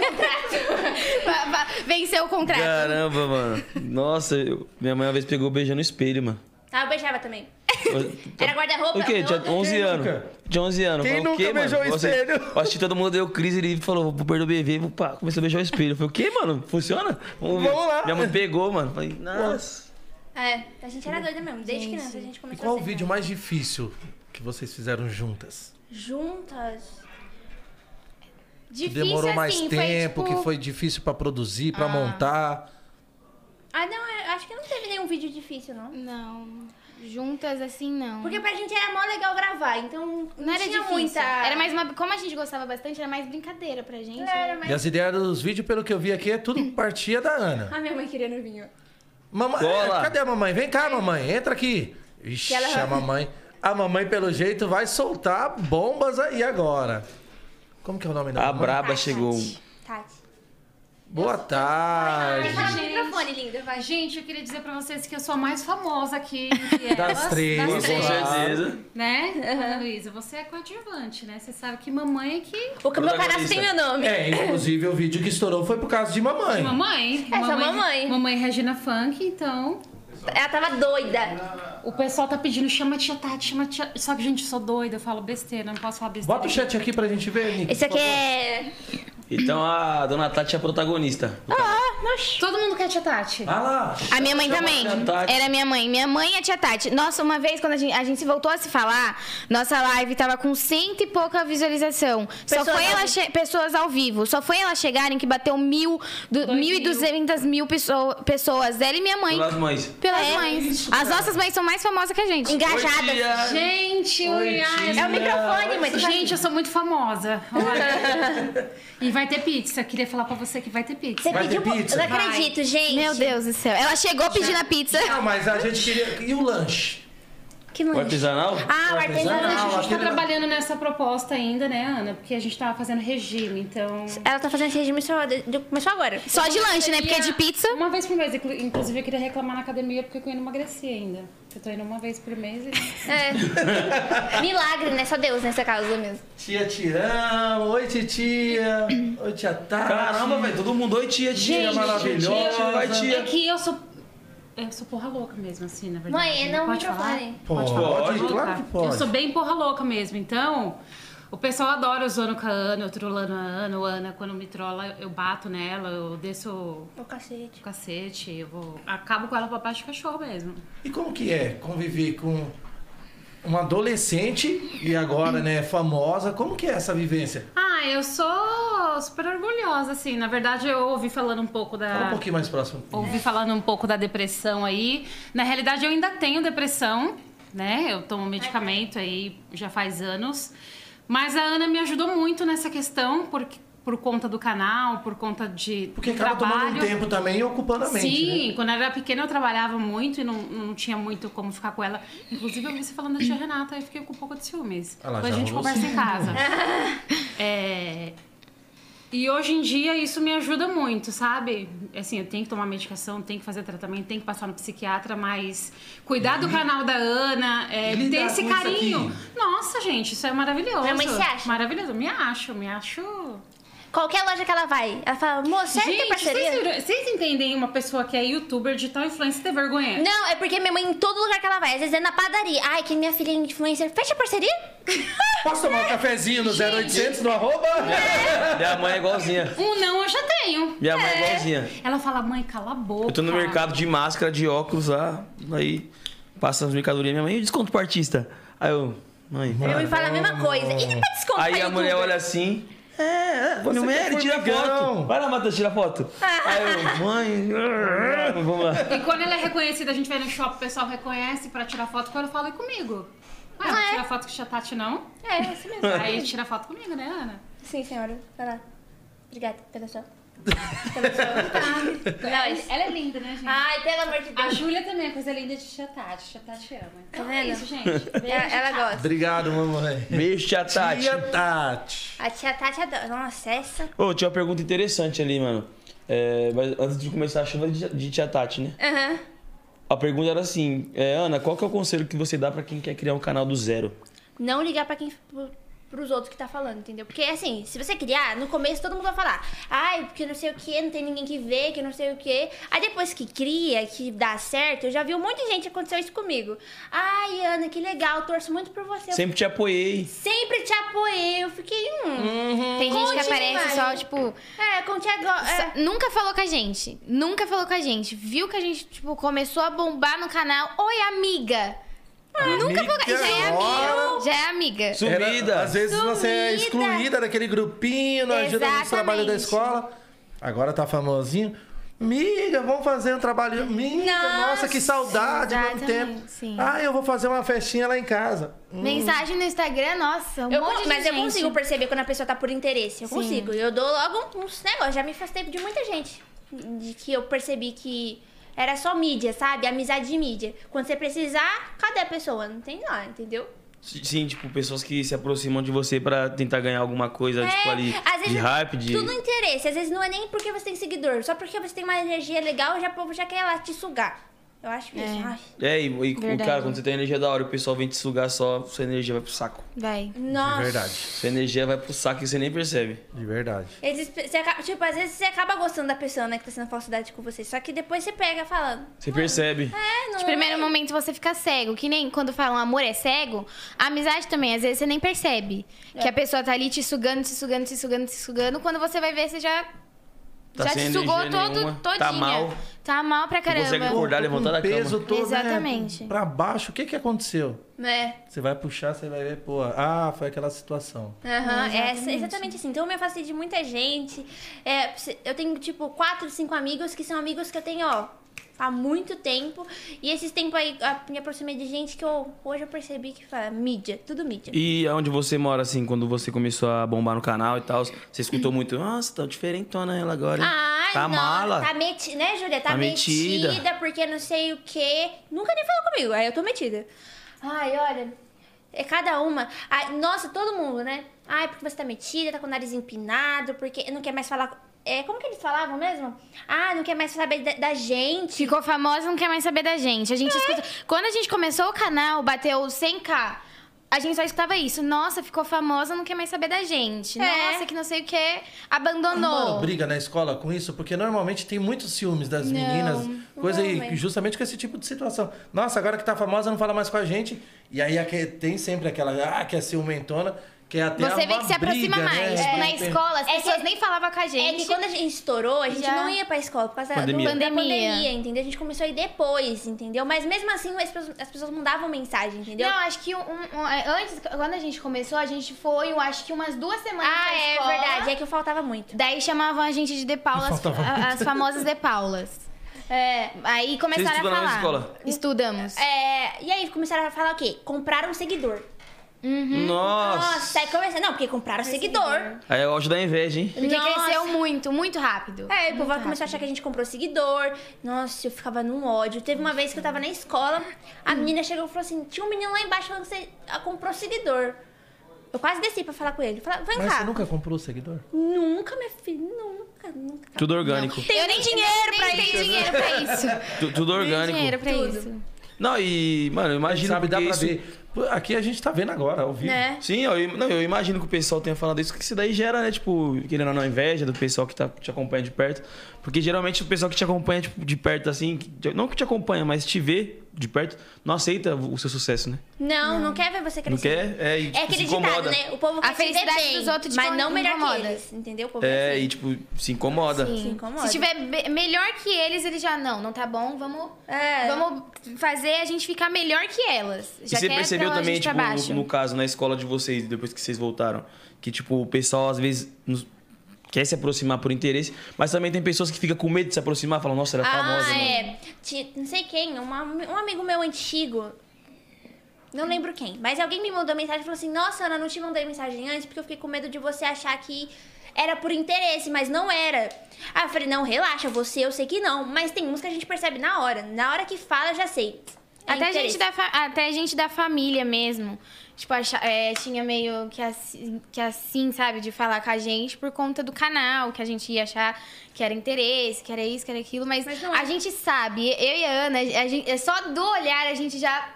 F: Va- va- Venceu o contrato.
A: Caramba, mano. Nossa, eu- minha mãe uma vez pegou beijando o espelho, mano.
D: Ah, eu beijava também.
A: Eu-
D: Era guarda-roupa.
A: O quê? Tinha
D: outra.
A: 11 anos.
B: nunca?
A: Tinha 11 anos.
B: Quem
A: Falei, o
B: nunca
A: quê,
B: beijou
A: mano? assim,
B: o espelho?
A: Eu acho que todo mundo deu crise e falou, vou perder o bebê, vou pá, começou a beijar o espelho. Eu falei, o quê, mano? Funciona? Vamos, ver.
B: Vamos lá.
A: Minha mãe pegou, mano. Falei, nossa.
D: É, a gente era doida mesmo. Desde criança a gente
B: E
D: começou
B: qual
D: a
B: o
D: ser,
B: vídeo
D: né?
B: mais difícil que vocês fizeram juntas?
D: Juntas.
B: Que
F: Difícil
B: demorou mais
F: assim,
B: tempo,
F: foi, tipo...
B: que foi difícil pra produzir, pra montar.
D: Ah, não, eu acho que não teve nenhum vídeo difícil, não.
F: Não, juntas assim não.
D: Porque pra gente era mó legal gravar, então não,
F: não era
D: tinha
F: difícil.
D: muita...
F: Era mais uma... Como a gente gostava bastante, era mais brincadeira pra gente. né?
D: Era mais...
B: E as ideias dos vídeos, pelo que eu vi aqui, é tudo partia da Ana.
D: A Ah, minha mãe queria no vinho.
B: Mamãe, é,
A: Cola.
B: cadê a mamãe? Vem cá, mamãe, entra aqui. Ixi,
D: ela-
B: a mamãe. A mamãe, pelo jeito, vai soltar bombas aí agora. Como que é o nome da
A: A
B: mamãe?
A: braba chegou.
D: Tati.
B: Boa tarde.
D: Fala no
E: gente.
D: microfone, linda, vai.
E: Gente, eu queria dizer pra vocês que eu sou a mais famosa aqui. entre
B: Das
E: elas,
B: três,
E: Das
A: Com
B: Sim.
E: três.
A: certeza.
E: Né, Ana Luísa? Você é coadjuvante, né? Você sabe que mamãe é que.
D: O que meu cadastro tem
A: Protagonista.
D: meu nome.
B: É, inclusive o vídeo que estourou foi por causa de mamãe.
E: Mamãe.
D: É, só mamãe.
E: Mamãe Regina Funk, então.
D: Ela tava doida.
E: O pessoal tá pedindo, chama a tia Tati, chama a tia. Só que, gente, eu sou doida, eu falo besteira, não posso falar besteira.
B: Bota o chat aqui pra gente ver, Nick.
D: Esse aqui é...
A: Então a dona Tati é a protagonista.
D: Ah.
E: Todo mundo quer tia Tati.
B: Ah lá.
F: A minha mãe
A: Chama
F: também. É
A: a tia Tati.
F: Era minha mãe. Minha mãe e a tia Tati. Nossa, uma vez quando a gente, a gente voltou a se falar, nossa live tava com cento e pouca visualização.
D: Pessoas
F: Só foi
D: ao
F: ela
D: vivo.
F: che- pessoas ao vivo. Só foi elas chegarem que bateu mil, du, mil e duzentas mil pesso- pessoas. Ela e minha mãe.
A: Pelas mães.
F: Pelas
D: É.
F: mães. As nossas mães são mais famosas que a gente.
A: Oi,
D: Engajada.
B: Ah,
A: tia.
E: Gente, oi, ai,
D: É o microfone, mãe. tu faz-
E: Gente, eu sou muito famosa. Olha. e vai ter pizza. Queria falar pra você que vai ter pizza.
D: Você
B: Vai
D: pediu...
B: ter
D: pro-
B: pizza?
D: Eu não acredito, gente.
F: Meu Deus do céu. Ela chegou pedindo a pizza.
B: Não, mas a gente queria. E o lanche?
D: Que
A: O
D: lanche.
A: artesanal?
D: Ah, o
E: A
D: artesanal.
E: gente tá
B: aquele-
E: trabalhando nessa proposta ainda, né, Ana? Porque a gente tava fazendo regime, então.
D: Ela tá fazendo esse regime só... de- de- Começou agora.
F: Só de lanche, né? Porque é de
E: Queria-
F: pizza.
E: Uma vez por mês. Inclu- Inclusive, eu queria reclamar na academia porque eu não emagreci ainda. Eu tô indo uma vez por mês e.
D: Milagre, né? Só Deus nessa causa mesmo.
B: Tia Tirão, oi titia, oi tia Tati.
A: Caramba, velho. Todo mundo, oi, tia, tia.
B: Gente,
A: maravilhosa.
B: tia.
A: Vai,
E: É
A: tia.
E: que eu sou. Eu sou porra louca mesmo, assim, na verdade.
D: Mãe, não o
E: Pode falar?
D: microfone.
B: Pode,
A: Pode,
E: Vou
B: claro
E: voltar.
B: que pode.
E: Eu sou bem porra louca mesmo, então. O pessoal adora eu zoando com a Ana, eu trollando a Ana. O Ana, quando me trola, eu bato nela, eu desço o
D: Ô, cacete.
E: cacete, eu vou. Acabo com ela pra baixo do cachorro mesmo.
B: E como que é conviver com uma adolescente e agora, né, famosa? Como que é essa vivência?
E: Ah, eu sou super orgulhosa, assim. Na verdade, eu ouvi falando um pouco da.
B: Fala um pouquinho mais próximo.
E: Ouvi falando um pouco da depressão aí. Na realidade, eu ainda tenho depressão, né? Eu tomo medicamento aí já faz anos. Mas a Ana me ajudou muito nessa questão, porque por conta do canal, por conta de
B: Porque
E: do
B: acaba tomando um
E: trabalho.
B: tempo também e ocupando a mente,
E: Sim,
B: né?
E: quando eu era pequena eu trabalhava muito e não, não tinha muito como ficar com ela. Inclusive, eu vi você falando da tia Renata e fiquei com um pouco de ciúmes.
B: Ah lá,
E: Depois a
B: já
E: gente
B: rolou
E: conversa em
B: ciúme.
E: casa. É, E hoje em dia isso me ajuda muito, sabe? Assim, eu tenho que tomar medicação, tenho que fazer tratamento, tenho que passar no psiquiatra, mas cuidar do canal da Ana, é,
B: E lidar
E: ter esse
B: com isso
E: carinho.
B: aqui.
E: Nossa, gente, isso é maravilhoso.
D: Minha mãe se acha?
E: Maravilhoso, me acho, me acho.
D: Qualquer loja que ela vai, ela fala, moça, será que tem
E: gente,
D: parceria?
E: vocês, viram- vocês entendem uma pessoa que é youtuber, digital influencer, ter vergonha?
D: Não, é porque minha mãe, em todo lugar que ela vai, às vezes é na padaria. Ai, que minha filha é influencer. Fecha a parceria?
B: Posso tomar um cafezinho no 0800 no arroba?
A: Minha mãe é igualzinha.
E: Um não eu já tenho.
A: Minha mãe é igualzinha.
E: Ela fala, mãe, cala a boca.
A: Eu tô no mercado de máscara, de óculos lá, aí passa as mercadorias, minha mãe, e o desconto pro artista? Aí eu, mãe.
D: Minha mãe fala a mesma coisa. E pra desconto,
A: Aí a
D: youtuber?
A: mulher olha assim. É, você
B: que
A: mulher,
B: foi
A: tira
B: amigão."
A: foto. Vai lá, Matheus, tira foto. Aí eu, mãe, vamos lá.
E: E quando ela é reconhecida, a gente vai no shopping, o pessoal reconhece pra tirar foto com ela, fala, e comigo? Ué, não
D: Ah, é?
E: tira foto com a Tati, não?
D: É, é isso mesmo.
E: Aí tira foto comigo, né, Ana?
D: Sim, senhora. Vai lá. Obrigada pela sua.
E: Ela, é linda, né, gente?
D: Ai, pelo amor de
E: A
D: Deus.
E: Júlia também é coisa linda de tia Tati. Tia Tati ama. Então é
D: Tá vendo?
E: isso, gente.
D: Ela, ela gosta.
B: Obrigado, mamãe.
A: Beijo, tia Tati.
B: Tia Tati.
D: A tia Tati adora. Nossa, essa.
A: Ô, tinha uma pergunta interessante ali, mano. É, mas antes de começar a chuva de de tia Tati, né?
D: Aham.
A: A pergunta era assim, é, Ana, qual que é o conselho que você dá pra quem quer criar um canal do zero?
D: não ligar para quem pro- pros outros que tá falando, entendeu? Porque assim, se você criar, no começo todo mundo vai falar: "Ai, porque não sei o que, não tem ninguém que vê, que não sei o que". Aí depois que cria, que dá certo, eu já vi um monte de gente aconteceu isso comigo. "Ai, Ana, que legal, torço muito por você". Eu
A: Sempre te apoiei.
D: sempre te apoiei. Eu fiquei, hum.
F: Tem gente que
D: Conte
F: aparece
D: demais.
F: só, tipo.
D: É, conte agora.
F: Sa-
D: É.
F: Nunca falou com a gente. Nunca falou com a gente. Viu que a gente, tipo, começou a bombar no canal. Oi, amiga! Nunca falou com a Já é
B: ó.
F: amiga. Já é amiga.
A: Sumida.
B: Era- às vezes você é
D: Sumida.
B: excluída daquele grupinho, não ajuda no
D: Exatamente.
B: trabalho da escola. Agora tá famosinho. Miga, vamos fazer um trabalho. Miga, nossa, que saudade, quanto
F: exatamente,
B: tempo.
F: sim.
B: Ah, eu vou fazer uma festinha lá em casa. Hum,
F: Mensagem no Instagram, nossa. Um
D: Eu,
F: monte
D: con-
F: de
D: mas eu
F: gente.
D: consigo perceber quando a pessoa tá por interesse. Eu
F: Sim.
D: consigo. Eu dou logo uns negócios. Já me afastei de muita gente. De que eu percebi que era só mídia, sabe? Amizade de mídia. Quando você precisar, cadê a pessoa? Não tem lá, entendeu?
A: Sim, tipo, pessoas que se aproximam de você pra tentar ganhar alguma coisa, tipo,
D: É,
A: ali,
D: às
A: de
D: vezes
A: hype, de...
D: Tudo interesse. Às vezes não é nem porque você tem seguidor. Só porque você tem uma energia legal, já o povo já quer lá te sugar. Eu acho isso.
F: É.
D: Ai,
A: É, e, e
F: Verdade.
A: cara, quando você tem energia da hora, o pessoal vem te sugar só, sua energia vai pro saco.
F: Vai.
D: nossa.
B: De verdade,
A: Sua energia vai pro saco e você nem percebe.
B: de verdade.
D: Eles, você acaba- tipo, às vezes você acaba gostando da pessoa, né? Que tá sendo falsidade com você. Só que depois você pega falando.
A: Você percebe.
D: É, não
F: De primeiro momento você fica cego, que nem quando falam amor é cego, a amizade também, às vezes você nem percebe. Que a pessoa tá ali te sugando, te sugando, te sugando, te sugando. Quando você vai ver, você já.
A: Tá
F: já
A: sem
F: te sugou
A: energia
F: todo,
A: nenhuma, tá
F: todinha.
A: mal.
F: Tá mal pra
A: consegue
F: caramba.
A: acordar. Acordar,
B: Corpo com
A: levantar da
B: peso
A: cama.
B: todo, né,
F: Exatamente.
B: pra baixo, o que que aconteceu?
D: É.
B: Você vai puxar, você vai ver, pô, ah, foi aquela situação.
D: Aham, é ex- exatamente assim. Então eu me afastei de muita gente. É, se- eu tenho, tipo, quatro, cinco amigos que são amigos que eu tenho, ó, há muito tempo. E esses tempos aí a- me aproximei de gente que eu hoje eu percebi que fala mídia, tudo mídia.
A: E onde você mora, assim, quando você começou a bombar no canal e tal, você escutou muito, nossa, tá diferentona ela agora, hein?
D: Ai,
A: tá
D: não,
A: mala.
D: Tá meti né, Júlia? Tá,
A: Tá metida.
D: metida. porque não sei o quê. Nunca nem falou comigo, aí eu tô metida. Ai, olha, é cada uma. Ai, nossa, todo mundo, né? Ai, porque você tá metida, tá com o nariz empinado, porque não quer mais falar... É, como que eles falavam mesmo? Ah, não quer mais saber da, da gente.
F: Ficou famosa, não quer mais saber da gente. A gente escuta. Quando a gente começou o canal, bateu 100k. A gente só escutava isso. Nossa, ficou famosa, não quer mais saber da gente.
D: É.
F: Nossa, que não sei o que. Abandonou.
B: Mano, briga na escola com isso? Porque normalmente tem muitos ciúmes das meninas, coisa aí,
D: mas-
B: justamente com esse tipo de situação. Nossa, agora que tá famosa, não fala mais com a gente. E aí aque- tem sempre aquela, ah, que é ciumentona, que é até
F: Você vê
B: uma
F: que se aproxima
B: briga,
F: mais.
B: né?
F: Tipo, na
B: Tem-
F: escola, as
D: É que-
F: pessoas nem falavam com a
D: É
F: gente.
D: que quando a gente estourou, a gente
F: Já-
D: não ia pra escola por causa
A: Pandemia.
D: Do, da
F: Pandemia.
D: pandemia, entendeu? A gente começou a ir depois, entendeu? Mas mesmo assim, as pessoas, as pessoas mandavam mensagem, entendeu?
F: Não, acho que um, um- um- é, antes, quando a gente começou, a gente foi, eu acho que umas duas semanas
D: ah,
F: pra
D: é
F: escola.
D: verdade. É que eu faltava muito.
F: Daí chamavam a gente de De Paulas,
B: Faltava
F: a- as famosas De Paulas. É, aí começaram a
A: estudaram na
F: falar.
A: escola?
F: Estudamos.
D: É, e aí começaram a falar o quê? Compraram um seguidor.
A: Nossa.
D: Nossa, aí começa. Não, porque compraram seguidor.
A: Aí eu gosto da inveja, hein?
F: Porque
D: Nossa.
F: cresceu muito, muito rápido.
D: É, o povo vai começar a achar que a gente comprou seguidor. Nossa, eu ficava num ódio. Teve uma vez que eu tava na escola, a menina chegou e falou assim: tinha um menino lá embaixo falando que você ah, comprou seguidor. Eu quase desci pra falar com ele. Falei, vem
B: Mas
D: cá.
B: você nunca comprou seguidor?
D: Nunca, minha filha, nunca, nunca.
A: Tudo orgânico.
D: Tenho nem dinheiro
F: nem
D: pra
F: tenho
D: isso.
F: dinheiro pra isso.
A: Tu- tudo
F: Tem dinheiro
A: orgânico.
F: pra
D: Tudo.
F: isso.
A: Não, e, mano, eu imagino
B: Sabe, dá
A: porque
B: pra
A: isso-
B: ver. Pô, Aqui a gente tá vendo agora, ao vivo.
F: É.
D: Né?
A: Sim, eu, im- não, eu imagino que o pessoal tenha falado isso, que isso daí gera, né, tipo, querendo ou não, inveja do pessoal que tá, te acompanha de perto. Porque geralmente o pessoal que te acompanha tipo, de perto, assim, que te- não que te acompanha, mas te vê de perto, não aceita o seu sucesso, né?
D: Não, não, quer ver você
A: Não
D: crescer.
A: quer? É, e,
D: É
A: tipo, se
D: aquele
A: incomoda.
D: ditado, né? O povo
F: A
D: quer se ver
F: felicidade
D: bem,
F: dos outros te
D: mas não melhor
F: incomoda.
D: que eles, entendeu? O povo
A: É,
D: assim.
A: e tipo, se incomoda.
D: Se incomoda.
F: Se tiver be- melhor que eles, ele já, não, não tá bom, vamos,
D: É.
F: vamos fazer a gente ficar melhor que elas.
A: E
F: Já
A: você
F: quer
A: percebeu
F: pra, a
A: também,
F: gente
A: tipo,
F: pra baixo.
A: no, no caso, na escola de vocês, depois que vocês voltaram, que, tipo, o pessoal às vezes nos- quer se aproximar por interesse, mas também tem pessoas que ficam com medo de se aproximar, falam, nossa,
B: Tá
A: ela é famosa,
D: ah,
A: mano.
B: né?
D: é. Ti- não sei quem, uma- um amigo meu antigo. Não lembro quem, mas alguém me mandou mensagem e falou assim: Nossa, Ana, não te mandei mensagem antes porque eu fiquei com medo de você achar que era por interesse, mas não era. Aí eu falei: Não, relaxa, você, eu sei que não. Mas tem uns que a gente percebe na hora. Na hora que fala, eu já sei. É
F: Até,
D: interesse.
F: gente da fa- até gente da família mesmo. Tipo, acha- é, tinha meio que assim, que assim, sabe, de falar com a gente por conta do canal, que a gente ia achar que era interesse, que era isso, que era aquilo, mas,
D: Mas não
F: a
D: é.
F: gente sabe, eu e a Ana, a gente, é só do olhar a gente já,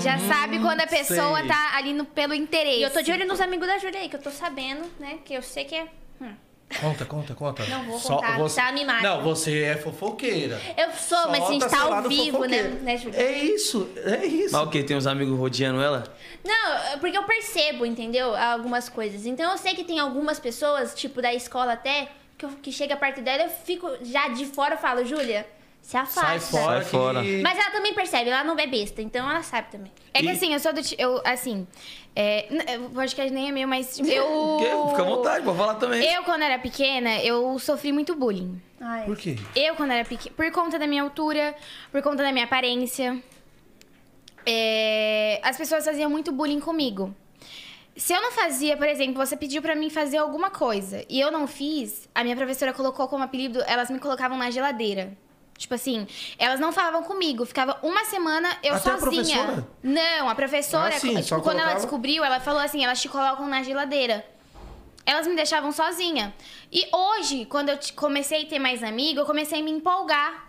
F: já
A: Uhum,
F: sabe quando a pessoa
B: sei.
F: tá ali no, pelo interesse.
D: E eu tô de olho nos amigos da Júlia aí, que eu tô sabendo, né? Que eu sei que é. hum.
B: Conta, conta, conta.
D: Não vou contar, tá me mata.
B: Não, você é fofoqueira.
D: Eu sou, mas a gente
B: Solta
D: tá
B: seu
D: ao
B: lado
D: vivo, né,
B: fofoqueiro.
D: né, Júlia?
B: É isso, é isso.
A: Mas o quê? Tem uns amigos rodeando ela?
D: Não, é porque eu percebo, entendeu? Algumas coisas. Então eu sei que tem algumas pessoas, tipo da escola até, que, eu- que chega perto dela, eu fico já de fora eu falo, Júlia, se afasta.
B: Sai fora.
A: Sai fora.
B: que-
D: Mas ela também percebe, ela não é besta, então ela sabe também.
F: É que
A: E-
F: assim, eu sou do ti- eu assim, é, n- o podcast nem é meu, mas tipo, eu
A: Quê? Fica à vontade, pode falar também.
F: Eu quando era pequena, eu sofri muito bullying.
D: Ai.
B: Por quê?
F: Eu, quando era pequena, por conta da minha altura, por conta da minha aparência, é, as pessoas faziam muito bullying comigo. Se eu não fazia, por exemplo, você pediu pra mim fazer alguma coisa e eu não fiz, a minha professora colocou como apelido, elas me colocavam na geladeira. Tipo assim, elas não falavam comigo, ficava uma semana eu
B: Até a
F: sozinha.
B: professora?
F: não, a professora,
B: Ah, sim,
F: tipo,
B: só
F: quando ela
B: colocava?
F: descobriu, ela falou assim, elas te colocam na geladeira. Elas me deixavam sozinha. E hoje, quando eu te- comecei a ter mais amigo, eu comecei a me empolgar.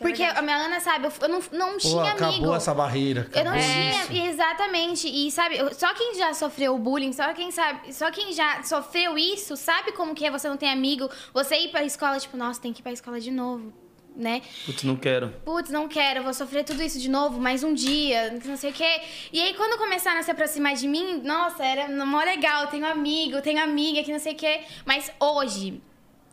F: porque a minha Ana sabe, eu, f- eu não, não
B: Pô,
F: tinha
B: acabou
F: amigo.
B: essa barreira.
F: Eu não
B: acabou isso.
F: tinha, exatamente. E sabe, eu- só quem já sofreu bullying, só quem sabe, só quem já sofreu isso, sabe como que é você não ter amigo, você ir pra escola, tipo, nossa, tem que ir pra escola de novo, né?
A: Putz, não quero.
F: Putz, não quero, eu vou sofrer tudo isso de novo, mais um dia, não sei o quê. E aí, quando começaram a se aproximar de mim, nossa, era mó legal, tenho amigo, tenho amiga, que não sei o quê. Mas hoje,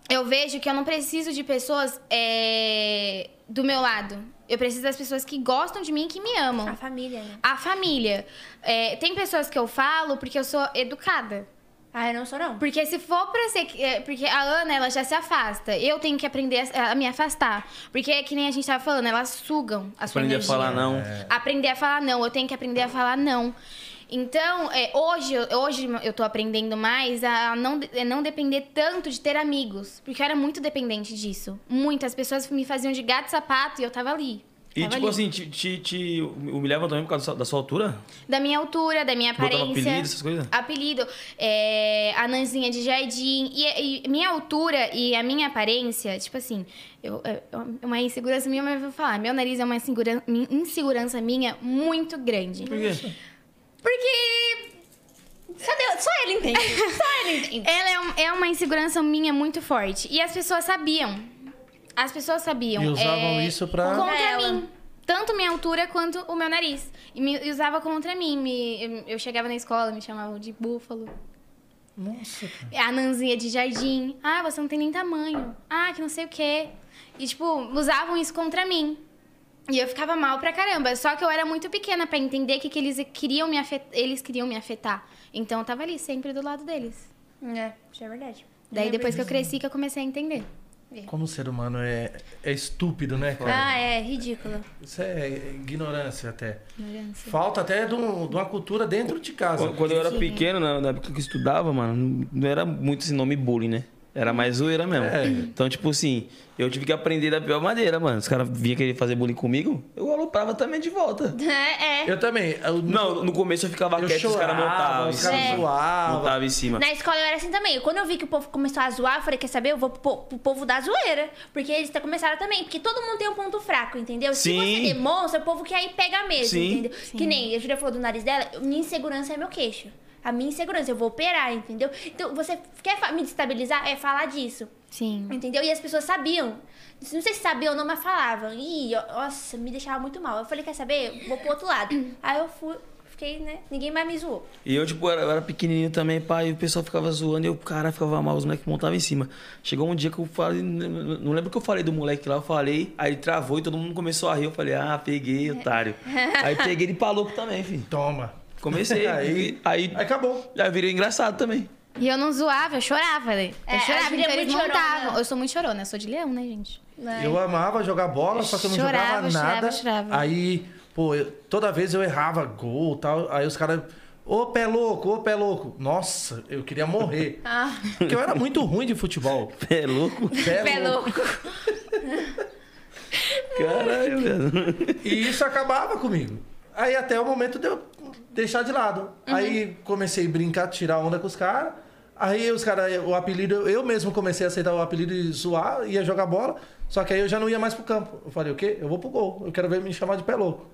F: eu vejo que eu não preciso de pessoas é, do meu lado. Eu preciso das pessoas que gostam de mim e que me amam.
D: A família, né?
F: A família. É, tem pessoas que eu falo porque eu sou educada.
D: Ah, eu não sou não.
F: Porque se for pra ser. que- é, Porque a Ana, ela já se afasta. Eu tenho que aprender a, a me afastar. Porque é que nem a gente tava falando, elas sugam a sua
A: Aprender a
F: energia.
A: falar não.
F: Aprender a falar não. Eu tenho que aprender a falar não. Então, é, hoje, eu- hoje eu tô aprendendo mais a não, de- a não depender tanto de ter amigos. Porque eu era muito dependente disso. Muitas pessoas me faziam de gato e sapato e eu tava ali.
A: E
F: Tava
A: tipo
F: ali.
A: assim, te, te, te humilhavam também por causa da sua- da sua altura?
F: Da minha altura, da minha
A: Botava
F: aparência.
A: apelido, essas coisas?
F: Apelido. é, a Nanzinha de jardim. E, e minha altura e a minha aparência, tipo assim, eu, é é uma insegurança minha, mas eu vou falar. Meu nariz é uma insegura- mi- insegurança minha muito grande.
A: Por quê?
F: Porque
D: Só, Deus, só ele entende. só ele entende.
F: ela é, um- é uma insegurança minha muito forte. E as pessoas sabiam. As pessoas sabiam.
B: E usavam
F: é,
B: isso pra-
F: Contra
D: Pra ela.
F: mim. Tanto minha altura quanto o meu nariz. E me e usava contra mim. me- eu- eu chegava na escola, me chamavam de búfalo.
B: Nossa, cara.
F: É A Nanzinha de jardim. Ah, você não tem nem tamanho. Ah, que não sei o quê. E, tipo, usavam isso contra mim. E eu ficava mal pra caramba. Só que eu era muito pequena pra entender que, que eles, queriam me afetar, eles queriam me afetar. Então eu tava ali, sempre do lado deles.
D: É, isso é verdade.
F: Daí, depois que eu cresci, que eu comecei a entender.
B: Como o ser humano é, é estúpido, né, cara?
D: Ah, é ridículo.
B: Isso é ignorância até. Falta até de, um- de uma cultura dentro de casa.
A: Quando, quando eu era
B: né?
A: pequeno, na, na época que eu estudava, mano, não- não era muito esse nome bullying, né? Era mais zoeira mesmo.
B: É.
A: Então, tipo assim, eu tive que aprender da pior maneira, mano. Os caras vinham querer fazer bullying comigo, eu aloprava também de volta.
D: É, é.
B: Eu também. Eu,
A: Não, no começo eu ficava
B: eu
A: quieto, os caras
B: chorava,
A: montavam.
B: os caras zoavam.
A: Montava em cima.
D: Na escola eu era assim também. Quando eu vi que o povo começou a zoar, eu falei, quer saber? Eu vou pro, po- pro povo da zoeira. Porque eles tá- começaram também. Porque todo mundo tem um ponto fraco, entendeu? Se
A: Sim.
D: você demonstra, o povo que aí pega mesmo,
A: Sim.
D: entendeu? Que nem a Julia falou do nariz dela, eu- minha insegurança é meu queixo. A minha insegurança, eu vou operar, entendeu? Então, você quer fa- me destabilizar? É falar disso.
F: Sim.
D: Entendeu? E as pessoas sabiam. Não sei se sabiam ou não, mas falavam. Ih, ó- nossa, me deixava muito mal. Eu falei, quer saber? Eu Vou pro outro lado. Aí eu fui, fiquei, né? Ninguém mais me zoou.
A: E eu, tipo, era, eu era pequenininho também, pai, e o pessoal ficava zoando, e eu, cara, ficava mal, os moleques montavam em cima. Chegou um dia que eu falei, n- não lembro o que eu falei do moleque lá, eu falei, aí ele travou e todo mundo começou a rir, eu falei, ah, peguei, otário. aí peguei ele pra louco também, filho.
B: Toma.
A: Comecei,
B: Aí-
A: aí, aí,
B: Aí acabou.
A: aí virei engraçado também.
F: E eu não zoava, eu chorava, né? Eu
D: É, a
F: chorava,
D: Júlia é
F: então eles
D: muito
F: montavam.
D: chorona.
F: Eu sou muito chorona, eu sou de leão, né, gente?
D: né?
B: Eu amava jogar bola, só que eu não
F: Chorava,
B: jogava
F: chorava,
B: nada.
F: chorava.
B: Aí, pô, eu- toda vez eu errava gol e tal. Aí os caras. Ô pé louco, ô pé louco. Nossa, eu queria morrer.
F: Ah.
B: Porque eu era muito ruim de futebol.
A: É louco?
B: Pé,
D: Pé
B: louco.
D: louco.
A: Caralho, velho.
B: E isso acabava comigo. Aí até o momento de eu deixar de lado. Aí comecei a brincar, tirar onda com os caras. Aí os caras, o apelido, eu- eu mesmo comecei a aceitar o apelido e zoar, ia jogar bola. Só que aí eu já não ia mais pro campo. Eu falei, o quê? Eu vou pro gol. Eu quero ver me chamar de pé louco.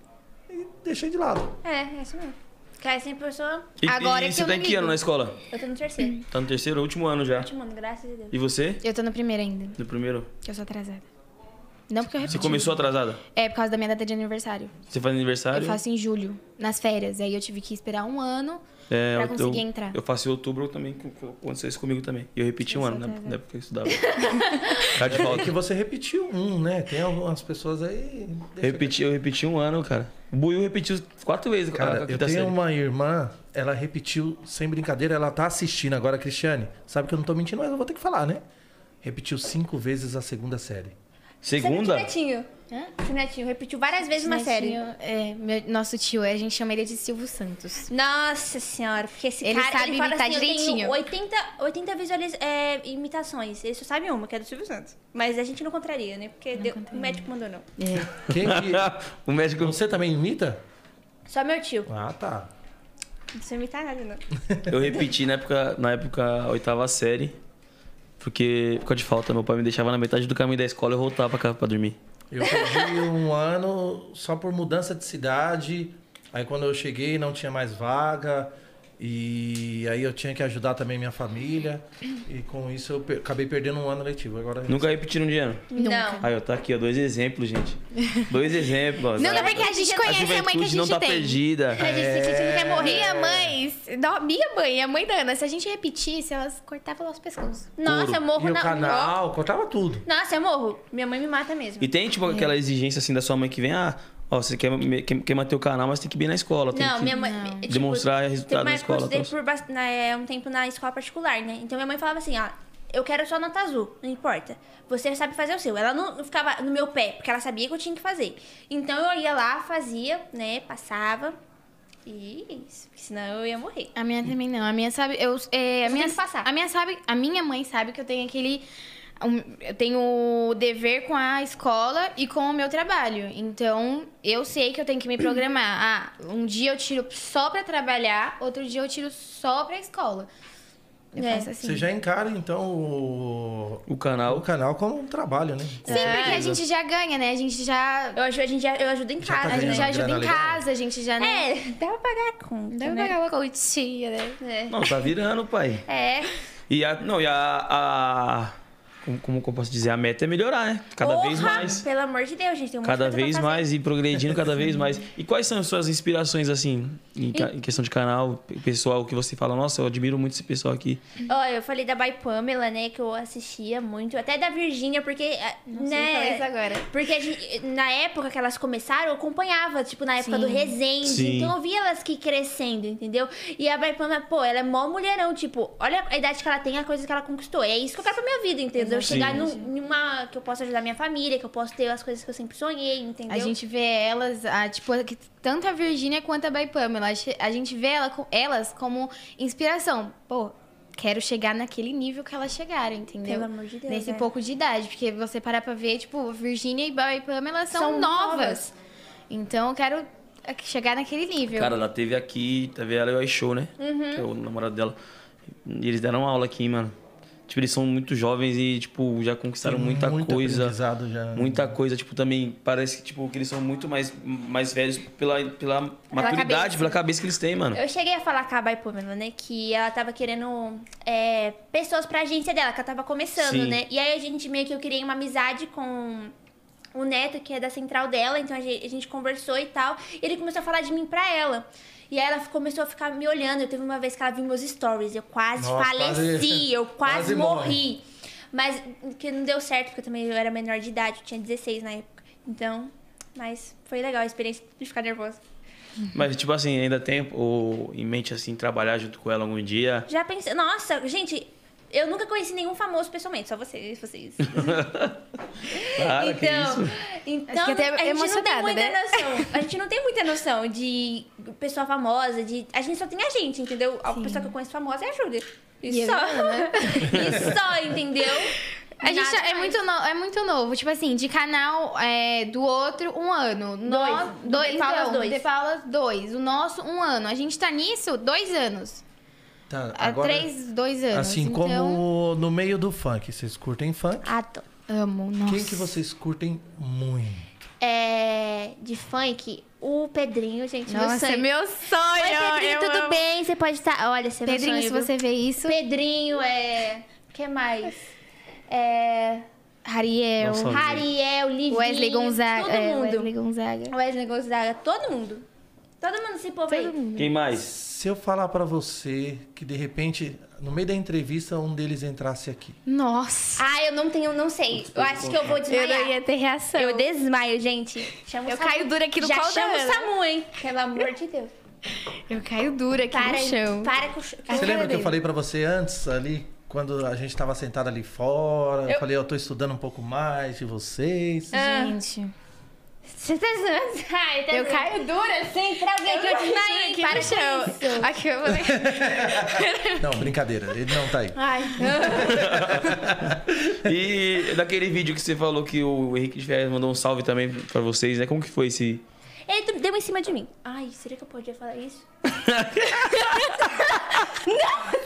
B: E deixei de lado.
D: É, é isso mesmo. Cai sem pessoa,
A: E,
F: Agora
A: e
F: que
A: você
F: eu
A: tá
F: não
A: em que
F: ligo.
A: ano na escola?
D: eu tô no terceiro.
A: Tá no terceiro, último ano já.
D: Último ano, graças a Deus.
A: E você?
F: Eu tô no primeiro ainda,
A: No primeiro?
F: que eu sou atrasada. Não porque eu repeti.
A: Você começou atrasada?
F: É, por causa da minha data de aniversário.
A: Você faz
F: Eu
A: aniversário?
F: faço em julho, nas férias. Aí eu tive que esperar um ano
A: É,
F: pra
A: eu-
F: conseguir
A: eu,
F: entrar.
A: Eu faço em outubro eu também, co- co- aconteceu isso comigo também. E eu repeti um ano, né? Na época que eu estudava. Tá de
B: É
A: volta.
B: que você repetiu um, né? Tem algumas pessoas aí.
A: Eu repeti, eu repeti um ano, cara. O Buiu repetiu quatro vezes.
B: Cara,
A: a- a
B: eu
A: quinta
B: tenho
A: série.
B: uma irmã, ela repetiu, sem brincadeira, ela tá assistindo agora, Cristiane. Sabe que eu não tô mentindo, mas eu vou ter que falar, né? Repetiu cinco vezes a segunda série.
A: Segunda?
D: Sabe o Netinho? Hã? O Netinho repetiu várias vezes uma série.
F: Netinho, É, meu- nosso tio, a gente chama ele de Silvio Santos.
D: Nossa senhora, porque esse
F: Ele
D: cara
F: sabe
D: ele fala
F: imitar
D: assim,
F: direitinho.
D: eu tenho 80, 80 visualiz, é, imitações. Ele só sabe uma, que é do Silvio Santos. Mas a gente não contraria, né? Porque deu- o médico mandou não.
F: É.
B: Quem que-
A: o médico.
B: Você também imita?
D: Só meu tio.
B: Ah, tá.
D: Não precisa imitar nada, não.
A: Eu repeti na época, na época oitava série. Porque por causa de falta, meu pai me deixava na metade do caminho da escola e eu voltava pra casa pra dormir.
B: Eu perdi um ano só por mudança de cidade. Aí quando eu cheguei não tinha mais vaga. E aí eu tinha que ajudar também minha família. E com isso eu per- acabei perdendo um ano letivo. Agora
A: Nunca repetiram de ano.
D: Não.
A: Aí, ó, tá aqui, ó, dois exemplos, gente. Dois exemplos.
F: Não,
A: ó.
F: não, porque a gente conhece a, mãe que
A: juventude
F: a gente
A: não tá
F: tem.
A: perdida.
F: É, A gente, se a gente não quer morrer. Minha mãe, não, minha mãe, a mãe da Ana, se a gente repetisse, elas cortavam nosso pescoço.
D: Nossa, eu morro
B: e o
D: na...
B: canal, contava tudo.
D: Nossa, eu morro. Minha mãe me mata mesmo.
A: E tem, tipo, aquela exigência assim da sua mãe que vem, ah, ó, você quer, me- quer, quer manter o canal, mas tem que ir na escola. Tem
D: Não,
A: que...
D: minha mãe. tipo,
A: Demonstrar resultado
D: teve uma
A: na
D: época que eu
A: escola,
D: estudei
A: tal.
D: por bast- na- é, um tempo na escola particular, né? Então minha mãe falava assim, ó. Eu quero só nota azul, não importa. Você sabe fazer o seu. Ela não não ficava no meu pé, porque ela sabia que eu tinha que fazer. Então eu ia lá, fazia, né? Passava. E é isso. Porque senão eu ia morrer.
F: A minha também não. A minha sabe. Eu, é, a,
D: Você
F: minha,
D: tem que passar.
F: a minha sabe. A minha mãe sabe que eu tenho aquele. um, eu tenho o dever com a escola e com o meu trabalho. Então, eu sei que eu tenho que me programar. Ah, um dia eu tiro só pra trabalhar, outro dia eu tiro só pra escola. Eu
D: É.
F: faço assim.
B: Você já encara, então, o,
A: O
B: o
A: canal.
B: canal como um trabalho, né?
F: Sim, porque a gente já ganha, né? A gente já.
D: Eu, aju- a gente já- eu ajudo em
B: Já tá
D: casa.
F: A gente
B: ganhando
F: já
B: uma
F: ajuda em
B: grana legal.
F: casa, a gente já. Né? Então,
D: É, dá pra pagar a conta.
F: Dá pra
D: né?
F: pagar uma coitinha, né?
D: É.
A: Não, tá virando, pai.
D: É.
A: E a. Não, e a. a- como, como que eu posso dizer? A meta é melhorar, né? Cada vez
D: Porra,
A: mais.
D: Pelo amor de Deus, gente. Tem um monte de
A: Cada
D: coisa pra
A: vez
D: fazer.
A: mais e progredindo cada vez mais. E quais são as suas inspirações, assim, em, ca- em questão de canal, pe- pessoal, que você fala, nossa, eu admiro muito esse pessoal aqui.
D: Ó, eu falei da By Pamela, né, que eu assistia muito, até da Virgínia, porque ah,
F: Vou falar isso
D: né,
F: agora.
D: porque a gente- na época que elas começaram, eu acompanhava, tipo, na época
F: Sim.
D: do Resende,
A: Sim.
D: então eu via elas que crescendo, entendeu? E a By Pamela, pô, ela é mó mulherão, tipo, olha a idade que ela tem, a coisa que ela conquistou, é isso que eu quero pra minha vida, entendeu? eu chegar
A: Sim.
D: num- numa. que eu possa ajudar minha família, que eu posso ter as coisas que eu sempre sonhei, entendeu?
F: A gente vê elas, a, tipo, que- tanto a Virgínia quanto a By Pamela, a che- a gente vê ela com- elas como inspiração. Pô, quero chegar naquele nível que elas chegaram, entendeu?
D: Pelo amor de Deus,
F: Nesse
D: é.
F: pouco de idade, porque você parar pra ver, tipo, Virgínia e By Pamela elas são,
D: São
F: novas.
D: novas.
F: Então, eu quero eh, chegar naquele nível.
A: Cara, ela teve aqui, teve ela e o iShow, né?
D: Uhum.
A: Que é o namorado dela. E eles deram aula aqui, mano. Tipo, eles são muito jovens e, tipo, já conquistaram
B: Tem
A: muita
B: muito
A: coisa.
B: aprendizado já. né?
A: Muita coisa, tipo, também parece que, tipo, que eles são muito mais, mais velhos pela, pela maturidade,
D: cabeça. É.
A: pela cabeça que eles têm, mano.
D: Eu cheguei a falar com a Bai Pamela, né? Que ela tava querendo é, pessoas pra agência dela, que ela tava começando,
A: Sim.
D: né? E aí a gente meio que eu criei uma amizade com o Neto, que é da central dela, então a gen- a gente, conversou e tal. E ele começou a falar de mim pra ela. E aí ela f- começou a ficar me olhando. Eu teve uma vez que ela viu meus stories, eu quase
B: Nossa,
D: faleci,
B: quase-
D: eu quase,
B: quase morre.
D: morri. Mas que não deu certo, porque eu também eu era menor de idade, eu tinha 16 na época. Então, mas foi legal a experiência de ficar nervosa.
A: Mas, tipo assim, ainda tem o, em mente, assim, trabalhar junto com ela algum dia.
D: Já pensei. Nossa, gente, eu nunca conheci nenhum famoso pessoalmente, só vocês, vocês.
A: Cara, que
F: é
A: isso.
D: então, então
F: Acho que até
D: a gente não tem
F: emocionada,
D: muita
F: né?
D: noção. A gente não tem muita noção de pessoa famosa, de a gente só tem a gente, entendeu? A pessoa que eu conheço famosa é né? a Júlia. E,
F: E
D: só,
F: é verdade,
D: e só, entendeu?
F: A gente
D: Nada
F: é
D: mais.
F: muito, no- é muito novo. Tipo assim, de canal é, do outro, um ano. Nós-
D: Do De Paulas,
F: então,
D: dois.
F: De Paulas, dois. O nosso, um ano. A gente tá nisso dois anos.
B: Tá,
F: Há três, dois anos.
B: Assim
F: então...
B: como no meio do funk, vocês curtem funk?
D: Adoro.
F: Amo, nossa.
B: Quem que vocês curtem muito?
D: É, de funk, o Pedrinho, gente, meu
F: Nossa,
D: sonho.
F: é meu sonho.
D: Oi, Pedrinho,
F: eu
D: tudo
F: amo.
D: bem? Você pode estar. Olha, você é meu
F: Pedrinho,
D: sonho,
F: se
D: viu?
F: você vê isso.
D: Pedrinho, é. que mais? É.
F: Ariel.
A: Nossa, Ra-
D: Ariel, Livinho.
F: Wesley Gonzaga.
D: Todo
F: é,
D: mundo.
F: Wesley Gonzaga.
D: Wesley Gonzaga, todo mundo. Todo mundo se povo aí.
F: Todo mundo.
A: Quem mais?
B: Se eu falar pra você que de repente, no meio da entrevista, um deles entrasse aqui.
F: Nossa.
D: Ah, eu não tenho, não sei. Eu acho que eu vou
F: Eu não
D: desmaiar.
F: ia
D: Eu,
F: ter reação.
D: desmaio, gente. Chama o
F: Eu
D: Samu.
F: caio dura aqui no
D: Já
F: colo da
D: chama o
F: Ana.
D: Samu, hein? Pelo amor de Deus.
F: Eu caio dura aqui
D: Para,
F: no chão.
D: para com o chão.
F: É
B: Você lembra que eu falei pra você antes ali, quando a gente tava sentado ali fora? Eu falei, ó, tô estudando um pouco mais de vocês.
F: É. Gente. Ah.
D: Você tá zoando? Ai, tá
F: Eu
D: zoando.
F: caio dura assim.
D: Pra alguém que eu desmaiei.
F: Aqui
D: para
F: no chão.
D: com isso.
F: Aqui eu vou...
B: Não, brincadeira, ele não tá aí.
D: Ai,
A: E daquele vídeo que você falou que o Henrique de Ferraz mandou um salve também pra vocês, né? Como que foi esse...
D: ele deu em cima de mim. Ai, será que eu podia falar isso? não,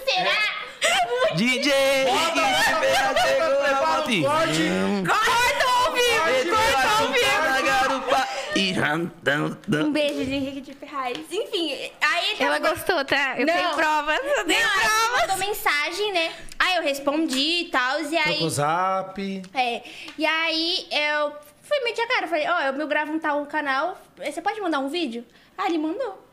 D: será?
A: DJ Henrique de Ferraz chegou na
B: Prepara o
A: moto.
B: corte!
D: Um beijo de Henrique de Ferraz. Enfim, aí ele
F: Ela
D: tava-
F: gostou, tá? Eu
D: Não.
F: tenho provas. Eu tenho
D: Não, ela
F: provas.
D: mandou mensagem, né? Aí eu respondi e tal, e aí...
B: Trocou zap.
D: É, e aí eu fui meter a cara, falei, ó, eu me gravo um tal canal, você pode mandar um vídeo? Ah, ele mandou.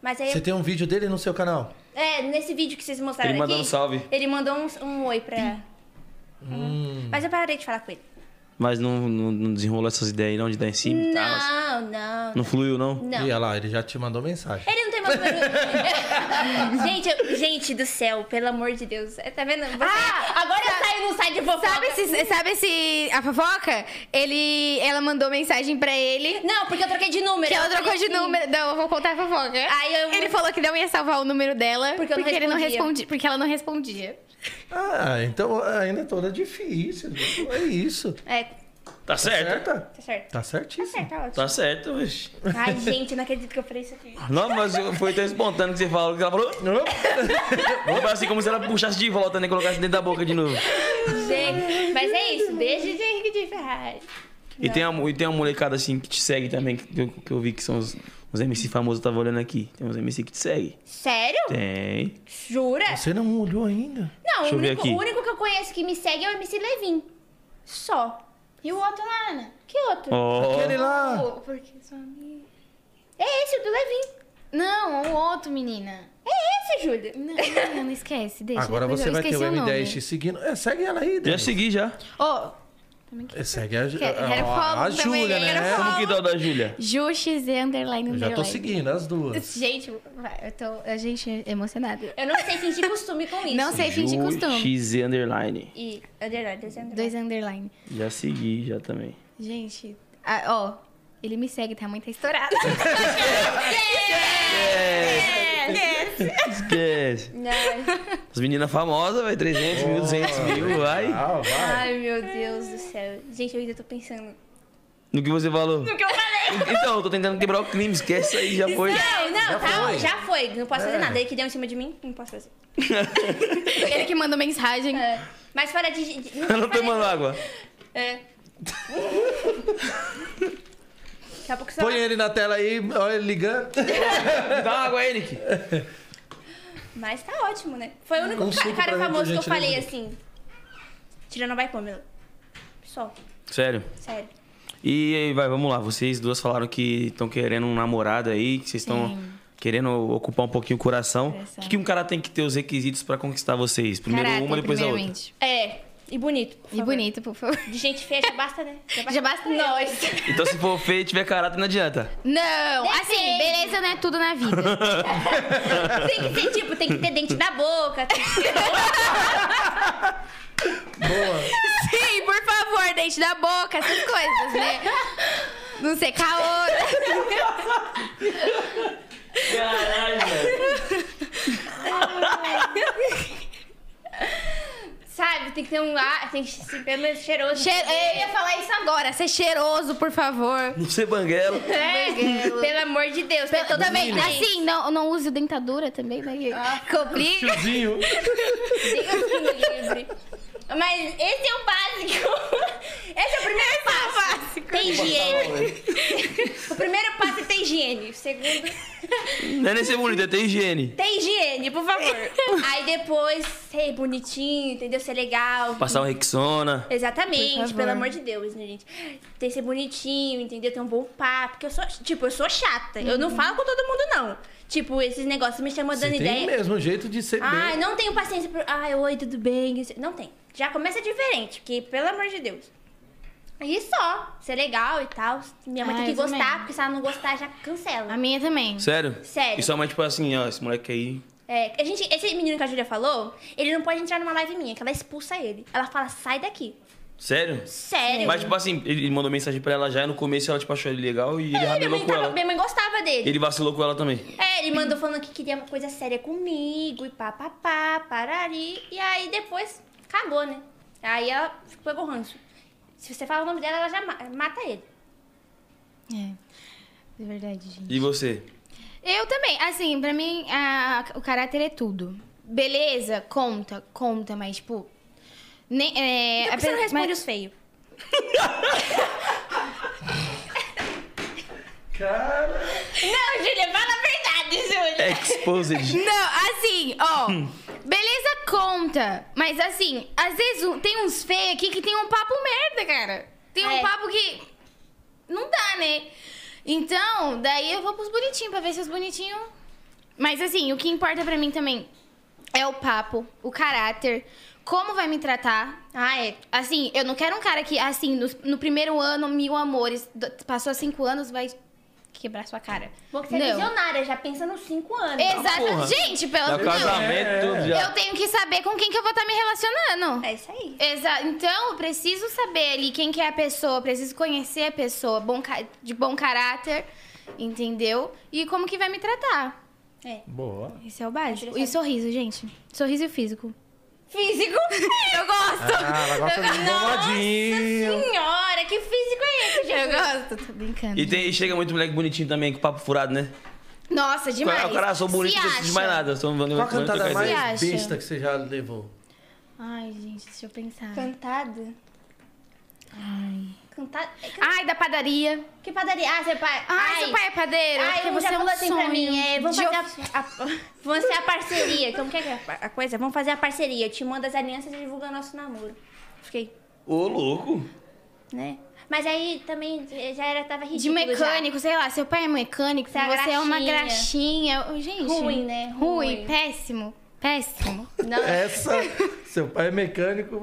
D: Mas aí,
B: Você tem um vídeo dele no seu canal?
D: é, nesse vídeo que vocês mostraram
A: Ele mandou
D: aqui,
A: um salve. Hum.
D: Ele mandou um, um oi pra... Hum. Mas eu parei de falar com ele.
A: Mas não, não, não desenrolou essas ideias aí não de dar em cima e tal?
D: Não, não,
A: Não fluiu, não?
D: não.
B: E olha lá, ele já te mandou mensagem.
D: Ele não tem mais número. gente, eu- gente do céu, pelo amor de Deus. É, Tá vendo? Você-
F: Ah,
D: agora eu saio no site de fofoca.
F: Sabe esse, sabe esse. A fofoca? Ele. Ela mandou mensagem pra ele.
D: Não, porque eu troquei de número.
F: Que ela
D: Eu
F: trocou
D: falei
F: de
D: assim,
F: número. Não, eu vou contar a fofoca.
D: Aí eu-
F: Ele falou que não ia salvar o número dela.
D: Porque eu não
F: ele não
D: respondia.
F: então respondia. Porque ela não respondia.
B: Ah, então ainda é toda difícil. É isso.
D: É,
A: Tá certo?
B: Certa?
D: tá certo.
B: Tá
D: Tá certo,
B: certíssimo.
D: tá ótimo.
A: Tá certo, oxe.
D: Ai, gente, não acredito que eu falei isso aqui.
A: Não, mas eu- foi tão espontâneo que você falou que ela falou... Foi assim como se ela puxasse de volta, né? Colocasse dentro da boca de novo.
D: Gente, mas é isso. Beijo de Henrique de Ferraz.
A: E tem, a, e tem uma molecada assim que te segue também, que eu, que eu vi que são os, os MC famosos, eu tava olhando aqui. Tem uns MC que te segue.
D: Sério?
A: Tem.
D: Jura?
B: Você não olhou ainda?
D: Não,
A: Deixa
D: o
A: eu ver
D: único,
A: aqui.
D: o único que eu conheço que me segue é o MC Levin. Só. E o outro lá, Ana? Oh, Que outro?
A: Ó.
B: Aquele lá.
F: Pô, porque sua amiga.
D: É esse, o do Levin.
F: Não, o outro, menina.
D: É esse, Júlia.
F: Não, não, não esquece, deixa.
B: Agora
F: depois
B: você
F: eu
B: vai ter o
F: esqueci nome.
B: M10 te seguindo. É, segue ela aí,
A: Já
B: Denis.
A: segui já.
F: Ó, Também que...
B: Segue a,
F: Quer-
B: a,
F: quero
B: a,
F: follow
B: a
F: também,
B: Júlia,
F: quero
B: né?
A: Como que dá o da Júlia?
F: Ju, XZ, underline,
B: Eu já tô
F: underline.
B: seguindo as duas.
F: Gente, vai, eu tô... A gente é emocionada.
D: Eu não sei fingir costume com isso.
F: Não sei fingir
A: Ju
F: costume.
A: XZ Underline.
D: E é underline, desenho
F: Dois underline.
A: Já segui, já também.
F: Gente, ah, ó, ele me segue, tá muito estourado.
A: Esquece.
D: Não. é
A: As meninas famosas, vai 300 mil, 200 mil, vai.
B: Ah, vai.
D: Ai, meu Deus do céu. Gente, eu ainda tô pensando.
A: No que você falou?
D: Porque eu falei.
A: Então, eu tô tentando quebrar o clima, esquece isso aí, já foi.
D: Não, não,
B: Já
D: já tá,
B: foi.
D: foi. já foi. Não posso
B: É.
D: fazer nada. Ele que deu em cima de mim, não posso fazer.
F: ele que mandou mensagem.
D: É. Mas fora de. de-
A: Eu não tomando água.
D: É. Daqui a pouco você
B: Põe ele na tela aí, olha ele ligando.
A: Dá uma água aí, Nick.
D: Mas tá ótimo, né? Foi o único
B: Um
D: ca-
B: suco pra
D: cara
B: mim, por
D: famoso que eu
B: gentileza.
D: falei assim. Tirando a Vai Pamela. Só,
A: Sério.
D: sério.
A: E aí, vai, vamos lá. Vocês duas falaram que estão querendo um namorado aí, que vocês estão querendo ocupar um pouquinho o coração. O
F: Coração.
A: que, que um cara tem que ter os requisitos pra conquistar vocês? Primeiro
F: Caráter,
A: uma, depois a outra.
F: primeiramente.
D: É, e bonito. por
F: E
D: favor.
F: bonito, por favor.
D: De gente feia já basta, né?
F: Já basta nós.
A: Então, se for feio e tiver caráter, não adianta.
F: Não, assim, beleza não é tudo na vida.
D: Tem que ter, tipo, tem que ter dente na boca. tem que ter-
B: Boa.
F: Sim, por favor, dente da boca, essas coisas, né? Não ser caô.
A: Caralho, velho.
D: Sabe, tem que ter um ar, tem que ser pelo menos cheiroso.
F: Che- Eu ia falar isso agora, ser cheiroso, por favor.
A: Não ser banguela.
D: É, pelo amor de Deus. né?
F: Eu
D: toda
F: também, assim, não, não use dentadura também, né? Complica.
B: Tiozinho.
D: um livre. Mas esse é o básico. Esse é o primeiro passo. Tem higiene. o primeiro passo é ter higiene. O segundo,
A: Não é nem ser bonito, é ter higiene.
D: tem higiene, por favor. Aí depois, ser bonitinho, entendeu? Ser legal.
A: Passar um Rexona.
F: Por
D: Exatamente,
F: favor.
D: pelo amor de Deus, né, gente? Tem que ser bonitinho, entendeu? Ter um bom papo. Porque eu sou, tipo, eu sou chata. Eu não falo com todo mundo, não. Tipo, esses negócios me chamam
B: Você
D: dando
B: tem né?
D: ideia.
B: mesmo jeito de ser
D: Ai,
B: bem.
D: não tenho paciência pro. Ai, oi, tudo bem? Não tem. Já começa diferente, porque, pelo amor de Deus. E só, ser legal e tal. Minha mãe
F: Ah,
D: tem que
F: eu também.
D: gostar, porque se ela não gostar, já cancela.
F: A minha também.
A: Sério?
D: Sério.
A: E sua mãe, tipo assim, ó, esse moleque aí.
D: É, a gente, esse menino que a Júlia falou, ele não pode entrar numa live minha, que ela expulsa ele. Ela fala, sai daqui.
A: Sério?
D: Sério.
A: Mas, tipo assim, ele ele mandou mensagem pra ela já e no começo ela, tipo, achou ele legal e ele
D: É, minha,
A: rabelou
D: mãe
A: com
D: tava-
A: ela.
D: minha mãe gostava dele.
A: Ele vacilou com ela também.
D: É, ele mandou falando que queria uma coisa séria comigo e papapá, parari. E aí depois acabou, né? Aí ela pegou o ranço. Se você falar o nome dela, ela já ma- mata ele.
F: É. De verdade, gente.
A: E você?
F: Eu também. Assim, pra mim, a- o caráter é tudo. Beleza, conta, conta, mas, tipo. Nem, é,
D: Então por que você não
F: apesar-
D: responde
F: mas-
D: os feios.
B: Cara.
D: Não, Júlia, fala a verdade, Júlia.
A: Exposed.
F: Não, assim, ó. beleza, conta. Mas, assim, às vezes um- tem uns feios aqui que tem um papo merda, cara. Tem um
D: É.
F: papo que. Não dá, né? Então, daí eu vou pros bonitinhos pra ver se os bonitinhos. Mas, assim, o que importa pra mim também é o papo, o caráter, como vai me tratar.
D: Ah, é.
F: Assim, eu não quero um cara que, assim, no, no primeiro ano, mil amores, do- passou cinco anos, vai quebrar sua cara.
D: Bom que você é
F: não.
D: visionária, já pensa nos cinco anos.
A: porra.
F: Exato. Gente, pelo
A: Dá
F: amor de Deus.
A: casamento, tudo
F: Eu
A: já.
F: tenho que saber com quem que eu vou estar me relacionando.
D: É isso aí.
F: Exa então, eu preciso saber ali quem que é a pessoa, preciso conhecer a pessoa bom ca- de bom caráter, entendeu? E como que vai me tratar.
D: É.
B: Boa.
F: Isso é o básico. E sorriso, gente. Sorriso e físico.
D: Físico?
F: Eu gosto!
B: Ah, ela gosta de um bombadinho.
D: Senhora, que físico é esse, gente?
F: Eu gosto, tô brincando.
A: E, tem, e chega muito moleque bonitinho também, com papo furado, né? é
F: Nossa, demais.
A: O cara, sou bonito,
F: Se
A: não preciso de mais
F: acha.
A: nada. Sou um não,
B: Qual a
A: não,
B: cantada
A: não,
F: Se
B: mais
F: acha.
B: besta que você já levou?
F: Ai, gente, deixa eu pensar.
D: Cantada.
F: Ai.
D: Cantada. é can-
F: Ai, da padaria.
D: Que padaria? Ah, seu pai.
F: Ai, seu pai é padeiro.
D: Ai,
F: porque
D: um
F: você
D: já
F: é um
D: falou assim
F: sonho.
D: pra mim, é, vamos
F: de
D: fazer a, a, vamos fazer a parceria. Então, o que é que é a coisa? Vamos fazer a parceria. Eu te mando as alianças e divulga nosso namoro. Fiquei,
A: Ô, louco.
D: né? Mas aí também eh, já era, tava ridículo
F: tipo De
D: já.
F: mecânico, sei lá, seu pai é mecânico,
D: Você é
F: você é uma
D: graxinha.
F: graxinha. Gente.
D: Ruim, né?
F: Ruim,
D: Ruim.
F: péssimo. Péssimo.
D: Não,
B: Essa Seu pai é mecânico.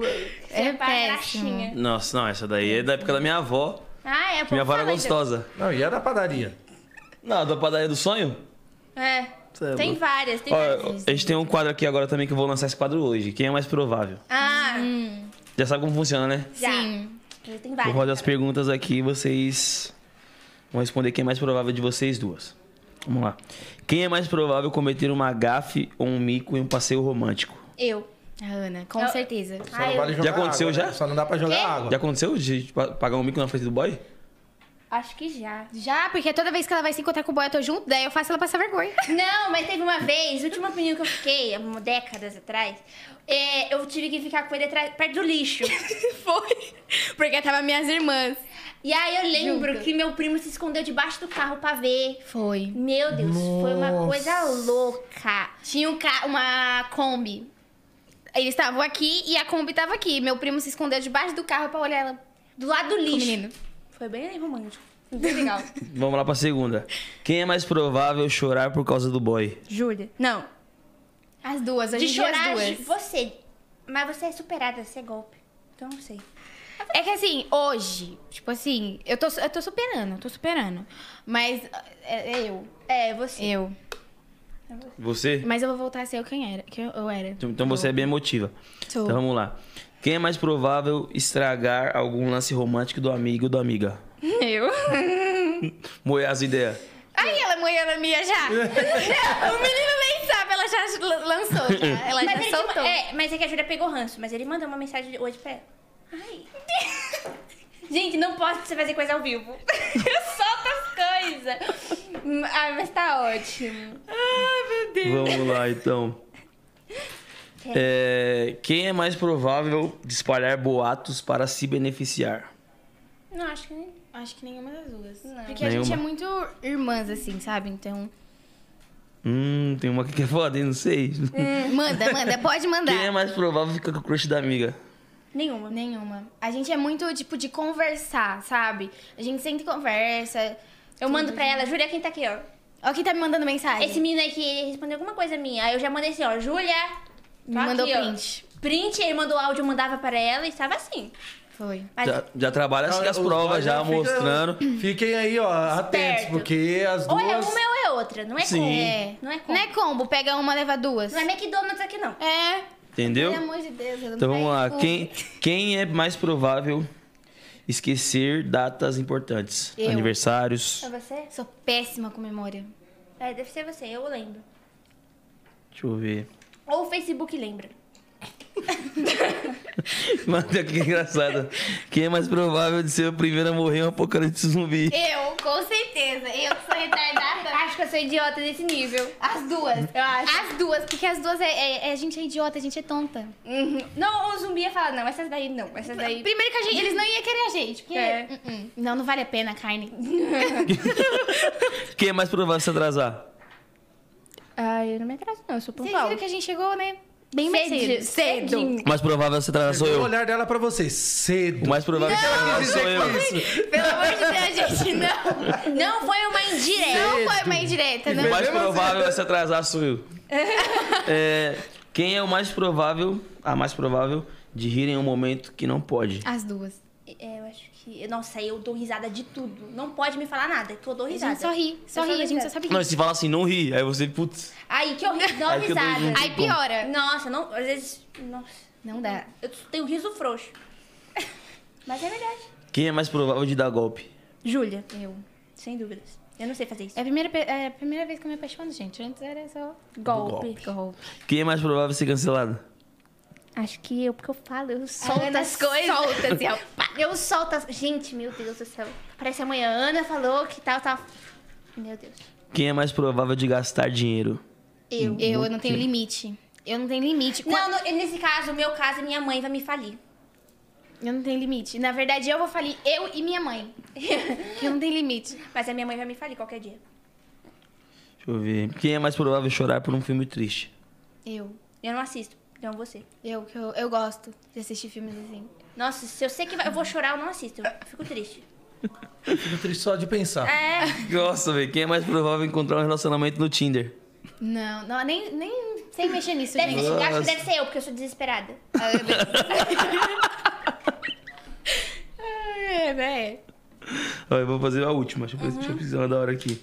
F: É
D: Seu pai
F: péssimo.
D: graxinha.
A: Nossa, não, essa daí é da época da minha avó.
D: Ah, é, o povo
A: Minha avó era
D: fala isso.
A: gostosa.
B: Não, e é da padaria.
A: Não, da padaria do sonho? Cê é
D: É. Tem
A: louco.
D: várias, tem
A: Ó,
D: várias.
A: a gente tem um quadro aqui agora também que eu vou lançar esse quadro hoje. Quem é mais provável?
D: Ah,
A: Já sabe como funciona, né?
D: já.
F: Sim.
D: Já Tem
A: Vou
D: várias.
A: fazer as perguntas aqui e vocês vão responder quem é mais provável de vocês duas. Vamos lá. Quem é mais provável cometer uma gafe ou um mico em um passeio romântico?
D: Eu. Ah,
F: A Ana, com
D: Eu-
F: certeza.
B: Só não vale
A: Já
B: jogar
A: aconteceu
B: água, né?
A: já?
B: Só não dá pra jogar água.
A: Já aconteceu de pa- pagar um mico na frente do boy?
D: Acho que já.
F: Já, porque toda vez que ela vai se encontrar com o boy, eu tô junto, daí eu faço ela passar vergonha.
D: Não, mas teve uma vez, o último menino que eu fiquei, há uma- décadas atrás, é, eu tive que ficar com ele atrás, perto do lixo.
F: Foi. Porque tava minhas irmãs.
D: E aí eu lembro
F: Junto.
D: que meu primo se escondeu debaixo do carro pra ver.
F: Foi.
D: Meu Deus, foi uma coisa
B: Nossa.
D: louca.
F: Tinha um ca- uma Kombi. Eles estavam aqui e a Kombi tava aqui. Meu primo se escondeu debaixo do carro pra olhar ela.
D: Do lado do lixo.
F: menino.
D: Foi bem romântico. Bem legal.
A: Vamos lá pra segunda. Quem é mais provável chorar por causa do boy?
D: Júlia. Não.
F: As duas, a
D: De
F: gente viu
D: chorar
F: as
D: de
F: duas.
D: você. Mas você é superada, você é golpe. Então não sei.
F: É que assim, hoje, tipo assim, eu tô, eu tô superando, eu tô superando. Mas é, é eu.
D: É, você.
F: Eu.
A: Você?
F: Mas eu vou voltar a ser eu quem era, quem eu era.
A: Então- Então você é bem emotiva.
F: Sou.
A: Então vamos lá. Quem é mais provável estragar algum lance romântico do amigo ou da amiga?
F: Eu.
A: Moer as ideias.
F: Aí ela moiando a minha já. o menino nem sabe, ela já l- lançou já. Ela
D: mas, ele
F: já soltou.
D: é, mas é que a Júlia pegou ranço, mas ele mandou uma mensagem hoje pra ela. Ai. Gente, não posso você fazer coisa ao vivo. Solta as coisas. Hum, Ah, mas tá ótimo.
A: Vamos lá, então. É, quem é mais provável de espalhar boatos para se beneficiar?
D: Não, acho que nem.
F: Acho que nenhuma das duas.
D: Não.
F: Porque a gente
A: Nenhuma.
F: é muito irmãs, assim, sabe? Então.
A: Hum, tem uma aqui que é foda, hein? Não sei.
F: Manda, manda, pode mandar.
A: Quem é mais provável ficar com o crush da amiga?
D: Nenhuma.
F: Nenhuma. A gente é muito, tipo, de conversar, sabe? A gente sempre conversa.
D: Eu mando pra ela, Júlia, quem tá aqui, ó.
F: Olha quem tá me mandando mensagem.
D: Esse menino aí que ele respondeu alguma coisa minha. Aí eu já mandei assim, ó, Júlia.
F: me
D: tô
F: mandou
D: aqui, ó.
F: print.
D: Print, ele mandou áudio, eu mandava pra ela e estava assim.
F: Foi.
D: Mas
A: Já, já trabalha assim
B: Então,
A: as
B: os
A: provas,
B: boys
A: já
B: fica-
A: mostrando.
B: Fiquem aí, ó, atentos,
D: Esperto.
B: porque as
D: ou é
B: duas.
D: uma ou é outra. Não é
A: Sim.
D: como.
F: É.
D: Não é
F: Não
D: como.
F: é combo, pega uma, leva duas.
D: Não é McDonald's aqui, não.
F: É.
A: Entendeu?
F: Pelo amor de Deus. eu não
A: Então vamos lá.
F: faz
A: Quem,
F: culpa.
A: quem é mais provável esquecer datas importantes?
F: Eu.
A: Aniversários.
D: É você?
F: Sou péssima com memória.
D: É, deve ser você, eu lembro.
A: Deixa eu ver.
D: Ou o Facebook lembra.
A: Manda é que engraçado. Quem é mais provável de ser o primeiro a morrer em um apocalipse zumbi?
F: Eu, com certeza. Eu que sou retardada.
D: Acho que eu sou idiota nesse nível.
F: As duas.
D: Eu acho.
F: As duas, porque as duas é, é- é- a gente é idiota, a gente é tonta.
D: Uhum. Não, o zumbi ia falar, não, essas daí não, essas daí.
F: Primeiro que a gente, eles não iam querer a gente, porque.
D: É.
F: Uh-uh. Não, não vale a pena a carne.
A: Quem é mais provável de se atrasar?
D: Ah, eu não me atraso, não, eu sou
F: Vocês viram que a gente chegou, né? Bem mais
D: Cedo,
F: cedo.
D: cedo.
A: O mais provável de se atrasar sou
B: O
A: eu.
B: olhar dela pra vocês. Cedo.
A: O mais provável de se
B: Ela
A: atrasar
B: quis
A: sou
B: dizer com
A: eu.
B: isso.
F: Pelo amor de Deus, gente, não.
D: Não foi uma indireta.
F: Não foi né?
B: Cedo.
F: uma indireta,
A: O
F: não.
A: mais provável de se atrasar sou eu. É, quem é o mais provável, a mais provável de rir em um momento que não pode?
F: As duas.
D: É, eu acho que. Nossa, eu dou risada de tudo. Não pode me falar nada, é que eu dou
F: A
D: risada.
F: gente só ri, só
D: Eu sou
F: ri, a gente
D: risada.
F: só sabe rir.
A: Não, e se fala assim, não ri. Aí você, putz.
D: Aí que eu ri, dou
A: Aí que eu dou
D: risada.
A: risada.
F: Aí piora.
D: Nossa, não, às vezes. Nossa.
F: Não dá.
D: Eu tenho riso frouxo. Mas é verdade.
A: Quem é mais provável de dar golpe?
D: Júlia,
F: Eu.
D: sem dúvidas. Eu não sei fazer isso.
F: É a primeira, pe- é a primeira vez que eu me apaixono, gente. Antes era só
D: golpe.
F: golpe.
A: Quem é mais provável de ser cancelado?
D: Acho que eu, porque eu falo, eu
F: solto as coisas.
D: Solta, assim, ó. Pá, Eu solto as... Gente, meu Deus do céu. Parece amanhã. A Ana falou que tal, tal. Meu Deus.
A: Quem é mais provável de gastar dinheiro?
F: Eu. Eu, não tenho limite. Eu não tenho limite.
D: Não, no- nesse caso, meu caso, minha mãe vai me falir.
F: Eu não tenho limite. Na verdade, eu vou falir eu e minha mãe. Que eu não tenho limite.
D: Mas a minha mãe vai me falir qualquer dia.
A: Deixa eu ver. Quem é mais provável de chorar por um filme triste?
F: Eu.
D: Eu não assisto. Então você.
F: Eu, que eu, eu gosto de assistir filmes assim.
D: Nossa, se eu sei que vai- eu vou chorar, eu não assisto. Eu fico triste.
B: Fico triste só de pensar.
D: É.
A: Nossa, velho. Quem é mais provável de encontrar um relacionamento no Tinder?
F: Não, não, nem, nem Sem mexer nisso,
D: Deve,
F: gente.
D: eu acho
A: Nossa.
D: que deve ser eu, porque eu sou desesperada.
F: É, né?
A: Ó, eu vou fazer a última. Deixa eu, pensar- deixa eu pensar uma da hora aqui.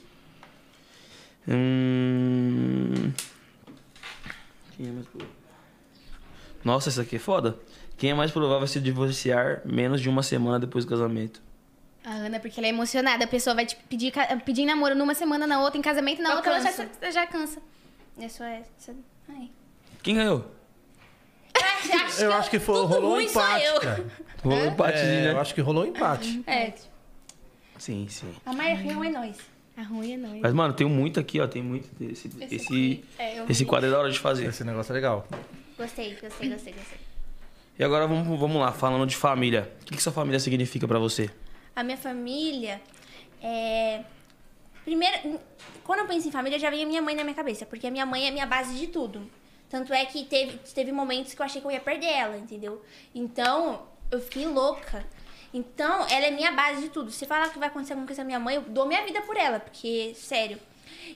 A: Hum... Quem é mais provável? Nossa, essa aqui é foda. Quem é mais provável se divorciar menos de uma semana depois do casamento?
F: A Ana, porque ela é emocionada. A pessoa vai te pedir, ca- pedir em namoro numa semana, na outra, em casamento, na
D: Eu
F: outra, ela
D: canso.
F: já, já cansa. É
D: Eu sou essa. Ai.
A: Quem ganhou?
B: Eu acho que foi,
D: tudo
B: rolou um
D: ruim sou
B: empate,
D: eu.
B: cara.
A: Rolou empate,
B: É, eu
A: né?
B: acho que rolou um empate.
D: É.
A: Sim, sim.
D: A maioria ruim é nós.
F: A ruim é nóis.
A: Mas, mano, tem muito aqui, ó. Tem muito. Esse, esse, esse,
D: É, eu
A: quadro é da hora de fazer.
B: Esse negócio é legal.
D: Gostei, gostei, gostei, gostei.
A: E agora vamos, vamos lá, falando de família. O que, que sua família significa pra você?
D: A minha família é. Primeiro, quando eu penso em família, já vem a minha mãe na minha cabeça, porque a minha mãe é a minha base de tudo. Tanto é que teve, teve momentos que eu achei que eu ia perder ela, entendeu? Então, eu fiquei louca. Então, ela é minha base de tudo. Se falar que vai acontecer alguma coisa com a minha mãe, eu dou minha vida por ela, porque, sério.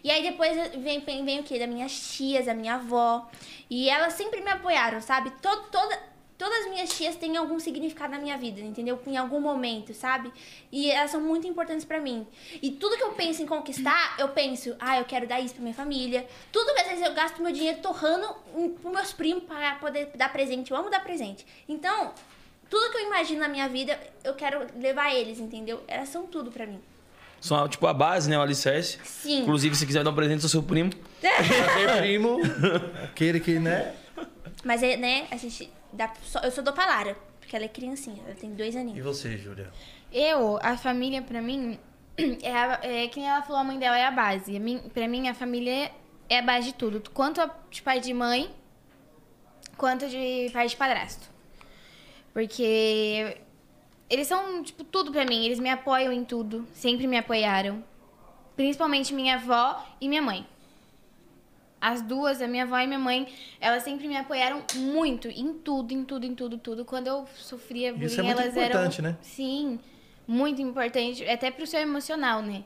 D: E aí depois vem, vem, vem o quê? Das minhas tias, da minha avó. E elas sempre me apoiaram, sabe? Todo, toda, Todas as minhas tias têm algum significado na minha vida, entendeu? Em algum momento, sabe? E elas são muito importantes pra mim. E tudo que eu penso em conquistar, eu penso, ah, eu quero dar isso pra minha família. Tudo que às vezes eu gasto meu dinheiro torrando em- pros meus primos pra poder dar presente. Eu amo dar presente. Então, tudo que eu imagino na minha vida, eu quero levar eles, entendeu? Elas são tudo pra mim.
A: São, tipo, a base, né? O alicerce.
D: Sim.
A: Inclusive, se quiser dar um presente ao seu primo,
B: Fazer primo, aquele que, né?
D: Mas, é, né, a gente dá, só- eu sou do Palara, porque ela é criancinha, ela tem dois
B: E
D: aninhos.
B: você, Júlia?
F: Eu, a família, pra mim, é, a- é que nem ela falou, a mãe dela é a base. A mim, pra mim, a família é a base de tudo. Quanto a- de pai e de mãe, quanto de pai e de padrasto. Porque eles são, tipo, tudo pra mim. Eles me apoiam em tudo. Sempre me apoiaram. Principalmente minha avó e minha mãe. As duas, a minha avó e minha mãe, elas sempre me apoiaram muito, em tudo, em tudo, em tudo, tudo. Quando eu sofria bullying,
B: Isso é muito
F: elas
B: importante,
F: eram.
B: né?
F: Sim, muito importante. Até pro seu emocional, né?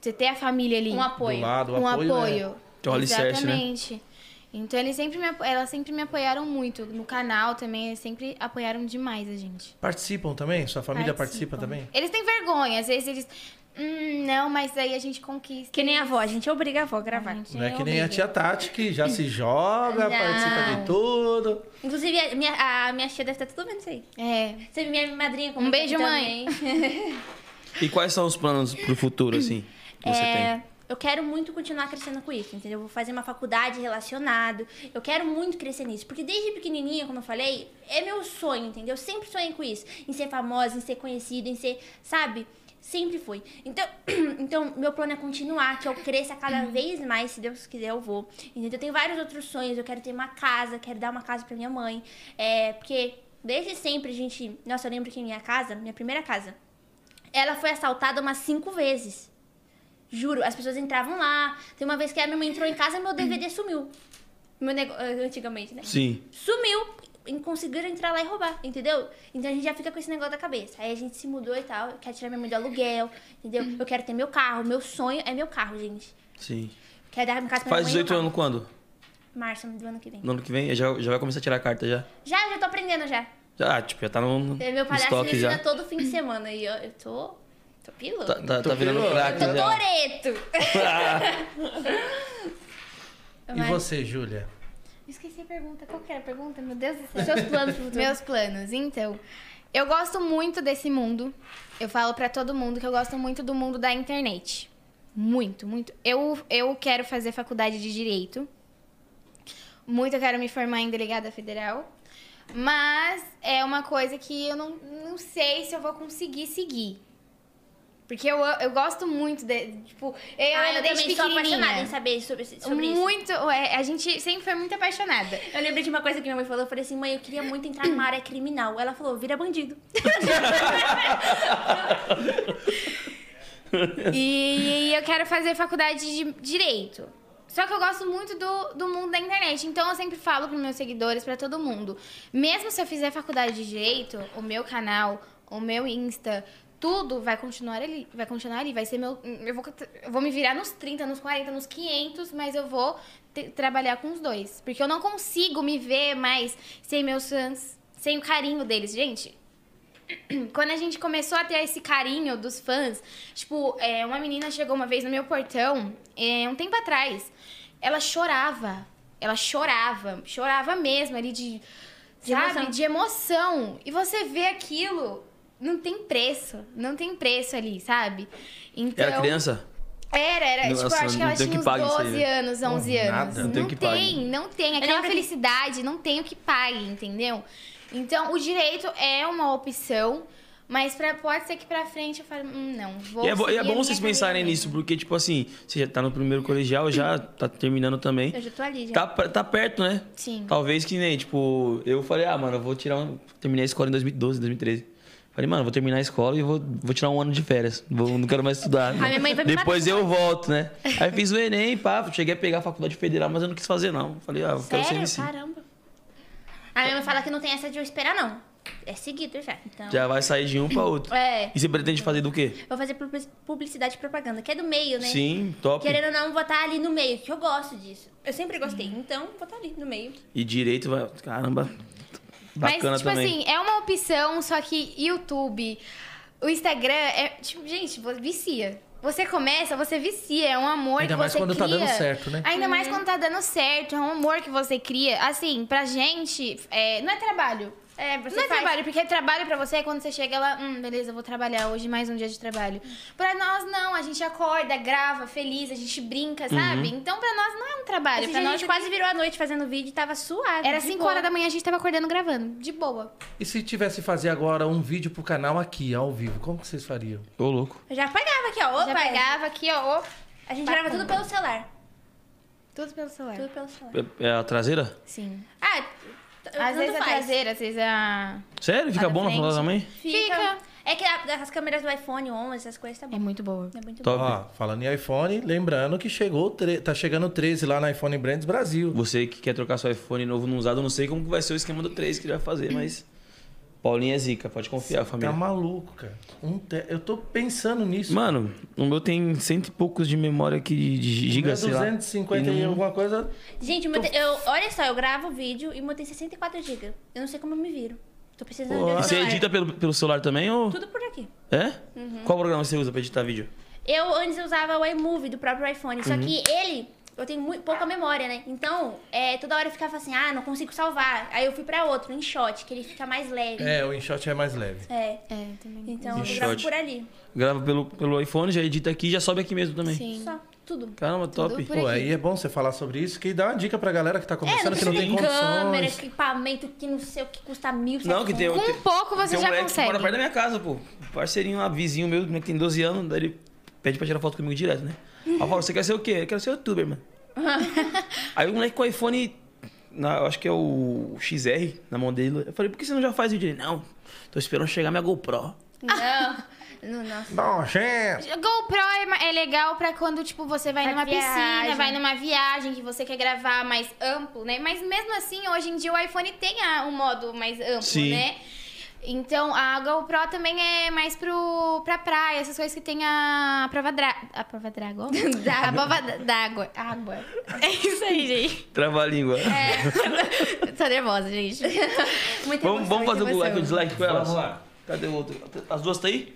F: Você ter a família ali.
D: Um apoio.
B: Do lado, o
F: um
B: apoio,
F: apoio.
A: Tem um alicerce, né?
F: Exatamente. Então eles sempre me, apo- elas sempre me apoiaram muito. No canal também, eles sempre apoiaram demais a gente.
B: Participam também? Sua família
F: Participam.
B: participa também?
F: Eles têm vergonha, às vezes eles. Hum, não, mas aí a gente conquista.
D: Que nem a avó, a gente obriga a avó a gravar.
F: A gente
B: Não é que nem a
F: obriga.
B: tia Tati, que já se joga,
D: Não.
B: participa de tudo.
D: Inclusive, a minha, a minha tia deve estar tudo vendo isso aí.
F: É.
D: Você minha madrinha
F: Um beijo,
D: também.
A: E quais são os planos pro futuro, assim, que você
D: É,
A: tem?
D: eu quero muito continuar crescendo com isso, entendeu? Eu vou fazer uma faculdade relacionado. Eu quero muito crescer nisso. Porque desde pequenininha, como eu falei, é meu sonho, entendeu? Eu sempre sonhei com isso. Em ser famosa, em ser conhecida, em ser, sabe? Sempre foi. Então, então, meu plano é continuar, que eu cresça cada vez mais, se Deus quiser, eu vou. Entendeu? Eu tenho vários outros sonhos. Eu quero ter uma casa, quero dar uma casa pra minha mãe. É, porque desde sempre a gente. Nossa, eu lembro que minha casa, minha primeira casa, ela foi assaltada umas cinco vezes. Juro, as pessoas entravam lá. Tem uma vez que a minha mãe entrou em casa, meu DVD sumiu. Meu nego... eh, Antigamente, né?
A: Hum. Sim.
D: Sumiu. E conseguiram entrar lá e roubar, entendeu? Então a gente já fica com esse negócio da cabeça. Aí a gente se mudou e tal. Eu quero tirar minha mãe do aluguel, entendeu? Eu quero ter meu carro. Meu sonho é meu carro, gente.
A: Sim.
D: Quero dar minha casa pra
A: Faz
D: minha mãe.
A: 18 anos quando?
D: Março do ano que vem.
A: No ano que vem? Já, já vai começar a tirar a carta já?
D: Já, já tô aprendendo já.
A: Já, tipo, já tá no, no
D: Meu palhaço me
A: estoque
D: ensina
A: já.
D: todo fim de semana. E eu, eu tô. Tô piloto.
A: Tá, tá, tá
B: Tô
A: virando
B: vendo.
A: craque
D: Tô
A: já.
D: Toreto.
B: E você, Júlia?
F: Esqueci a pergunta. Qual que era a pergunta? Meu Deus do céu.
D: Seus planos pro futuro.
F: Meus planos, então. Eu gosto muito desse mundo. Eu falo pra todo mundo que eu gosto muito do mundo da internet. Muito, muito. Eu, eu quero fazer faculdade de direito. Muito eu quero me formar em delegada federal. Mas é uma coisa que eu não, não sei se eu vou conseguir seguir. Porque eu, eu gosto muito de, tipo, eu,
D: Ah, Eu,
F: ainda
D: eu
F: desde
D: também sou apaixonada
F: pequenininha.
D: em saber sobre, sobre isso.
F: muito, é, a gente sempre foi muito apaixonada.
D: Eu lembrei de uma coisa que minha mãe falou, eu falei assim, mãe, eu queria muito entrar numa área criminal. Ela falou, vira bandido.
F: E eu quero fazer faculdade de direito. Só que eu gosto muito do, do mundo da internet. Então eu sempre falo pros meus seguidores, pra todo mundo. Mesmo se eu fizer faculdade de direito, o meu canal, o meu Insta, tudo vai continuar ali. Vai continuar ali. Vai ser meu. Eu vou, eu vou me virar nos 30, nos 40, nos 500, mas eu vou te- trabalhar com os dois. Porque eu não consigo me ver mais sem meus fãs, sem o carinho deles. Gente, quando a gente começou a ter esse carinho dos fãs, tipo, é, uma menina chegou uma vez no meu portão, é, um tempo atrás, ela chorava. Ela chorava, chorava mesmo ali de,
D: De
F: sabe,
D: emoção.
F: de emoção. E você vê aquilo, não tem preço, não tem preço ali, sabe? Então,
A: Era criança?
F: Era, era.
A: Nossa,
F: tipo, eu acho que
A: não
F: ela
A: tem
F: tinha
A: o que
F: uns
A: pague isso
F: 12
A: aí, né?
F: anos, 11
B: Pô,
F: anos.
B: nada.
F: Não,
A: Não tem o que
F: tem,
A: pague.
F: não tem. Aquela
D: lembro que-
F: felicidade, não tem o que pague, entendeu? Então, o direito é uma opção, mas pra, pode ser que pra frente eu fale, hum, não, vou
A: E é, bo- e é
F: seguir a
A: bom
F: minha
A: vocês pensarem
D: né?
F: carreira
A: nisso,
F: mesmo.
A: porque, tipo assim, você já tá no primeiro colegial, já tá terminando também.
D: Eu já tô ali, já.
A: Tá, pra- tá perto, né?
F: Sim.
A: Talvez que nem, tipo, eu falei, ah, mano, eu vou tirar um. Terminei a escola em 2012, 2013. Falei, mano, vou terminar a escola e vou, vou tirar um ano de férias. Vou, não quero mais estudar.
D: minha mãe vai me
A: Depois eu volto, né? Aí fiz o Enem, pá, cheguei a pegar a faculdade federal, mas eu não quis fazer, não. Falei, ah, eu quero ser
F: Sério?
A: MC.
F: É, Caramba.
D: A minha mãe fala que não tem essa de eu esperar, não. É seguido já. Então.
A: Já vai sair de um pra outro.
D: É.
A: E você pretende fazer do quê?
D: Vou fazer publi- publicidade e propaganda, que é do meio, né?
A: Sim, top.
D: Querendo ou não, vou estar ali no meio, que eu gosto disso. Eu sempre gostei, então vou estar ali no meio.
A: E direito vai. Caramba. Bacana
F: mas, tipo
A: também.
F: assim, é uma opção, só que YouTube, o Instagram, é, tipo, gente, vo- vicia. Você começa, você vicia, é um amor
B: Ainda
F: que
B: mais
F: você
B: quando tá
F: cria.
B: dando certo, né?
F: Ainda
D: Uhum.
F: mais quando tá dando certo, é um amor que você cria. Assim, pra gente, é, não é trabalho.
D: É, você
F: não é
D: faz-
F: trabalho, porque trabalho pra você é quando você chega lá, hum, beleza, eu vou trabalhar hoje, mais um dia de trabalho. Pra nós, não, a gente acorda, grava, feliz, a gente brinca, sabe?
B: Uhum.
F: Então, pra nós, não é um trabalho.
D: Esse
F: pra
D: dia a
F: nós,
D: gente quase virou a noite fazendo vídeo e tava suado.
F: Era 5 horas da manhã, a gente tava acordando gravando, de boa.
B: E se tivesse que fazer agora um vídeo pro canal aqui, ao vivo, como que vocês fariam?
A: Ô, louco.
D: Eu já apagava aqui, ó. Opa,
F: Já pegava aqui, ó, ó,
D: A gente grava tudo pelo celular.
F: tudo pelo celular.
D: Tudo pelo celular.
A: É- É a traseira?
F: Sim.
D: Ah, t-
F: Às
D: tanto
F: vezes a
D: faz.
F: traseira, às vezes a...
A: Sério? Fica
F: da
A: bom na
F: frente.
A: falar também?
D: Fica.
F: Fica.
D: É que a- as câmeras do iPhone 11, essas coisas, tá
F: É
D: bom.
F: muito boa.
D: É muito bom.
A: Top.
B: Ó, falando em iPhone, lembrando que chegou o tre- tá chegando o 13 lá na iPhone Brands Brasil.
A: Você que quer trocar seu iPhone novo não usado, eu não sei como que vai ser o esquema do 3 que ele vai fazer, mas. Paulinho é zica, pode confiar,
B: Tá
A: família.
B: maluco, cara. Um te- Eu tô pensando nisso.
A: Mano, o meu tem cento e poucos de memória aqui de- de giga,
B: Não é
A: sei lá.
B: 250 e um.
A: não-
B: alguma coisa.
D: Gente, o meu te- eu, olha só, eu gravo vídeo e o meu tem 64 GB. Eu não sei como eu me viro. Tô precisando de
A: E
D: outro
A: você
F: é.
D: celular.
A: edita pelo, pelo celular também ou.
D: Tudo por aqui.
A: É?
F: Uhum.
A: Qual programa você usa pra editar vídeo?
D: Eu antes usava o iMovie do próprio iPhone, só que ele, eu tenho muito pouca memória, né? Então, é, toda hora eu ficava assim, ah, não consigo salvar. Aí eu fui pra outro, em shot, que ele fica mais leve. É.
B: É, o InShot é mais leve.
F: É, também.
D: Então, eu
A: InShot.
D: gravo por ali.
A: Grava pelo, pelo iPhone, já edita aqui já sobe aqui mesmo também.
F: Sim.
D: Só, tudo.
A: Caramba, top.
F: por
B: Pô,
F: aqui.
B: aí é bom você falar sobre isso, que dá uma dica pra galera que tá
D: É,
B: começando,
D: não
B: que não
D: precisa
B: tem
D: de câmera,
B: condições.
D: equipamento que não sei o que custa mil,
A: Não, que tem
F: Com
A: tem-
F: pouco você
A: tem um
F: já
A: moleque
F: consegue.
A: Que mora perto da minha casa, pô. Parceirinho lá, vizinho meu, que tem 12 anos, daí ele pede pra tirar foto comigo direto, né? Aí eu falo, você quer ser o quê? Eu quero ser youtuber, mano. Aí o moleque com o iPhone, na- eu acho que é o XR, na mão dele, eu falei, por que você não já faz vídeo? Ele, não, tô esperando chegar minha GoPro.
D: Não, nossa.
B: Dá uma chance.
F: GoPro é, ma- é legal pra quando, tipo, você vai
D: Pra
F: numa piscina,
D: viagem.
F: vai numa viagem que você quer gravar mais amplo, né? Mas mesmo assim, hoje em dia o iPhone tem a- um modo mais amplo,
A: Sim.
F: né? Então, a GoPro também é mais pro, pra praia, essas coisas que tem a prova d'água. A prova d'água? a prova d- d'água. Água. É isso aí, gente.
A: Trava a língua.
F: É, Tô nervosa, gente.
A: vamos,
F: Muita emoção,
A: vamos fazer
F: muita
A: o like, o
F: emoção.
A: dislike com elas? Cadê o outro? As duas tá aí?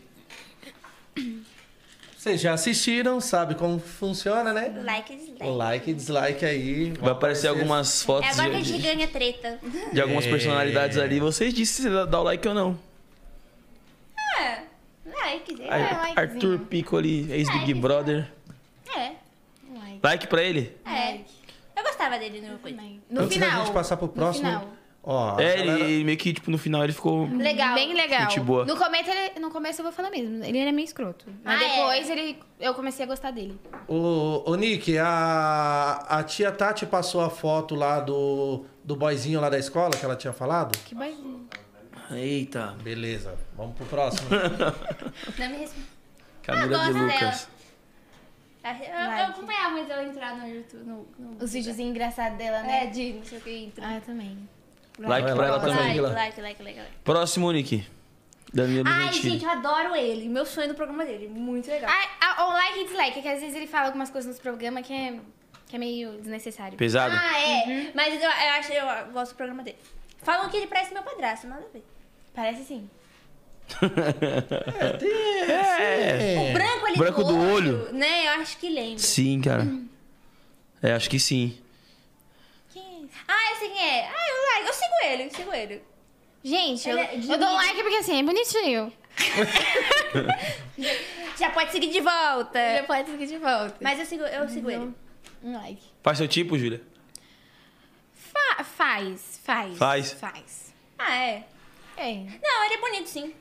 B: Vocês já assistiram, sabe como funciona, né?
D: Like e dislike.
B: O like e dislike aí.
A: Vai aparecer algumas
D: É
A: fotos
D: agora que a
A: de,
D: gente ganha treta.
A: de algumas
B: É.
A: personalidades ali. Vocês dizem se dá o like ou não.
D: Like, né?
A: Aí,
F: likezinho.
A: Arthur Piccoli, ex-Big Brother.
D: É.
A: Like pra ele?
D: É. Eu gostava dele no coisa.
F: No
B: Antes
F: final.
B: da gente passar pro próximo.
F: final.
B: Ó, a
A: é, ele-
B: galera-
A: ele meio que, tipo, no final ele ficou.
F: Legal. Bem legal.
A: Gente boa.
F: No, começo, ele- no começo eu vou falar mesmo. Ele era meio escroto. Mas
D: Ah,
F: depois ele, eu comecei a gostar dele.
B: Ô, ô Nick, a, a tia Tati passou a foto lá do, do boyzinho lá da escola que ela tinha falado?
F: Que boizinho.
A: Eita,
B: Beleza, vamos pro próximo.
D: Não me responde.
A: Camila
D: Ah,
A: de
D: gosto
A: Lucas.
D: Eu, eu
F: Like.
D: acompanhava muito ela entrar no YouTube. No, no...
F: Os vídeos engraçados dela,
D: É,
F: né?
D: de não sei o que. entra.
F: Ah, eu também.
A: Like
B: Vai
A: pra
B: lá,
A: ela
B: vai lá.
A: também.
D: Like,
B: Camila.
D: like, like, like, like.
A: Próximo, Nick. Danilo
D: Ai,
A: Gentili.
D: gente, eu adoro ele. Meu sonho no programa dele. Muito legal.
F: oh, Ah, ah, o like e dislike, é que às vezes ele fala algumas coisas nos programas que é, que é meio desnecessário.
A: Pesado?
D: Ah, é.
F: Uhum.
D: Mas eu, eu acho, eu gosto do programa dele. Falam que ele parece meu padrasto, nada a ver.
F: Parece assim. sim.
A: É.
D: O branco ali
A: Branco
D: do,
A: do
D: olho,
A: olho.
D: né? Eu acho que lembra.
A: Sim, cara.
D: Hum.
A: É, acho que sim.
D: Quem é esse? Ah, eu sei quem é. Ah, eu like. Eu sigo ele, eu sigo ele.
F: Gente, eu,
D: Ele é de
F: eu dou
D: mim.
F: like porque assim, é bonitinho.
D: Já pode seguir de volta.
F: Já pode seguir de volta. Mas
D: Mas eu sigo, eu sigo ele.
F: É. um like.
A: Faz seu tipo, Júlia?
F: Fa- faz, faz.
A: Faz?
F: Faz.
D: Ah, é.
F: É.
D: Não, ele é bonito, sim.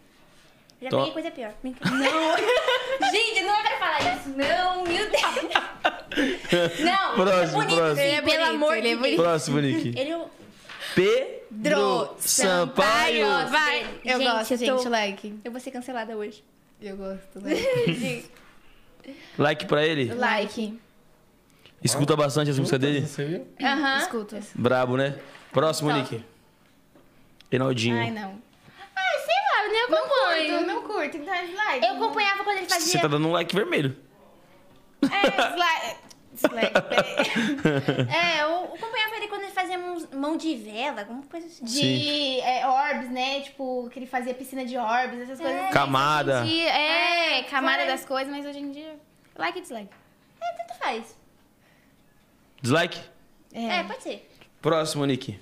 D: Já
A: Tô.
D: peguei coisa pior. Não. Gente, não é pra falar isso, não. Meu Deus. Não, ele é
A: Próximo,
D: bonito,
A: próximo.
D: sim,
F: Ele é
D: pelo
F: bonito,
D: amor
F: ele é
D: de Deus.
F: bonito.
A: Próximo, Nick.
D: Ele é o-
A: Pedro Sampaio.
F: Vai. Eu
D: Gente,
F: gosto,
D: eu
F: gente,
D: tô-
F: like.
D: Eu vou ser cancelada hoje.
F: Eu gosto, né? like.
A: Like pra ele.
F: like.
A: Escuta bastante as músicas dele.
B: Você viu?
D: Aham.
F: Escuto.
A: Brabo, né? Próximo, Nick.
F: Ai,
A: Reinaldinho.
F: não.
D: Ah, sei lá, eu nem
F: Não
D: acompanho.
F: curto, não curto. Então é dislike.
D: Eu acompanhava quando ele
A: Você
D: fazia.
A: tá dando um like vermelho.
F: É, dislike. dislike.
D: É, eu acompanhava ele quando ele fazia mãos- mão de vela, alguma coisa assim.
F: De é, orbs, né? Tipo, que ele fazia piscina de orbs, essas coisas.
A: Camada.
F: Hoje em dia- é,
D: É,
F: camada
D: vai.
F: das coisas, mas hoje em dia. Like e dislike.
D: É, tanto faz.
A: Dislike?
D: É, pode ser.
A: Próximo, Nick.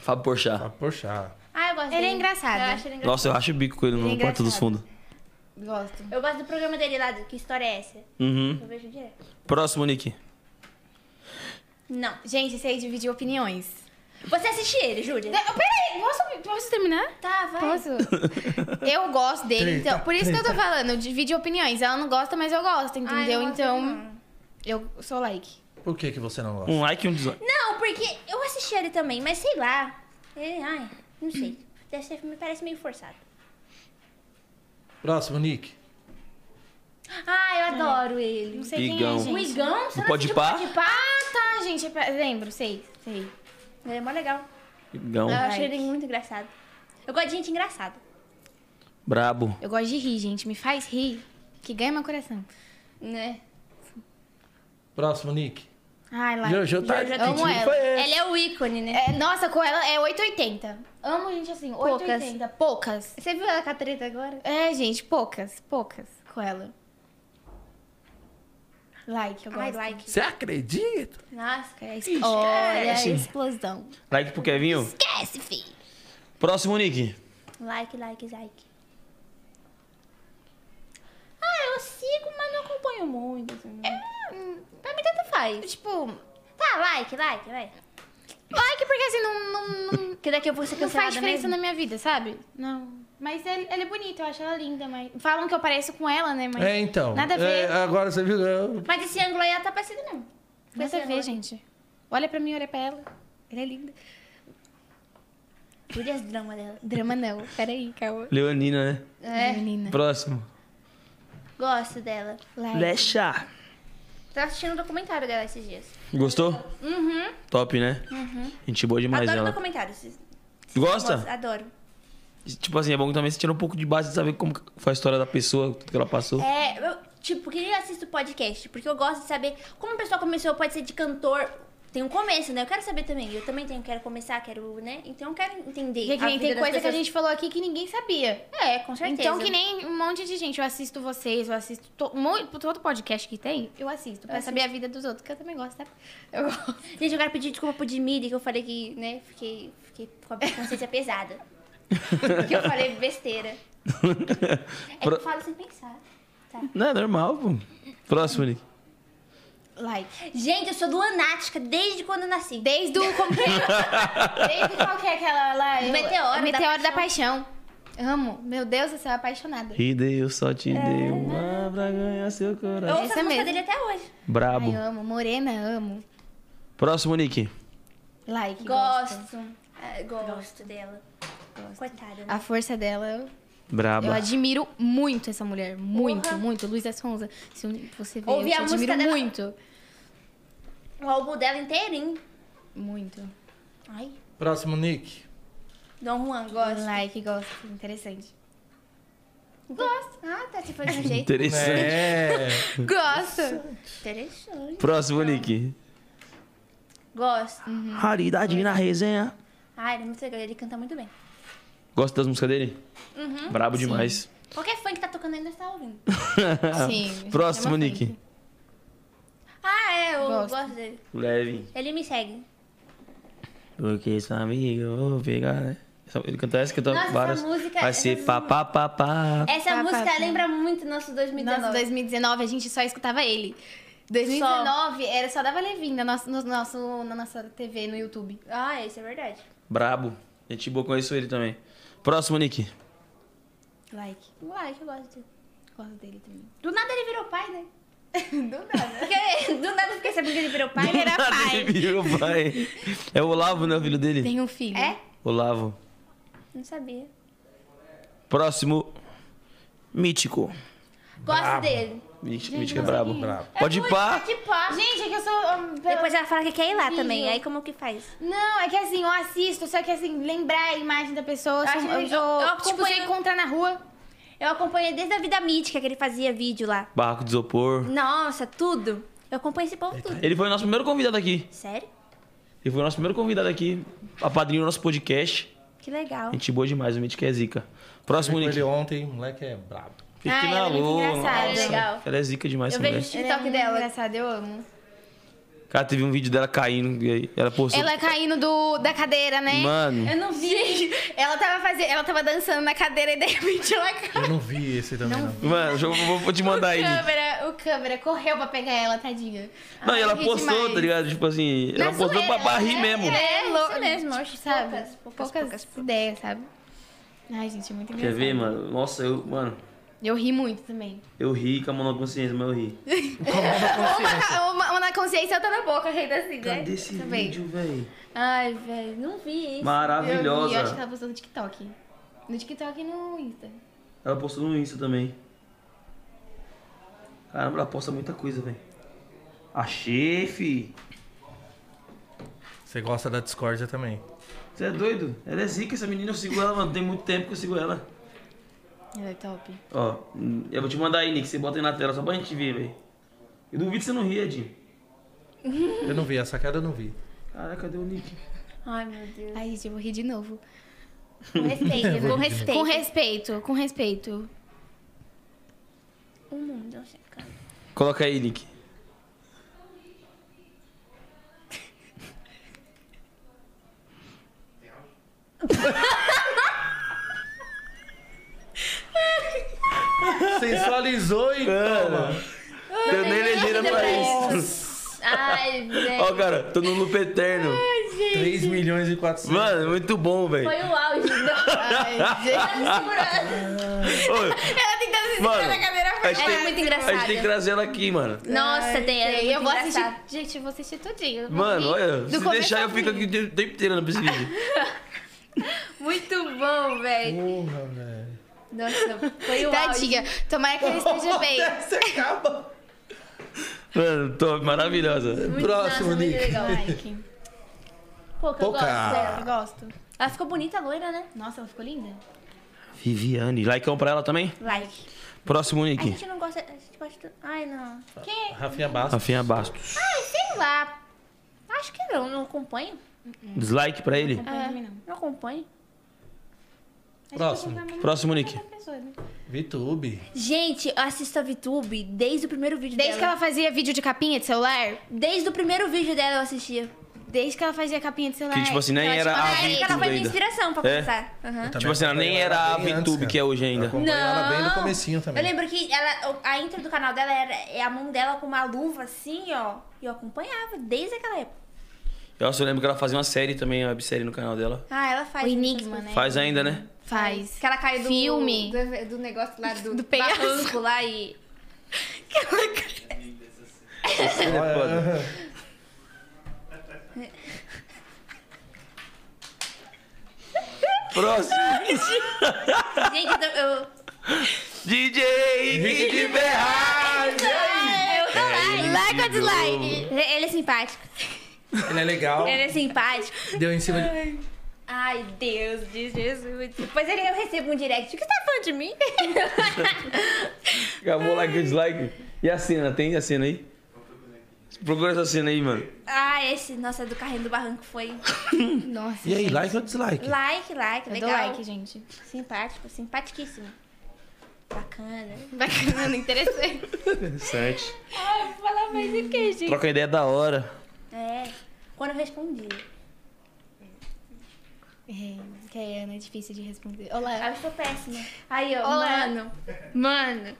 A: Fábio
B: Ah,
A: Porchat.
B: poxa.
D: Ah, eu gosto
F: Ele é
D: dele.
F: engraçado.
D: Eu acho ele engraçado.
A: Nossa, eu racho o bico com ele
F: Ele é
A: no Porta dos
F: engraçado.
A: Fundos.
F: Gosto.
D: Eu gosto do programa dele lá, do Que História é Essa?
A: Uhum.
D: Eu vejo direto.
A: Próximo, Nick.
D: Não.
F: Gente, isso aí divide opiniões.
D: Você assiste ele, Júlia?
F: De- Peraí, posso, posso terminar?
D: Tá, vai.
F: Posso? eu gosto dele,
B: Treta,
F: então. Por isso que eu tô falando, divide opiniões. Ela não gosta, mas eu gosto,
D: Ah,
F: entendeu?
D: não gosto
F: então,
D: dele, não.
F: eu sou like.
B: Por que, que você não gosta?
A: Um like e um dislike.
D: Não, porque eu assisti ele também, mas sei lá. Ele, ai, não sei. Deve ser, me parece meio forçado.
B: Próximo, Nick.
D: Ah, eu adoro ele.
F: Não sei
A: Igão.
F: quem
D: O
F: é, gente.
D: Igão?
A: No
D: Você não assistiu
A: Podpah?
D: o Podpah?
F: Ah, tá, gente. é pra- Lembro, sei, sei.
D: Ele é mó legal.
A: Igão.
D: Eu achei
F: like.
D: ele muito engraçado. Eu gosto de gente engraçada.
A: Brabo.
F: Eu gosto de rir, gente. Me faz rir, que ganha meu coração.
D: Né?
B: Próximo, Nick.
F: Ai, like.
B: Jojo tá
F: Jojo
B: aqui.
F: Amo
B: Que
F: ela.
B: foi esse?
D: Ele é o ícone, né?
F: É, nossa, com ela é 880. Amo gente assim,
D: Poucas.
F: 880. Poucas.
D: Você viu ela com a treta agora?
F: É, gente, poucas, poucas com ela. Like, eu gosto.
D: Ai, like.
B: Você acredita?
D: Nossa,
F: É,
D: cara.
F: es- Olha a explosão.
A: Like pro Kevinho.
F: Esquece, filho.
A: Próximo, Nick.
D: Like, like, like. Ah, eu sigo, mas não acompanho muito. assim. Pra mim tanto faz.
F: Hum, Tipo,
D: Tá, like, like, vai.
F: like porque assim, não, não, não,
D: Porque daqui eu vou ser
F: não
D: cancelada
F: faz diferença
D: mesmo.
F: na minha vida, sabe? Não. Mas ele- ela, é bonita, eu acho ela linda, mas... Falam que eu pareço com ela, né, mas...
B: É, então.
F: Nada a ver,
B: É, agora você viu. né? eu-
D: Mas esse ângulo aí ela tá parecida não. Com esse
F: nada a
D: ângulo
F: é ver,
D: aí.
F: gente. Olha pra mim, olha pra ela. Ela é linda.
D: Olha as dramas dela.
F: Drama não, peraí, calma.
A: Leonina, né?
D: É,
F: Menina.
A: Próximo.
D: gosto dela.
F: Like.
A: Lecha.
D: Tava assistindo o documentário dela esses dias.
A: Gostou?
D: Uhum.
A: Top, né? Gente boa demais
D: Adoro
A: ela.
D: documentários. Gosta?
A: Gosta?
D: Adoro.
A: Tipo assim, é bom também você tirar um pouco de base de saber como que foi a história da pessoa, tudo que ela passou.
D: É, eu, tipo, queria assistir podcast, porque eu gosto de saber como a pessoa começou, pode ser de cantor. Tem um começo, né? Eu quero saber também. Eu também tenho, quero começar, quero, né? Então eu quero entender.
F: Porque que
D: a
F: nem
D: vida
F: tem
D: das
F: coisa que a
D: pessoas.
F: gente falou aqui que ninguém sabia.
D: É, com certeza.
F: Então, que nem um monte de gente. Eu assisto vocês, eu assisto to- um mon- todo podcast que tem, eu assisto. Pra saber a vida dos outros, que eu também gosto, tá? Eu gosto.
D: Gente, eu quero pedir desculpa pro Dimiri, que eu falei que, né, fiquei, fiquei com a consciência pesada. que eu falei besteira. É que eu
A: Pro-
D: falo sem pensar.
A: Não, é normal, pô. Próximo, Nick.
F: Like.
D: Gente, eu sou luanática desde quando eu nasci.
F: Desde o. Como que é? Desde qual que é aquela lá? Eu-
D: Meteoro da
F: Meteoro da Paixão. Amo. Meu Deus, eu sou apaixonada.
A: E Deus só te deu uma pra ganhar seu
D: Eu
A: coração.
D: ouço
F: Essa
D: a música
F: mesmo.
D: dele até hoje.
A: Brabo.
F: Ai, amo. Morena, amo.
A: Próximo, Nick.
F: Like.
D: Gosto. É, gosto, dela. Coitada. né?
F: A força dela, eu, eu
A: Braba.
F: admiro muito essa mulher. Muito,
D: Porra.
F: muito. Luísa Sonza, se um- você vê,
D: Ouvi
F: eu te
D: a música
F: admiro
D: dela.
F: muito.
D: O álbum dela inteirinho.
F: Muito.
D: Ai,
B: Próximo, Nick.
D: Dom Juan, gosto.
F: Like, gosto. Interessante. Gosto. Ah, tá. Você foi de um jeito.
A: Interessante. É.
B: É.
F: Gosto.
D: Interessante.
A: Próximo, Nick.
D: Gosto.
A: Raridade na resenha.
D: Ah, ele é muito legal, ele canta muito bem.
A: Gosta das músicas dele? Brabo demais.
D: Qualquer fã que tá tocando aí, nós tá ouvindo.
F: Sim.
A: Próximo,
F: Chama
A: Nick.
F: funk.
D: Ah, é, eu
F: Gosto.
D: gosto, dele.
A: Leve.
D: Ele me segue.
A: Porque seu amigo, eu vou pegar, né? Essa- Ele canta essa, canta
D: Nossa, essa
A: várias.
D: música-
A: Vai
D: essa
A: ser
D: música- É
A: pá, pá, pá, pá.
D: Essa
F: Tá,
D: música
F: tá, tá.
D: lembra muito nosso 2019.
F: Nossa, 2019 a gente só escutava ele. 2019 era só dava Levin na nossa, no nosso, na nossa TV, no YouTube.
D: Ah, isso é verdade.
A: Brabo. Gente boa, conheço ele também. Próximo, Nick.
F: Like.
D: Uai, que eu gosto dele.
F: Gosto dele também.
D: Do nada ele virou pai, né?
F: Do nada.
D: Porque do nada eu fiquei sabendo que ele virou pai. né? Ele era
A: Nada,
D: pai.
A: ele virou pai. É o Olavo, né? O filho dele?
F: Tem um filho.
D: É?
A: Olavo.
D: Não sabia.
A: Próximo. Mítico.
D: Gosto dele.
A: Mít- Mítico é brabo.
B: Brabo.
A: Pode ir pá.
F: Que pá. Gente, é que eu sou. um, pela-
D: Depois ela fala que quer ir lá
F: Filho.
D: também. Aí como que faz?
F: Não, é que assim, eu assisto, só que assim, lembrar a imagem da pessoa.
D: Eu
F: assim,
D: acho-
F: eu,
D: eu-
F: eu,
D: eu
F: tipo, se eu
D: acompanho-
F: encontrar na rua.
D: Eu acompanhei desde a vida mítica que ele fazia vídeo lá.
A: Barraco de isopor.
D: Nossa, tudo. Eu acompanho esse povo tudo.
A: Ele foi o nosso primeiro convidado aqui.
D: Sério?
A: Ele foi o nosso primeiro convidado aqui. Apadrinhou o nosso podcast.
D: Que legal.
A: Gente boa demais, o Mítico é zica. Próximo,
B: Com
A: Nick.
B: ele ontem, o moleque é brabo.
A: Fique
D: Ah, ela é muito engraçada,
A: nossa.
D: legal.
A: Ela é zica demais
D: Eu
A: essa
D: vejo
A: mulher.
D: os TikTok
F: dela.
D: dela.
F: Engraçado, eu amo.
A: Cara, teve um vídeo dela caindo. e aí Ela postou.
D: é
F: Ela caindo do, da cadeira, né?
A: Mano,
D: Eu não vi.
F: Ela tava fazendo. Ela tava dançando na cadeira e de repente ela caiu.
B: Eu não vi esse também, não.
A: mano, eu vou, vou te mandar aí.
D: é
F: O
A: Nick.
F: câmera, o câmera correu pra pegar ela, tadinha.
A: Não, e
F: Ai,
A: ela
F: eu ri
A: postou,
F: demais.
A: tá ligado? Tipo assim, ela
F: Na
A: postou pra,
F: zoeira,
A: pra rir
F: é,
A: mesmo.
F: É,
D: É,
F: louco,
D: isso mesmo, eu acho
F: sabe?
D: poucas,
F: Poucas,
D: poucas, poucas.
F: ideias, sabe? Ai, gente, é muito engraçado.
A: Quer ver, mano? Nossa, eu, mano,
F: Eu ri muito também.
A: eu ri com a mão na consciência, mas eu ri.
F: Uma, uma- uma na consciência e outra na boca, rindo assim, né?
A: Cadê esse
F: Também.
A: vídeo, velho?
D: Ai, velho, não vi isso.
F: Eu, vi, eu acho que
A: Maravilhosa.
F: ela postou no TikTok. No TikTok e no Insta.
A: Ela postou no Insta também. Caramba, ela posta muita coisa, velho. Achei, fi.
B: Você gosta da discórdia também.
A: Você é doido? Ela é zica, essa menina. Eu sigo ela, mano. Tem muito tempo que eu sigo ela.
F: Ela é top.
A: Ó, hum, eu vou te mandar aí, Nick. Você bota aí na tela só pra gente ver, velho. Eu duvido que você não ria, Edinho.
B: Eu não vi, essa cara eu não vi.
A: Caraca, cadê o Nick?
D: Ai, meu Deus.
F: Ai, gente, eu vou rir de novo.
D: Com respeito, com respeito.
F: É, Com respeito, com respeito.
D: O mundo, não sei, cara.
A: Coloca aí, Nick.
B: Sensualizou e
A: É.
B: toma.
A: Eu nem legenda pra isso.
D: Ai, velho.
A: Ó, cara, tô no loop eterno.
B: 3 milhões e 400.
A: Mano, é muito bom, velho.
D: Foi o auge. né? tá Não.
F: Ai, gente.
A: Ô,
D: tá
F: ela tentando se
A: Mano,
F: segurar na cadeira
A: a gente
D: Ela
A: tem-
D: é muito
A: a gente
D: engraçada.
A: tem que trazer ela aqui, mano.
D: Nossa, tem ela. é
F: Eu
D: muito
F: vou
D: engraçada.
F: assistir. Gente, eu vou assistir tudinho. Eu vou
A: Mano,
F: rir
A: olha,
F: do
A: se
F: começo
A: deixar eu
F: ao
A: fico
F: fim.
A: aqui o dia- o tempo inteiro olhando pra esse vídeo.
D: Muito bom, velho.
B: Porra, velho.
D: Nossa, foi o auge.
F: Tadinha, tomara que ela esteja bem.
B: Você acaba.
A: Mano, top, maravilhosa.
D: Muito,
B: Próximo,
D: nossa,
B: Nick.
D: Muito legal.
F: Like.
D: Pô, que eu
B: Pouca.
D: gosto dela.
F: Eu gosto.
D: Ela ficou bonita, loira, né?
F: Nossa, ela ficou linda.
A: Viviane, likeão pra ela também?
D: Like.
A: Próximo,
D: A
A: Nick.
D: gente não gosta... A gente gosta... Ai, não.
F: Quem é?
B: Rafinha Bastos.
A: Rafinha Bastos.
D: Ai, sei lá. Acho que não. Não acompanho.
A: Dislike pra ele.
F: Acompanha também não.
D: Não acompanho.
B: Próximo.
A: Próximo, Nick.
F: Pessoa, né?
B: VTube.
D: Gente, eu assisto a VTube desde o primeiro vídeo
F: Desde que
D: dela.
F: ela fazia vídeo de capinha de celular,
D: Desde o primeiro vídeo dela eu assistia.
F: desde que ela fazia capinha de celular.
A: Que, tipo assim, nem
F: ela
A: era
B: Ah,
F: tinha
A: a
F: uma-
A: Vi-
D: Aí que ela
A: VTube
D: foi minha
A: ainda.
D: inspiração pra
A: É?
D: começar. Aham.
A: Tipo assim, ela nem era a VTube que é hoje ainda.
B: Não. Ela bem no comecinho também.
D: Eu lembro que ela, a intro do canal dela era é a mão dela com uma luva assim, ó. E eu acompanhava desde aquela época.
A: Eu só lembro que ela fazia uma série também, uma websérie no canal dela.
D: Ah, ela faz.
F: O
D: essas
F: Enigma,
D: coisas.
F: né?
A: Faz ainda, né?
F: Faz.
D: Que ela caiu do
F: Filme.
D: Do, do negócio lá do,
F: Do penhasco.
D: barranco lá e.
F: Que ela cai-
A: É foda. Próximo.
D: Gente, eu. eu-
A: DJ Nick Ferraz.
D: Ah,
B: É
D: eu tô lá.
F: Like ou dislike?
D: Ele ele é simpático.
B: Ele é legal.
D: Ele é simpático.
B: Deu em cima de...
D: Ai, Deus de Jesus. Depois eu recebo um direct. O que você tá falando de mim?
A: Acabou o like e dislike. E a cena? Tem a cena aí? Procura essa cena aí, mano.
D: ah, esse, nossa, do carrinho do barranco foi.
F: Nossa.
B: E aí, like ou dislike?
D: Like, like,
F: Eu
D: legal.
F: dou like, gente.
D: Simpático, simpaticíssimo. Bacana.
F: Bacana, interessante.
A: Interessante.
D: Ai, vou falar mais o que, gente?
A: Troca ideia da hora.
D: É, quando eu respondi.
F: É, que é, né, difícil de responder. Olá.
D: Ah, eu sou péssima. Aí, ó,
F: Olá.
D: mano. Mano.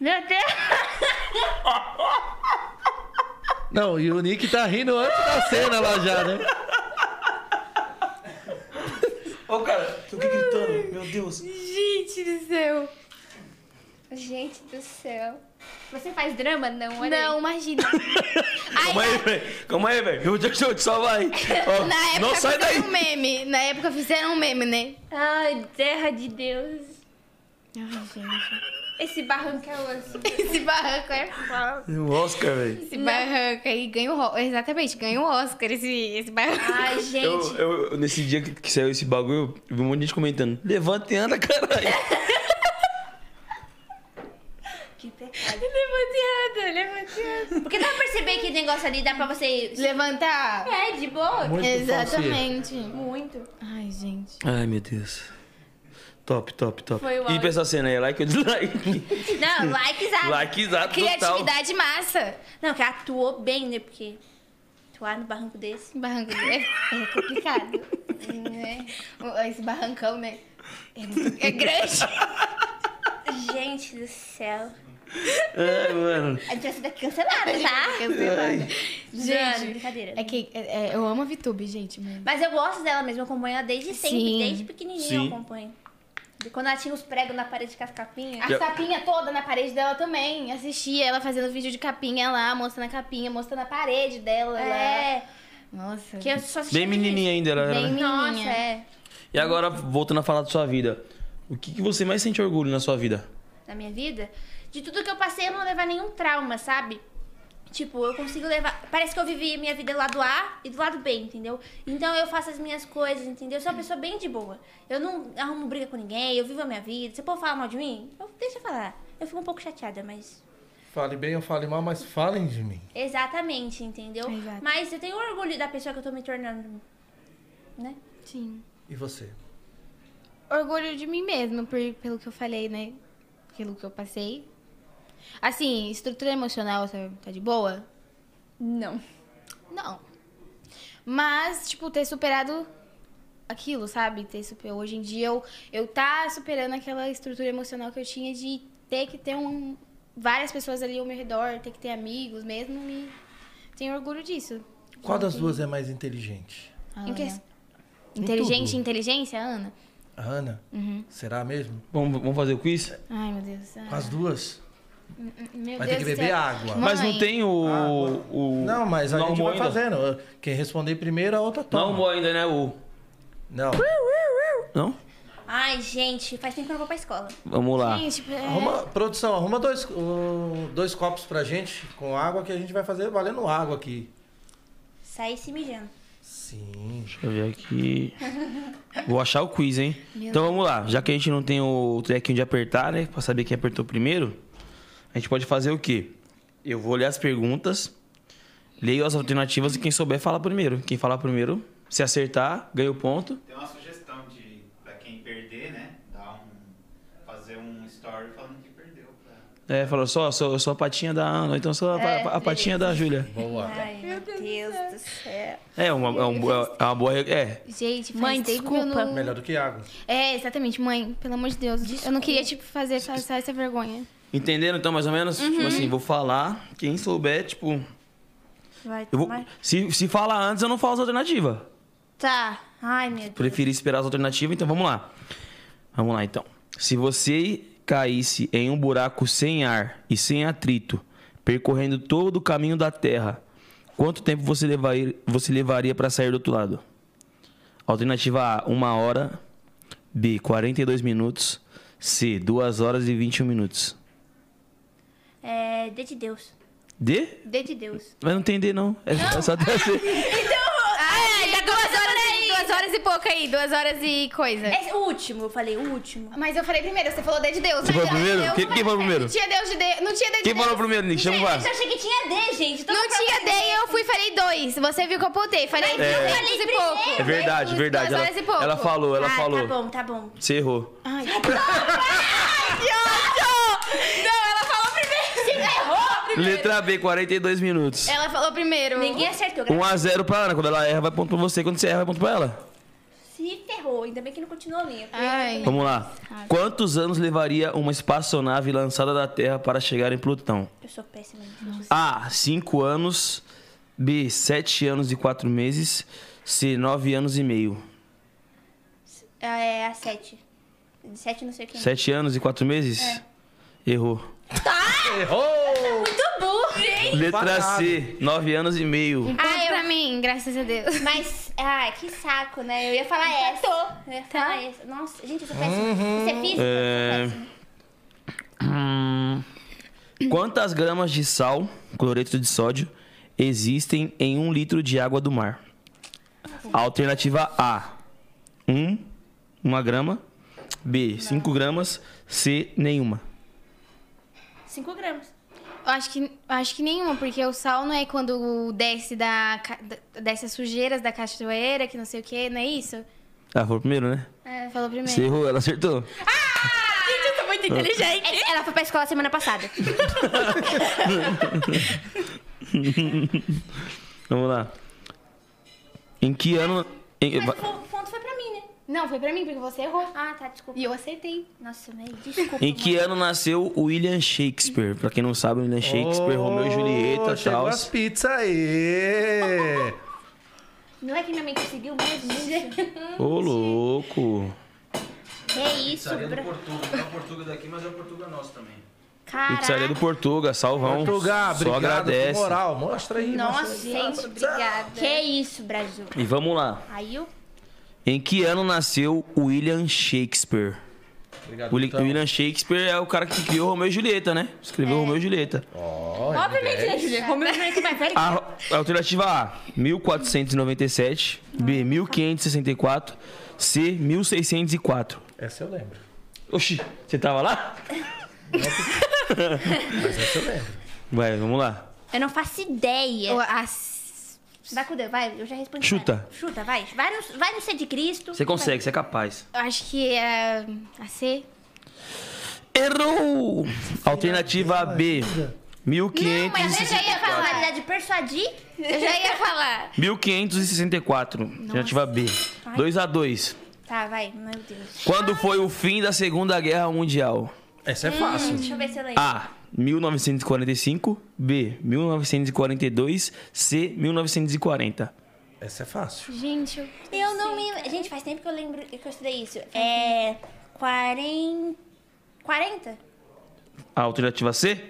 D: Meu Deus.
B: Não, e o Nick tá rindo antes da cena lá já, né?
A: Ô, cara, tô aqui gritando. Meu Deus.
F: Gente do céu.
D: Gente do céu. Você faz drama? Não, olha
F: Não, imagina.
A: Calma aí, velho. Calma aí, velho. Eu te, eu te salvar aí. Ó,
F: Na época
A: não sai daí.
F: fizeram um meme. Na época fizeram um meme, né?
D: aí. Ai, terra de Deus.
F: Ai, gente.
D: Esse barranco é osso.
F: Esse barranco é foda.
A: O Oscar, velho.
F: Esse barranco aí ganha o Oscar. Exatamente, ganha o Oscar esse, esse barranco.
D: Ai, gente.
A: Eu, eu- nesse dia que, que saiu esse bagulho, eu vi um monte de gente comentando. Levanta e anda, caralho.
D: Que pecado.
F: Levanteada, levanteada.
D: Porque dá pra perceber que o negócio ali dá pra você...
F: Levantar.
D: É, de boa.
B: Muito
F: Exatamente.
D: Muito.
F: Ai, gente.
A: Ai, meu Deus. Top, top, top.
D: Foi o
A: e
D: auge.
A: pra essa cena aí, like ou dislike?
D: Não, like, sabe?
A: like, exato, total.
F: Ah, Criatividade massa.
D: Não, que ela atuou bem, né? Porque atuar no barranco desse.
F: Barranco é, é complicado, né? O- Esse barrancão, né? É, muito- é grande.
D: Gente do céu.
A: Ai, É, mano.
D: A gente vai ser daqui cancelada, tá? Gente,
F: Gente,
D: brincadeira.
F: é que é- é, eu amo a VTube, gente, mano.
D: Mas eu gosto dela mesmo, eu acompanho ela desde sempre,
F: Sim.
D: desde pequenininha
A: Sim.
D: eu acompanho. De quando ela tinha os pregos na parede com as capinhas.
F: A
A: Já-
F: capinha toda na parede dela também. Assistia ela fazendo vídeo de capinha lá, mostrando a capinha, mostrando a parede dela lá.
D: É,
F: Nossa.
D: que eu só assistia
A: Bem
D: muito
A: menininha ainda ela era,
F: Bem
A: né?
D: isso. Nossa,
F: Menininha.
D: é.
A: E agora, voltando a falar da sua vida. O que, que você mais sente orgulho na sua vida?
D: Na minha vida, de tudo que eu passei, eu não levar nenhum trauma, sabe? Tipo, eu consigo levar. Parece que eu vivi a minha vida do lado A e do lado B, entendeu? Então eu faço as minhas coisas, entendeu? Eu sou uma pessoa bem de boa. Eu não arrumo briga com ninguém, eu vivo a minha vida. Se o povo falar mal de mim, eu, deixa eu falar. Eu fico um pouco chateada, mas
B: Fale bem ou fale mal, mas falem de mim.
D: Exatamente, entendeu?
F: Exato.
D: Mas eu tenho orgulho da pessoa que eu tô me tornando. Né?
F: Sim.
B: E você?
F: orgulho de mim mesma, por, pelo que eu falei, né? Pelo que eu passei. Assim, estrutura emocional tá, tá de boa?
D: Não.
F: Não. Mas, tipo, ter superado aquilo, sabe? Ter super... Hoje em dia eu, eu tá superando aquela estrutura emocional que eu tinha de ter que ter um... várias pessoas ali ao meu redor, ter que ter amigos mesmo e tenho orgulho disso.
B: Qual das duas é mais inteligente?
F: Ana.
D: Em que-
F: Inteligente
B: tudo.
F: e inteligência, Ana?
B: A Ana?
F: Uhum.
B: Será mesmo?
A: Vamos, vamos fazer o quiz?
F: Ai, meu Deus. Ah,
B: Com as duas?
F: meu
B: Vai
F: Deus
B: ter que
F: do
B: beber
F: céu.
B: água.
F: Mãe.
A: Mas não tem o.
B: Ah,
A: o
B: Não, mas a
A: não
B: gente
A: arrumou
B: vai
A: ainda.
B: fazendo. Quem responder primeiro, a outra
A: Não
B: toma.
A: arrumou ainda, né? O.
B: Não.
A: Não?
D: Ai, gente, faz tempo que eu não vou pra escola.
A: Vamos lá.
F: Gente, tipo, é-
B: Arruma, produção, arruma dois, o- dois copos pra gente com água que a gente vai fazer valendo água aqui.
D: Saí se mijando.
B: Sim.
A: Deixa eu ver aqui. Vou achar o quiz, hein? então vamos lá. Já que a gente não tem o trequinho de apertar, né? Pra saber quem apertou primeiro, a gente pode fazer o quê? Eu vou olhar as perguntas, leio as alternativas e quem souber fala primeiro. Quem falar primeiro, se acertar, ganha o ponto.
G: Tem uma sugestão de pra quem perder, né? Dar um. fazer um story falando que perdeu. Pra...
A: É, falou só, sou, eu sou a patinha da Ana, ou então sou a, pa-
D: É,
A: a patinha da Júlia.
B: Boa.
D: Ai, meu Deus, do céu.
A: É uma, é um- é uma boa. É,
F: Gente, faz
D: Mãe,
F: tempo que eu
D: desculpa.
F: não-
B: Melhor do que água.
F: É, exatamente, mãe, pelo amor de Deus. Eu não queria, tipo, fazer passar essa vergonha.
A: Entenderam então, mais ou menos? Tipo assim, vou falar. Quem souber, tipo.
D: Vai
A: Eu vou,
D: tomar.
A: se, se falar antes, eu não falo as alternativas.
D: Tá. Ai, meu Deus.
A: Preferi esperar as alternativas, então vamos lá. Vamos lá então. Se você caísse em um buraco sem ar e sem atrito, percorrendo todo o caminho da Terra, quanto tempo você levaria, você levaria para sair do outro lado? Alternativa A, 1 hora. B, 42 minutos. C, 2 horas e 21 minutos.
D: É, dê de Deus.
A: D?
D: Dê de Deus. Então,
A: Mas não tem D, não. É, é só até C.
D: Ai, já duas horas
F: horas e pouco aí, duas horas e coisa.
D: Esse, É o último, eu falei, o último.
F: É, Mas eu falei primeiro, você falou dedo de Deus.
A: Você
F: né? Aí
A: falou
F: Deus-
A: primeiro?
F: Deus-
A: Quem- quem falou primeiro?
F: É, Não tinha Deus de Deus. Não tinha Deus de
A: Quem
F: Deus.
A: falou primeiro, Nick? Chama o VAR.
D: Mas eu achei que tinha D, gente. então
F: Não
D: tá
F: tinha
D: falando
F: D, eu fui e falei dois. Você viu que eu apontei. Falei
D: Mas
F: duas
D: eu
F: horas
D: falei
F: e
D: primeiro.
F: pouco.
D: É
A: É verdade,
F: Duas
A: verdade. Ela,
F: horas e pouco.
A: ela falou, ela
D: ah,
A: falou.
D: tá bom, tá bom.
A: Você errou.
F: Ai, que ódio! Não, ela falou primeiro.
D: Errou!
A: Letra B, 42 minutos.
F: Ela falou primeiro.
D: Ninguém acertou. gra-
A: 1x0 pra Ana. Quando ela erra, vai ponto pra você. Quando você erra, vai ponto pra ela.
D: Se ferrou. Ainda bem que não continuou a linha.
F: Ai.
A: Vamos lá. Quantos anos levaria uma espaçonave lançada da Terra para chegar em Plutão?
D: Eu sou péssima.
A: A. 5 anos. B. 7 anos e 4 meses. C. 9 anos e meio.
D: Ah, É a 7. De 7 não sei quem.
A: 7 anos e 4 meses?
D: É.
A: Errou.
B: Errou!
D: Muito burro, gente.
A: Letra
B: Empatado.
A: C. 9 anos e meio.
F: Ponto
D: Ah, eu-
F: pra mim, graças a Deus.
D: Mas, ai, que saco, né? Eu ia falar essa. Eu ia falar essa. Nossa, gente, eu sou péssima. Isso é física?
A: É.
D: Eu sou péssima.
A: Hum. Quantas gramas de sal, cloreto de sódio, existem em um litro de água do mar? Alternativa A: 1, 1 grama. B: 5 gramas. C: nenhuma.
D: 5 gramas.
F: Eu acho que, eu acho que nenhuma, porque o sal não é quando desce da, ca- da- desce as sujeiras da cachoeira, que não sei o que, não é isso?
A: Ah, foi o primeiro, né?
F: É, falou primeiro.
A: Você errou, ela acertou.
D: Gente, eu sou muito
F: É,
D: inteligente. Ela foi pra escola semana passada.
A: Vamos lá. Em que ano. em-
D: Mas o fo- ponto foi pra mim, né?
F: Não, foi pra mim, porque você errou.
D: Ah, tá, desculpa.
F: E eu acertei.
D: Nossa, mas desculpa.
A: Em que ano nasceu o William Shakespeare? Pra quem não sabe, o William Shakespeare, Romeu e Julieta,
B: Chegou assim.
A: tal.
B: as pizzas aí.
D: Não é que minha mãe conseguiu mesmo?
A: Ô, louco.
D: é isso, bro.
H: Portuga. É o Portuga daqui, mas é o Portuga nosso também.
A: Pizzaria do
D: Caraca.
A: Portuga, salvão.
B: Portugal,
A: Só
B: obrigado.
A: agradece.
B: Moral, mostra aí.
F: Nossa,
B: mostra aí.
F: gente, obrigada.
D: Que isso, Brasil.
A: E vamos lá.
D: Aí eu...
A: Em que ano nasceu William Shakespeare?
B: Obrigado,
A: Willi-
B: então.
A: William Shakespeare é o cara que criou Romeu e Julieta, né? Escreveu Romeu e Julieta.
D: Obviamente, né, Julia?
E: é
D: Romeu e Julieta mais velho.
A: A a alternativa A, 1497. B, 1564. C, 1604.
B: Essa eu lembro.
A: Oxi, você tava lá?
B: Essa eu lembro.
A: Vai, vamos lá.
D: Eu não faço ideia.
F: Ou as-
D: Vai com Deus, vai. Eu já respondi.
A: Chuta.
D: vai. Chuta, vai. Vai no, vai no ser de Cristo.
A: Você consegue, você é capaz.
F: Eu acho que é a C.
A: Errou! Alternativa B, 1500
F: eu já ia falar.
D: Qualidade de persuadir.
F: Eu já ia falar.
A: 1564. Alternativa B. 2 a 2
D: Tá, vai. Meu Deus.
A: Quando foi o fim da Segunda Guerra Mundial?
B: Essa é fácil.
F: Hum.
D: Deixa eu ver se eu lembro.
A: A. 1945. B. 1942. C. 1940.
B: Essa é fácil.
F: Gente, eu...
D: Eu não me. Gente, faz tempo que eu lembro que eu estudei isso. É. 40. 40?
A: A alternativa C?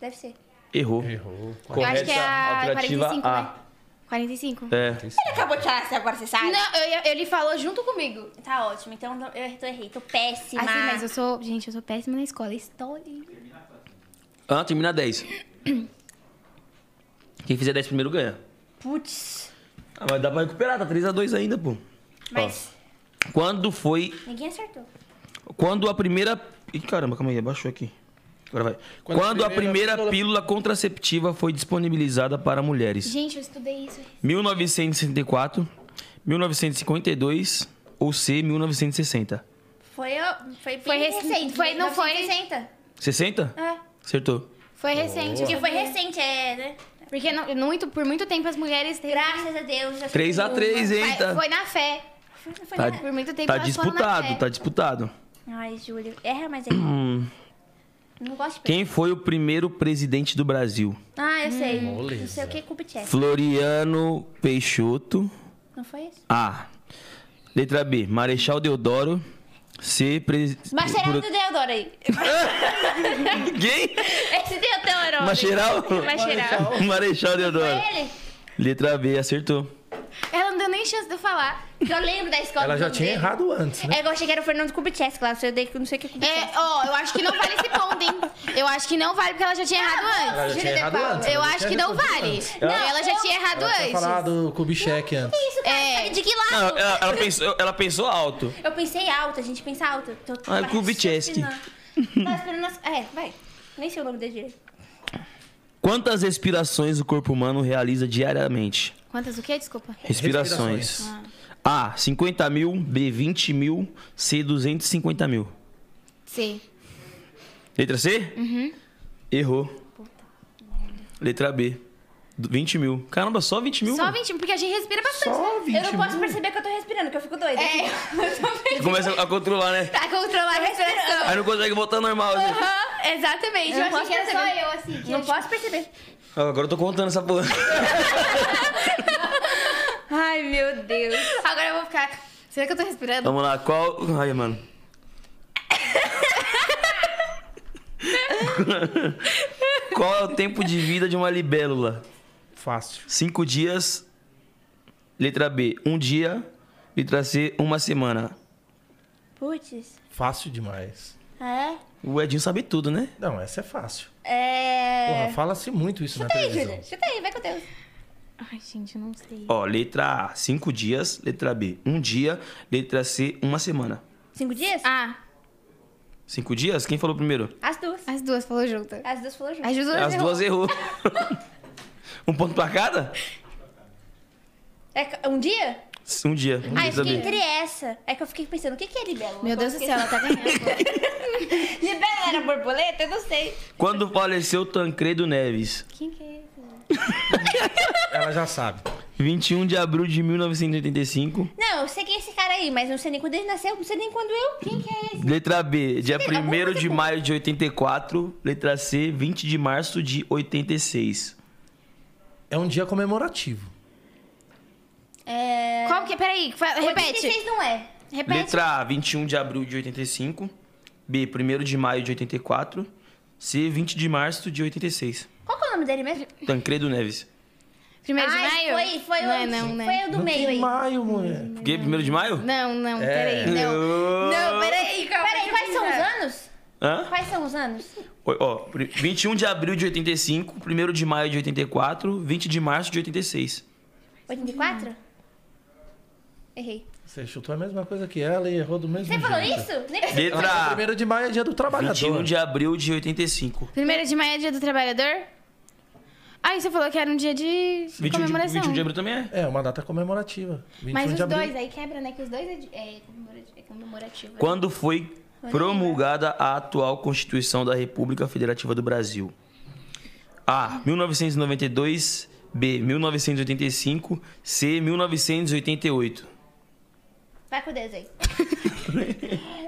D: Deve ser.
A: Errou.
B: Errou.
F: eu acho que é a
A: alternativa
F: 45,
A: A.
F: né? 45.
A: É.
D: Ele acabou de falar, agora você sabe?
F: Não, eu ia- ele falou junto comigo.
D: Tá ótimo, então não- eu tô errei. Tô péssima.
F: Assim, mas eu sou... Gente, eu sou péssima na escola. História.
A: Ah, termina 10. Quem fizer 10 primeiro ganha.
D: Putz.
A: Ah, mas dá pra recuperar, tá 3x2 ainda, pô.
D: Mas
A: Ó, quando foi.
D: ninguém acertou.
A: Quando a primeira. Ih, caramba, calma aí, abaixou aqui. Agora vai. Quando, a primeira pílula... contraceptiva foi disponibilizada para mulheres?
F: Gente, eu estudei isso.
A: 1964, 1952 ou C, 1960?
D: Foi, eu- foi, bem
F: Foi rec-
D: recente.
F: foi- não foi-
D: 1960.
A: 60?
D: É.
A: Acertou.
F: Foi recente.
D: Porque foi recente, é, né?
F: Porque não- muito, por muito tempo as mulheres...
D: Graças a Deus. já
A: 3 a
D: foi
A: 3 hein?
F: Mas
A: Tá,
F: Foi na fé.
D: uma. Foi
A: tá,
D: na-
F: Por muito tempo
A: tá
F: elas foram na fé.
A: disputado, tá disputado.
D: Ai, Júlio. Erra mais aí.
A: Hum,
D: Não gosto de
A: quem foi o primeiro presidente do Brasil?
D: Ah, eu sei. Não
B: Hum. moleza.
D: sei o que é Kubitschek.
A: Floriano Peixoto.
D: Não foi isso?
A: A. Letra B, Marechal Deodoro. C, presidente.
D: Marceral do Deodoro aí.
A: Quem?
D: Esse Deodoro.
A: Marechal?
D: Marceral.
A: Marechal Deodoro.
D: Ele?
A: Letra B, acertou.
F: Ela não deu nem chance de eu falar. Que eu lembro da escola.
B: Ela
F: do
B: já
F: nome
B: tinha
F: dele.
B: errado antes, né?
D: É, eu achei que era o Fernando Kubitschek lá, eu dei que não sei o que é Kubitschek.
F: É, ó, eu acho que não vale esse ponto, hein? Eu acho que não vale porque ela já tinha errado antes.
B: Ela já tinha errado antes.
F: Eu
B: ela já
F: acho
B: tinha
F: que não
B: respondido
F: vale.
B: antes.
F: Não, ela já tinha
D: Tá
F: errado
B: Ela tinha
F: antes.
B: falado Kubitschek antes.
D: Isso, cara,
F: É.
D: sabe de que lado?
A: Não, ela, ela pensou, ela pensou alto.
D: Eu pensei alto, a gente pensa alto. Tô, tô
A: Ah, Kubitschek.
D: Tá esperando as... É, vai. Nem sei o nome dele direito.
A: Quantas respirações o corpo humano realiza diariamente?
F: Quantas o quê? Desculpa.
A: Respirações. A, 50 mil. B, 20 mil. C, 250 mil.
F: Sim.
A: Letra C? Errou. Letra B, 20 mil. Caramba, só 20 mil?
F: Só
A: mano?
F: 20, porque a gente respira bastante.
B: Só
D: Eu
B: 20
D: não
B: mil.
D: posso perceber que eu tô respirando, que eu fico doida.
F: É,
A: Você Começa a controlar, né?
F: pra controlar a respiração.
A: Aí não consegue voltar normal. assim.
D: Aham, exatamente.
F: Eu,
D: Eu,
F: achei
D: posso
F: que era só
D: perceber.
F: eu, assim. que
D: Não
F: eu-
D: posso perceber.
A: Ah, Agora eu tô contando essa porra.
D: Ai, meu Deus.
F: Agora eu vou ficar... Será que eu tô respirando?
A: Vamos lá, qual. Ai, mano. qual é o tempo de vida de uma libélula?
B: Fácil.
A: Cinco dias. Letra B, um dia. Letra C, uma semana.
D: Putz.
B: Fácil demais.
D: É?
A: O Edinho sabe tudo, né?
B: Não, essa é fácil.
D: É...
B: Porra, fala-se muito isso na
D: Chuta aí,
B: televisão.
D: Júlia. Chuta aí, vai com Deus.
F: Ai, gente, eu não sei.
A: Ó, letra A, cinco dias. Letra B, um dia. Letra C, uma semana.
D: Cinco dias?
F: Ah,
A: Cinco dias? Quem falou primeiro?
D: As duas.
F: as duas falou junto.
D: As duas falou junto.
F: As duas
A: As
F: errou.
A: duas errou. um ponto pra cada?
D: É ca- um dia?
A: Um dia. Um dia
D: Ah, eu fiquei
A: também.
D: entre essa. É que eu fiquei pensando, o que que é libélula?
F: Meu Deus do céu, ela tá ganhando.
D: Libélula era borboleta? Eu não sei.
A: Quando faleceu Tancredo Neves?
F: Quem que é esse?
B: Ela já sabe.
A: 21 de abril de 1985.
D: Não, eu sei quem é esse cara aí, mas não sei nem quando ele nasceu, não sei nem quando eu. Quem que é esse?
A: Letra B, dia
D: alguma
A: 1
D: coisa
A: de
F: assim.
D: com-
A: maio de 84. Letra C, 20 de março de 86.
B: É um dia comemorativo.
D: É...
F: Qual que é? Peraí, fa- repete.
D: 86 não é.
F: Repete.
A: Letra A, 21 de abril de 85. B, 1 de maio de 84. C, 20 de março de 86.
D: Qual que é o nome dele mesmo?
A: Tancredo Neves.
F: Primeiro de
D: Ai,
F: maio?
D: Foi, foi,
F: não, é
D: o,
F: não, né?
D: foi o do
B: não
D: meio então.
B: tem
D: aí.
B: maio, mulher.
A: Porque 1 de maio?
F: Não, não,
B: É.
F: peraí. Não. Não, peraí, calma.
D: Peraí,
F: deixa eu
D: quais são os
F: pensar.
D: anos?
A: Hã?
D: Quais são os anos?
A: Ó, ó, pri- 21 de abril de 85, 1 de maio de 84, 20 de março de 86.
D: 84? Errei.
B: Você chutou a mesma coisa que ela e errou do mesmo
D: Você
B: jeito.
D: falou isso? Nem percebi.
A: Letra A,
B: Primeiro de maio é dia do trabalhador.
A: 21 de abril de 85.
F: Primeiro de maio é dia do trabalhador? Aí você falou que era um dia de
A: 21 de,
F: comemoração.
A: 21 de abril também é.
B: É, uma data comemorativa. 21
F: Mas
B: de
F: os
B: um abril.
F: dois, aí quebra, né? Que os dois é, de- é comemorati- é comemorativo.
A: Quando foi
F: né?
A: promulgada a atual Constituição da República Federativa do Brasil? A. 1992. B. 1985. C. 1988.
D: Vai com Deus aí.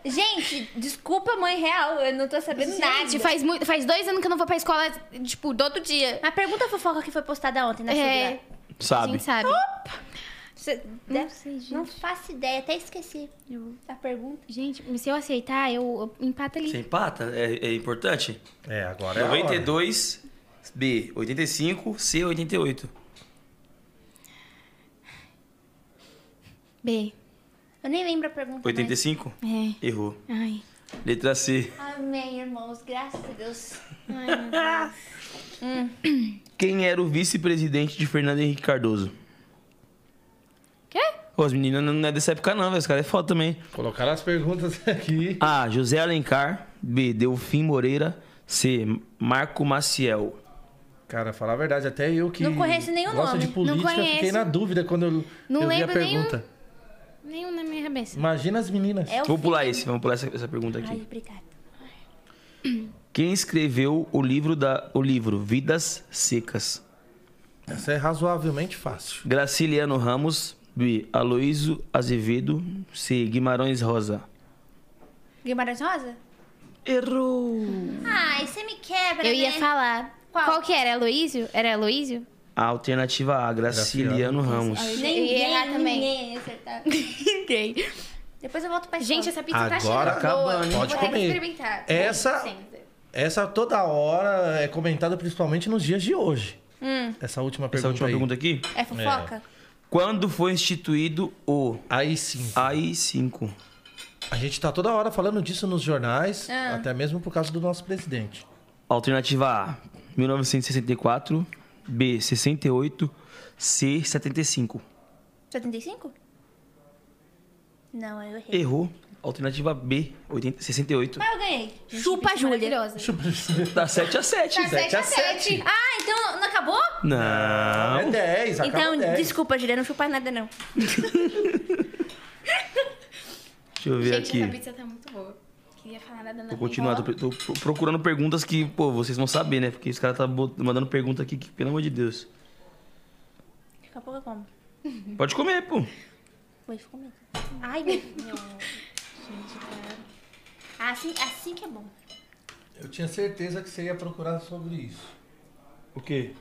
D: Gente, desculpa, mãe real, eu não tô sabendo
F: Gente,
D: nada.
F: faz, muito, faz dois anos que eu não vou pra escola, tipo, do outro dia.
D: A pergunta fofoca que foi postada ontem na
F: É,
D: é...
F: a
A: Sabe?
F: gente sabe.
D: Você
F: Não
D: deve-
F: sei, Oh, gente.
D: Não faço ideia, até esqueci a pergunta.
F: Gente, se eu aceitar, eu, eu empato ali.
A: Você empata? É, é importante?
B: É, agora é a hora.
A: 92. B. 85. C. 88.
F: B.
D: Eu nem lembro a pergunta.
A: 85?
F: É.
A: Errou.
F: Ai.
A: Letra C.
D: mais. Amém, irmãos, graças a Deus.
F: Ai, meu Deus.
A: Quem era o vice-presidente de Fernando Henrique Cardoso?
F: Quê?
A: Pô, as meninas não é dessa época, não, velho. Os caras é foda também.
B: Colocaram as perguntas aqui.
A: A. José Alencar. B. Delfim Moreira. C. Marco Maciel.
B: Cara, falar a verdade, até eu que
D: Não conheço nenhum
B: gosto
D: nome.
B: de política,
F: Não conheço.
B: fiquei na dúvida quando eu,
F: Não
B: eu vi a
F: lembro nenhum.
B: pergunta.
F: Nenhum na minha cabeça.
B: Imagina as meninas.
D: É o
A: Vou pular
D: fim.
A: esse, vamos pular essa, essa pergunta
D: Ai,
A: aqui.
D: obrigada.
A: Quem escreveu o livro da o livro Vidas Secas?
B: Essa é razoavelmente fácil.
A: Graciliano Ramos. B. Aloísio Azevedo. C. Guimarães Rosa.
D: Guimarães Rosa?
A: Errou!
D: Ai, você me quebra,
F: Eu
D: né?
F: ia falar.
D: Qual?
F: Qual, que era? Aloísio? Era Aloísio?
A: A alternativa A, Graciliano Ramos.
F: Eu
D: é? Ninguém,
F: ia errar também.
D: ninguém ia acertar.
F: Ninguém.
D: Depois eu volto pra escola.
F: Gente, essa pizza tá
B: Agora
F: cheia de boa.
A: acabando, hein?
F: Eu
B: Pode
F: vou ter que
B: comer.
F: experimentar.
B: Essa-
F: Sem dúvida.
B: Essa toda hora é
D: Hum.
B: comentada principalmente nos dias de hoje. Essa última
A: Essa
B: pergunta
A: última
B: aí.
A: pergunta aqui.
D: É fofoca?
A: Quando foi instituído o
B: Aí sim.
A: Ah. AI-5?
B: A gente tá toda hora falando disso nos jornais,
D: Ah.
B: até mesmo por causa do nosso presidente.
A: Alternativa A, 1964. B, 68. C, 75.
D: 75? Não, eu errei.
A: Errou. Alternativa B, 80, 68.
D: Mas eu ganhei. Chupa, Júlia.
F: Maravilhosa.
A: Tá 7 a 7.
F: Tá 7 a 7.
D: Ah, então não acabou?
A: Não.
B: É 10, acaba
D: Ah. então,
B: 10.
D: desculpa, Júlia, não chupa nada, não.
A: Deixa eu ver
F: Gente, essa
A: aqui.
F: pizza tá muito boa. Queria falar nada
A: Vou
D: é
F: na
A: continuar. Tô, tô pro- procurando perguntas que, pô, vocês vão saber, né? Porque os caras tá bot- mandando pergunta aqui que, pelo amor de Deus.
D: Daqui a pouco eu como.
A: Pode comer, pô.
D: Vou ficar medo. Ai, meu. meu- Assim, assim que é bom.
B: Eu tinha certeza que você ia procurar sobre isso.
A: O quê?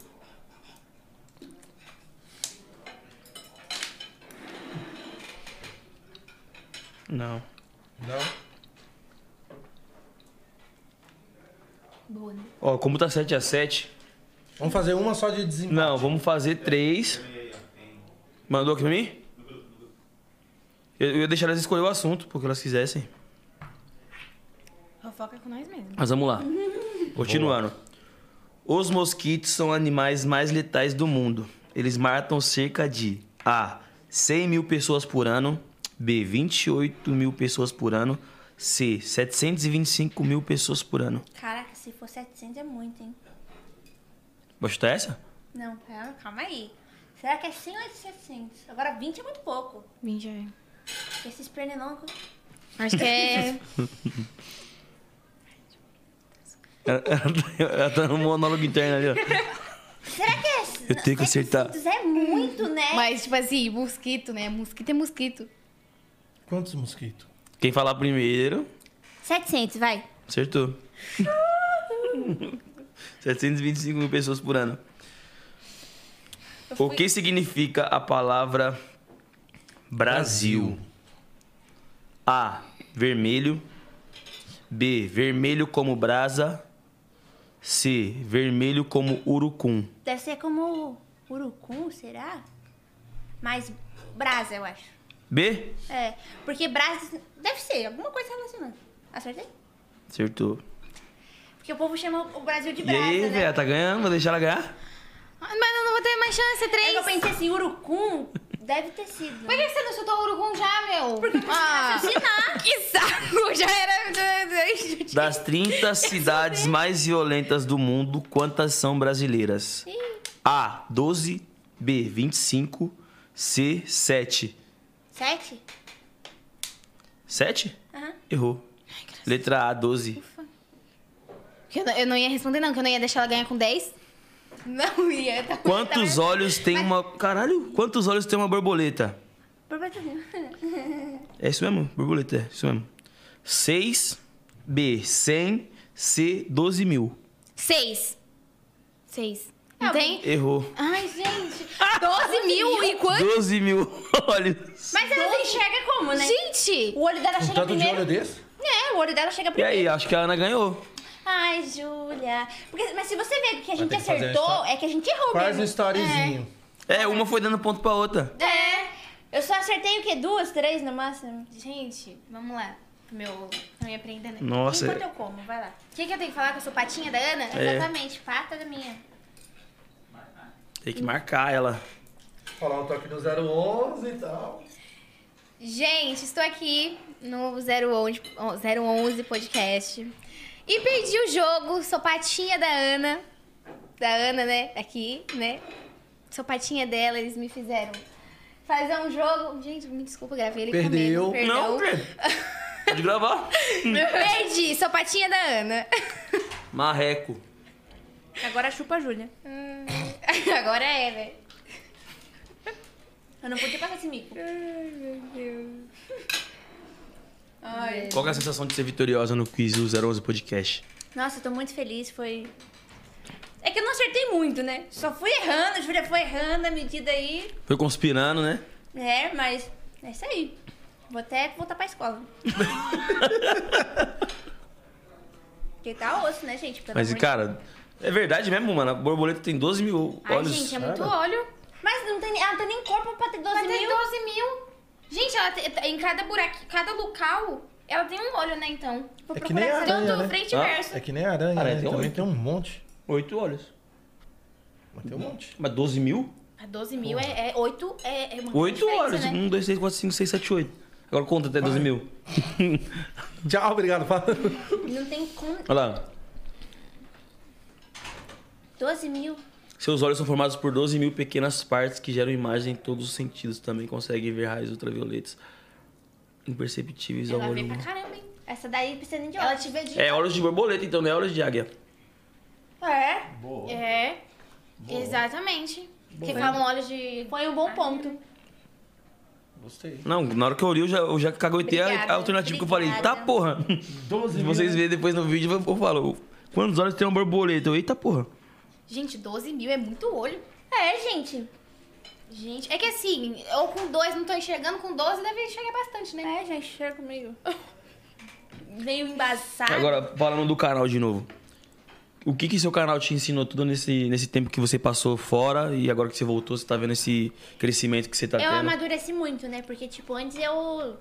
A: Não.
B: Não?
F: Boa, né?
A: Ó, como tá 7 a 7
B: Vamos fazer uma só de desempate.
A: Não, vamos fazer três. Mandou aqui pra mim? Eu, eu ia deixar elas escolher o assunto, porque elas quisessem.
F: Fofoca com nós mesmo.
A: Mas vamos lá. Continuando. Os mosquitos são animais mais letais do mundo. Eles matam cerca de A. 100 mil pessoas por ano. B. 28 mil pessoas por ano. C. 725 mil pessoas por ano.
D: Caraca, se for 700 é muito, hein?
A: Vou chutar tá essa?
D: Não, pera, calma aí. Será que é 100 ou é 700? Agora 20 é muito pouco.
F: Vim já. é.
D: Porque Esses pernilongos...
F: Acho que é.
A: Ela, ela- ela tá no monólogo interno ali, ó.
D: Será que é...
A: Eu tenho que acertar.
D: 700 é muito, né?
F: Mas, tipo assim, mosquito, né? Mosquito é mosquito.
B: Quantos mosquitos?
A: Quem falar primeiro,
D: 700, vai.
A: acertou. 725 mil pessoas por ano. O que significa a palavra Brasil? A. Vermelho. B. Vermelho como brasa. C. Vermelho como urucum.
D: Deve ser como o urucum, será? Mas brasa, eu acho.
A: B.
D: É, porque brasa... Deve ser, alguma coisa relacionada. Acertei?
A: Acertou.
D: Porque o povo chama o Brasil de
A: E
D: brasa,
A: aí,
D: né?
A: velho, tá ganhando? Vou deixar ela ganhar?
F: Ah, Mas eu não vou ter mais chance, é
D: Aí eu
F: três.
D: pensei assim, urucum deve ter sido.
F: Por que você não chutou o urucum já, meu? Porque eu
D: Ah. Assassinar.
F: Que saco! Já era.
A: Das 30 cidades mais violentas do mundo, quantas são brasileiras? A. 12. B. 25. C. 7.
D: Sete?
A: 7?
D: Aham.
A: Errou. Letra A, 12.
F: Que Eu não, eu não ia responder, não, que eu não ia deixar ela ganhar com 10. Não ia. Tá
A: Quantos
F: tá-
A: olhos tem uma. Caralho, quantos olhos tem uma borboleta? É isso mesmo, borboleta, é isso mesmo. 6, B, 100, C, 12 mil.
F: Seis. Seis. Não tem?
A: Errou.
F: Ai, gente.
D: Ah,
F: 12 mil e quanto?
A: 12 mil olhos.
D: Mas ela não enxerga como, né?
F: Gente!
D: O olho dela
B: Um
D: chega
B: tanto de olho
D: primeiro.
B: desse?
D: É, o olho dela chega
A: E
D: primeiro.
A: aí, acho que a Ana ganhou.
D: Ai, Júlia. Porque- Mas se você vê que a gente
B: ter que fazer uma
D: acertou,
B: história.
D: é que a gente errou
B: Faz um
D: mesmo.
B: storyzinho.
A: É, uma foi dando ponto pra outra.
D: É. Eu só acertei o quê? Duas, três no máximo?
F: Gente, vamos lá. Meu, não ia aprender, né?
A: Nossa.
D: Enquanto eu como, vai lá.
F: O que, que eu tenho que falar que eu sou patinha da Ana?
A: É.
D: Exatamente, pata da minha.
A: Tem que marcar ela.
B: Falar um toque no 011 e tal.
F: Gente, estou aqui no 011, ó, 011 podcast. E perdi o jogo, sou patinha da Ana. Da Ana, né? Aqui, né? Sou patinha dela, eles me fizeram fazer um jogo. Gente, me desculpa, gravei ele
B: Perdeu.
F: comendo. Perdão.
A: Não, Pedro. Pode gravar.
F: Perdi, sou patinha da Ana.
A: Marreco.
D: Agora chupa a Júlia.
F: Hum, Agora é, velho.
D: Eu não podia passar esse mico.
F: Ai, meu Deus. Ai.
A: Qual que é a sensação de ser vitoriosa no quiz do 011 Podcast?
D: Nossa, eu tô muito feliz, foi... É que eu não acertei muito, né? Só fui errando, a Júlia foi errando a medida aí.
A: Foi conspirando, né?
D: É, mas é isso aí. Vou até voltar pra escola. Porque tá osso, né, gente? Pelo
A: Mas,
D: amor de-
A: cara, é verdade mesmo, mano. A borboleta tem 12 mil
F: Ai,
A: olhos.
F: gente, é muito óleo.
D: Mas não tem, ela não tem nem corpo pra ter 12
F: Mas tem
D: mil.
F: 12 mil. Gente, ela tem- em cada buraco, cada local, ela tem um olho, né, então?
D: Vou
B: É que
D: procurar
B: nem
D: essa-
B: aranha,
F: Tanto
B: né?
F: frente e
A: Ah,
F: verso.
B: É que nem aranha,
A: Aranha
B: né?
A: tem
B: Também
A: oito.
B: tem um monte.
A: Oito olhos.
B: Mas tem um monte.
A: Mas 12 mil?
F: Ah, 12 mil é, é 8, é, é uma
A: Oito
F: diferença,
A: olhos.
F: Né?
A: Um, dois, três, quatro, cinco, seis, sete, oito. Agora conta até 12 mil.
B: Tchau, obrigado. fala.
D: Não tem como.
A: Olha lá.
D: 12 mil.
A: Seus olhos são formados por 12 mil pequenas partes que geram imagem em todos os sentidos. Também conseguem ver raios ultravioletas imperceptíveis ao
F: Ela
A: olho
F: vê pra
A: humano.
F: caramba, hein?
D: Essa daí precisa nem de
F: Ela
D: óculos.
F: te vê de...
A: É olhos de borboleta, então, não é olhos de águia.
F: É.
B: Boa.
F: É. Exatamente. Porque falam olhos de...
D: Foi um bom ponto.
B: Gostei.
A: Não, na hora que eu olhei, eu já, eu já caguetei a,
D: Obrigada,
A: a alternativa que eu falei.
D: obrigada.
A: Tá porra!
B: 12
A: Se vocês verem depois no vídeo, eu falo. Quantos olhos tem uma borboleta? Eu, Eita porra!
F: Gente, 12 mil é muito olho.
D: É, gente.
F: Gente, é que assim, ou com dois não tô enxergando, com 12 deve enxergar bastante, né?
D: É, já enxerga comigo. Meio embaçado.
A: Agora, falando do canal de novo. O que que seu canal te ensinou tudo nesse, nesse tempo que você passou fora e agora que você voltou, você tá vendo esse crescimento que você tá
D: eu
A: tendo?
D: amadureci muito, né? Porque, tipo, antes eu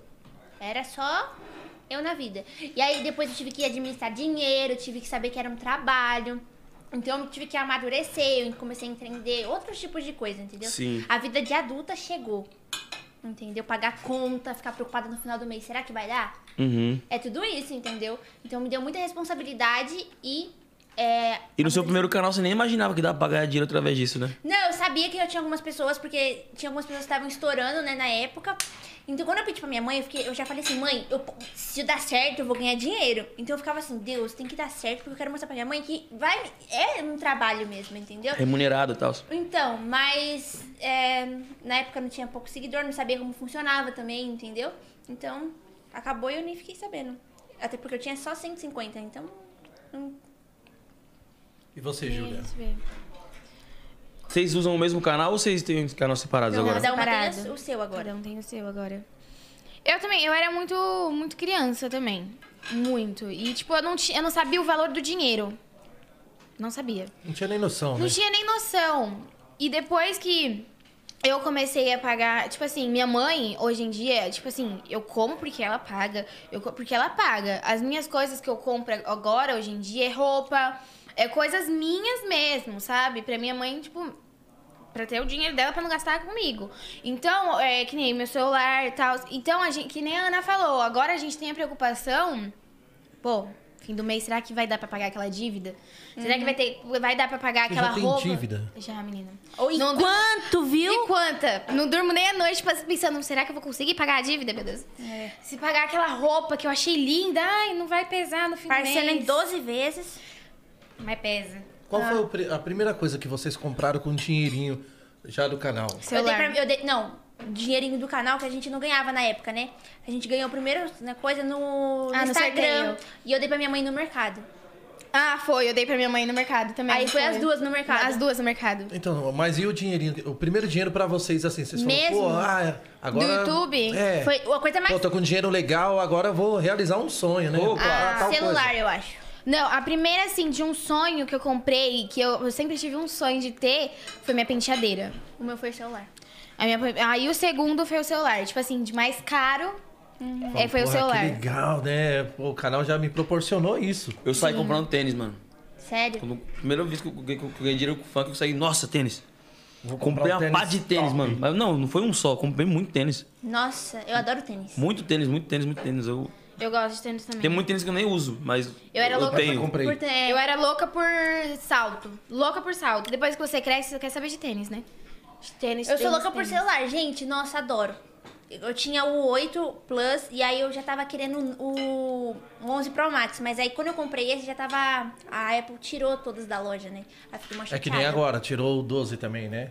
D: era só eu na vida. E aí depois eu tive que administrar dinheiro, tive que saber que era um trabalho. Então eu tive que amadurecer, eu comecei a entender outros tipos de coisa, entendeu?
A: Sim.
D: A vida de adulta chegou. Entendeu? Pagar conta, ficar preocupada no final do mês, será que vai dar?
A: Uhum.
D: É tudo isso, entendeu? Então me deu muita responsabilidade e. É,
A: E no seu primeiro canal você nem imaginava que dava pra ganhar dinheiro através disso, né?
D: não, eu sabia que eu tinha algumas pessoas, porque tinha algumas pessoas que estavam estourando, né, na época. Então, quando eu pedi pra minha mãe, eu, fiquei, eu já falei assim, mãe, eu, se dar certo, eu vou ganhar dinheiro. Então, eu ficava assim, Deus, tem que dar certo, porque eu quero mostrar pra minha mãe que vai, é um trabalho mesmo, entendeu?
A: Remunerado e tal.
D: Então, mas é, na época eu não tinha pouco seguidor, não sabia como funcionava também, entendeu? Então, acabou e eu nem fiquei sabendo. Até porque eu tinha só 150, então... não-
B: E você, Júlia?
A: Vocês usam o mesmo canal ou vocês têm uns canais separados
D: Não, é
A: agora?
D: cada uma tem
F: Separado.
D: o seu agora.
F: Cada um tem o seu agora. Eu também, eu era muito, muito criança também. Muito. E, tipo, eu não, ti- eu não sabia o valor do dinheiro. Não sabia.
B: Não tinha nem noção, né?
F: Não tinha nem noção. E depois que eu comecei a pagar, tipo assim, minha mãe, hoje em dia, tipo assim, eu como porque ela paga, eu co- porque ela paga. As minhas coisas que eu compro agora, hoje em dia, é roupa, é coisas minhas mesmo, sabe? Pra minha mãe, tipo, Pra ter o dinheiro dela pra não gastar comigo. Então, é que nem meu celular e tal. Então, a gente, que nem a Ana falou, agora a gente tem a preocupação. Pô, fim do mês, será que vai dar pra pagar aquela dívida? Será que vai, ter, vai dar pra pagar
B: Você
F: aquela
B: Uhum. já tem
F: roupa?
B: dívida?
F: Já, menina.
D: Ou e
F: Não du-
D: quanto, viu?
F: E quanta? Não durmo nem a noite pas- pensando, será que eu vou conseguir pagar a dívida, meu Deus? Se pagar aquela roupa que eu achei linda, ai, não vai pesar no fim do
D: Parcela
F: mês.
D: em 12 vezes.
F: Mas pesa.
B: Qual
F: ah.
B: foi o pri- a primeira coisa que vocês compraram com dinheirinho já do canal?
D: Eu dei
F: Celular.
D: pra, eu dei, não, dinheirinho do canal que a gente não ganhava na época, né? A gente ganhou primeiro né, coisa no, no
F: Ah, no
D: Instagram.
F: sorteio.
D: e eu dei pra minha mãe no mercado.
F: Ah, foi, eu dei pra minha mãe no mercado também.
D: Aí foi as duas no mercado.
F: As duas no mercado.
B: Então, mas e o dinheirinho? O primeiro dinheiro pra vocês, assim, vocês
D: Mesmo?
B: falaram, pô, ah, é, agora...
F: Do YouTube?
B: É.
D: Foi uma coisa mais
B: Pô, tô com dinheiro legal, agora eu vou realizar um sonho, né?
A: Opa!
B: Ah, tal
D: celular,
B: coisa.
D: eu acho.
F: Não, a primeira, assim, de um sonho que eu comprei, que eu, eu sempre tive um sonho de ter, foi minha penteadeira.
D: O meu foi celular.
F: A minha- aí o segundo foi o celular. Tipo assim, de mais caro,
B: Uhum.
F: é, foi o
B: Porra,
F: celular.
B: Que legal, né? Pô, o canal já me proporcionou isso.
A: Eu saí comprando tênis, mano.
D: Sério?
A: Quando, primeira vez que eu, que eu- que eu ganhei dinheiro com funk, eu saí, nossa, tênis.
B: Vou
A: Comprei
B: comprar um
A: uma pá de tênis,
B: top.
A: mano. Mas não, não foi um só, comprei muito tênis.
D: Nossa, eu adoro tênis.
A: Muito tênis, muito tênis, muito tênis. Eu
F: Eu gosto de tênis também. É.
A: Tem muito tênis que eu nem uso, mas
F: Eu era louca pra
B: Eu
A: tenho.
B: comprei.
D: Por ter-
F: Eu era louca por salto. Louca por salto. Depois que você cresce, você quer saber de tênis, né? De tênis,
D: Eu sou
F: tênis,
D: louca por
F: tênis.
D: celular, gente. Nossa, adoro. Eu tinha o 8 Plus e aí eu já tava querendo o o 11 Pro Max, mas aí quando eu comprei esse já tava. A Apple tirou todas da loja, né? Aí fiquei uma
B: É que nem
D: chateada.
B: agora, tirou o 12 também, né?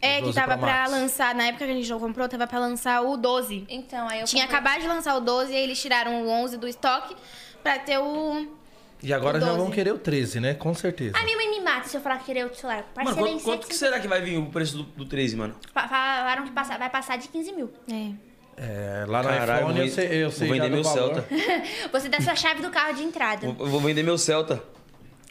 F: É, que
B: 12
F: tava
B: pra
F: pra
B: Max.
F: lançar, na época que a gente não comprou, tava pra lançar o 12.
D: Então, aí eu
F: Tinha
D: comprei.
F: acabado de lançar o 12, aí eles tiraram o 11 do estoque pra ter o...
B: E agora
F: O
B: já
F: 12.
B: vão querer o 13, né? Com certeza.
D: A Ah, minha mãe me mata se eu falar que queria outro celular.
A: Mano,
D: Parcelei
A: quanto,
D: em
A: quanto que
D: 700.
A: será que vai vir o preço do, do 13, mano?
D: Fa- Falaram que passa- vai passar de 15 mil.
F: É.
B: É, lá no
A: Caralho,
B: iPhone
A: vou-
B: eu sei, eu sei
A: vou
B: já
A: vender meu
B: do valor.
A: Celta.
D: Você dá sua chave do carro de entrada.
A: Eu vou vender meu Celta.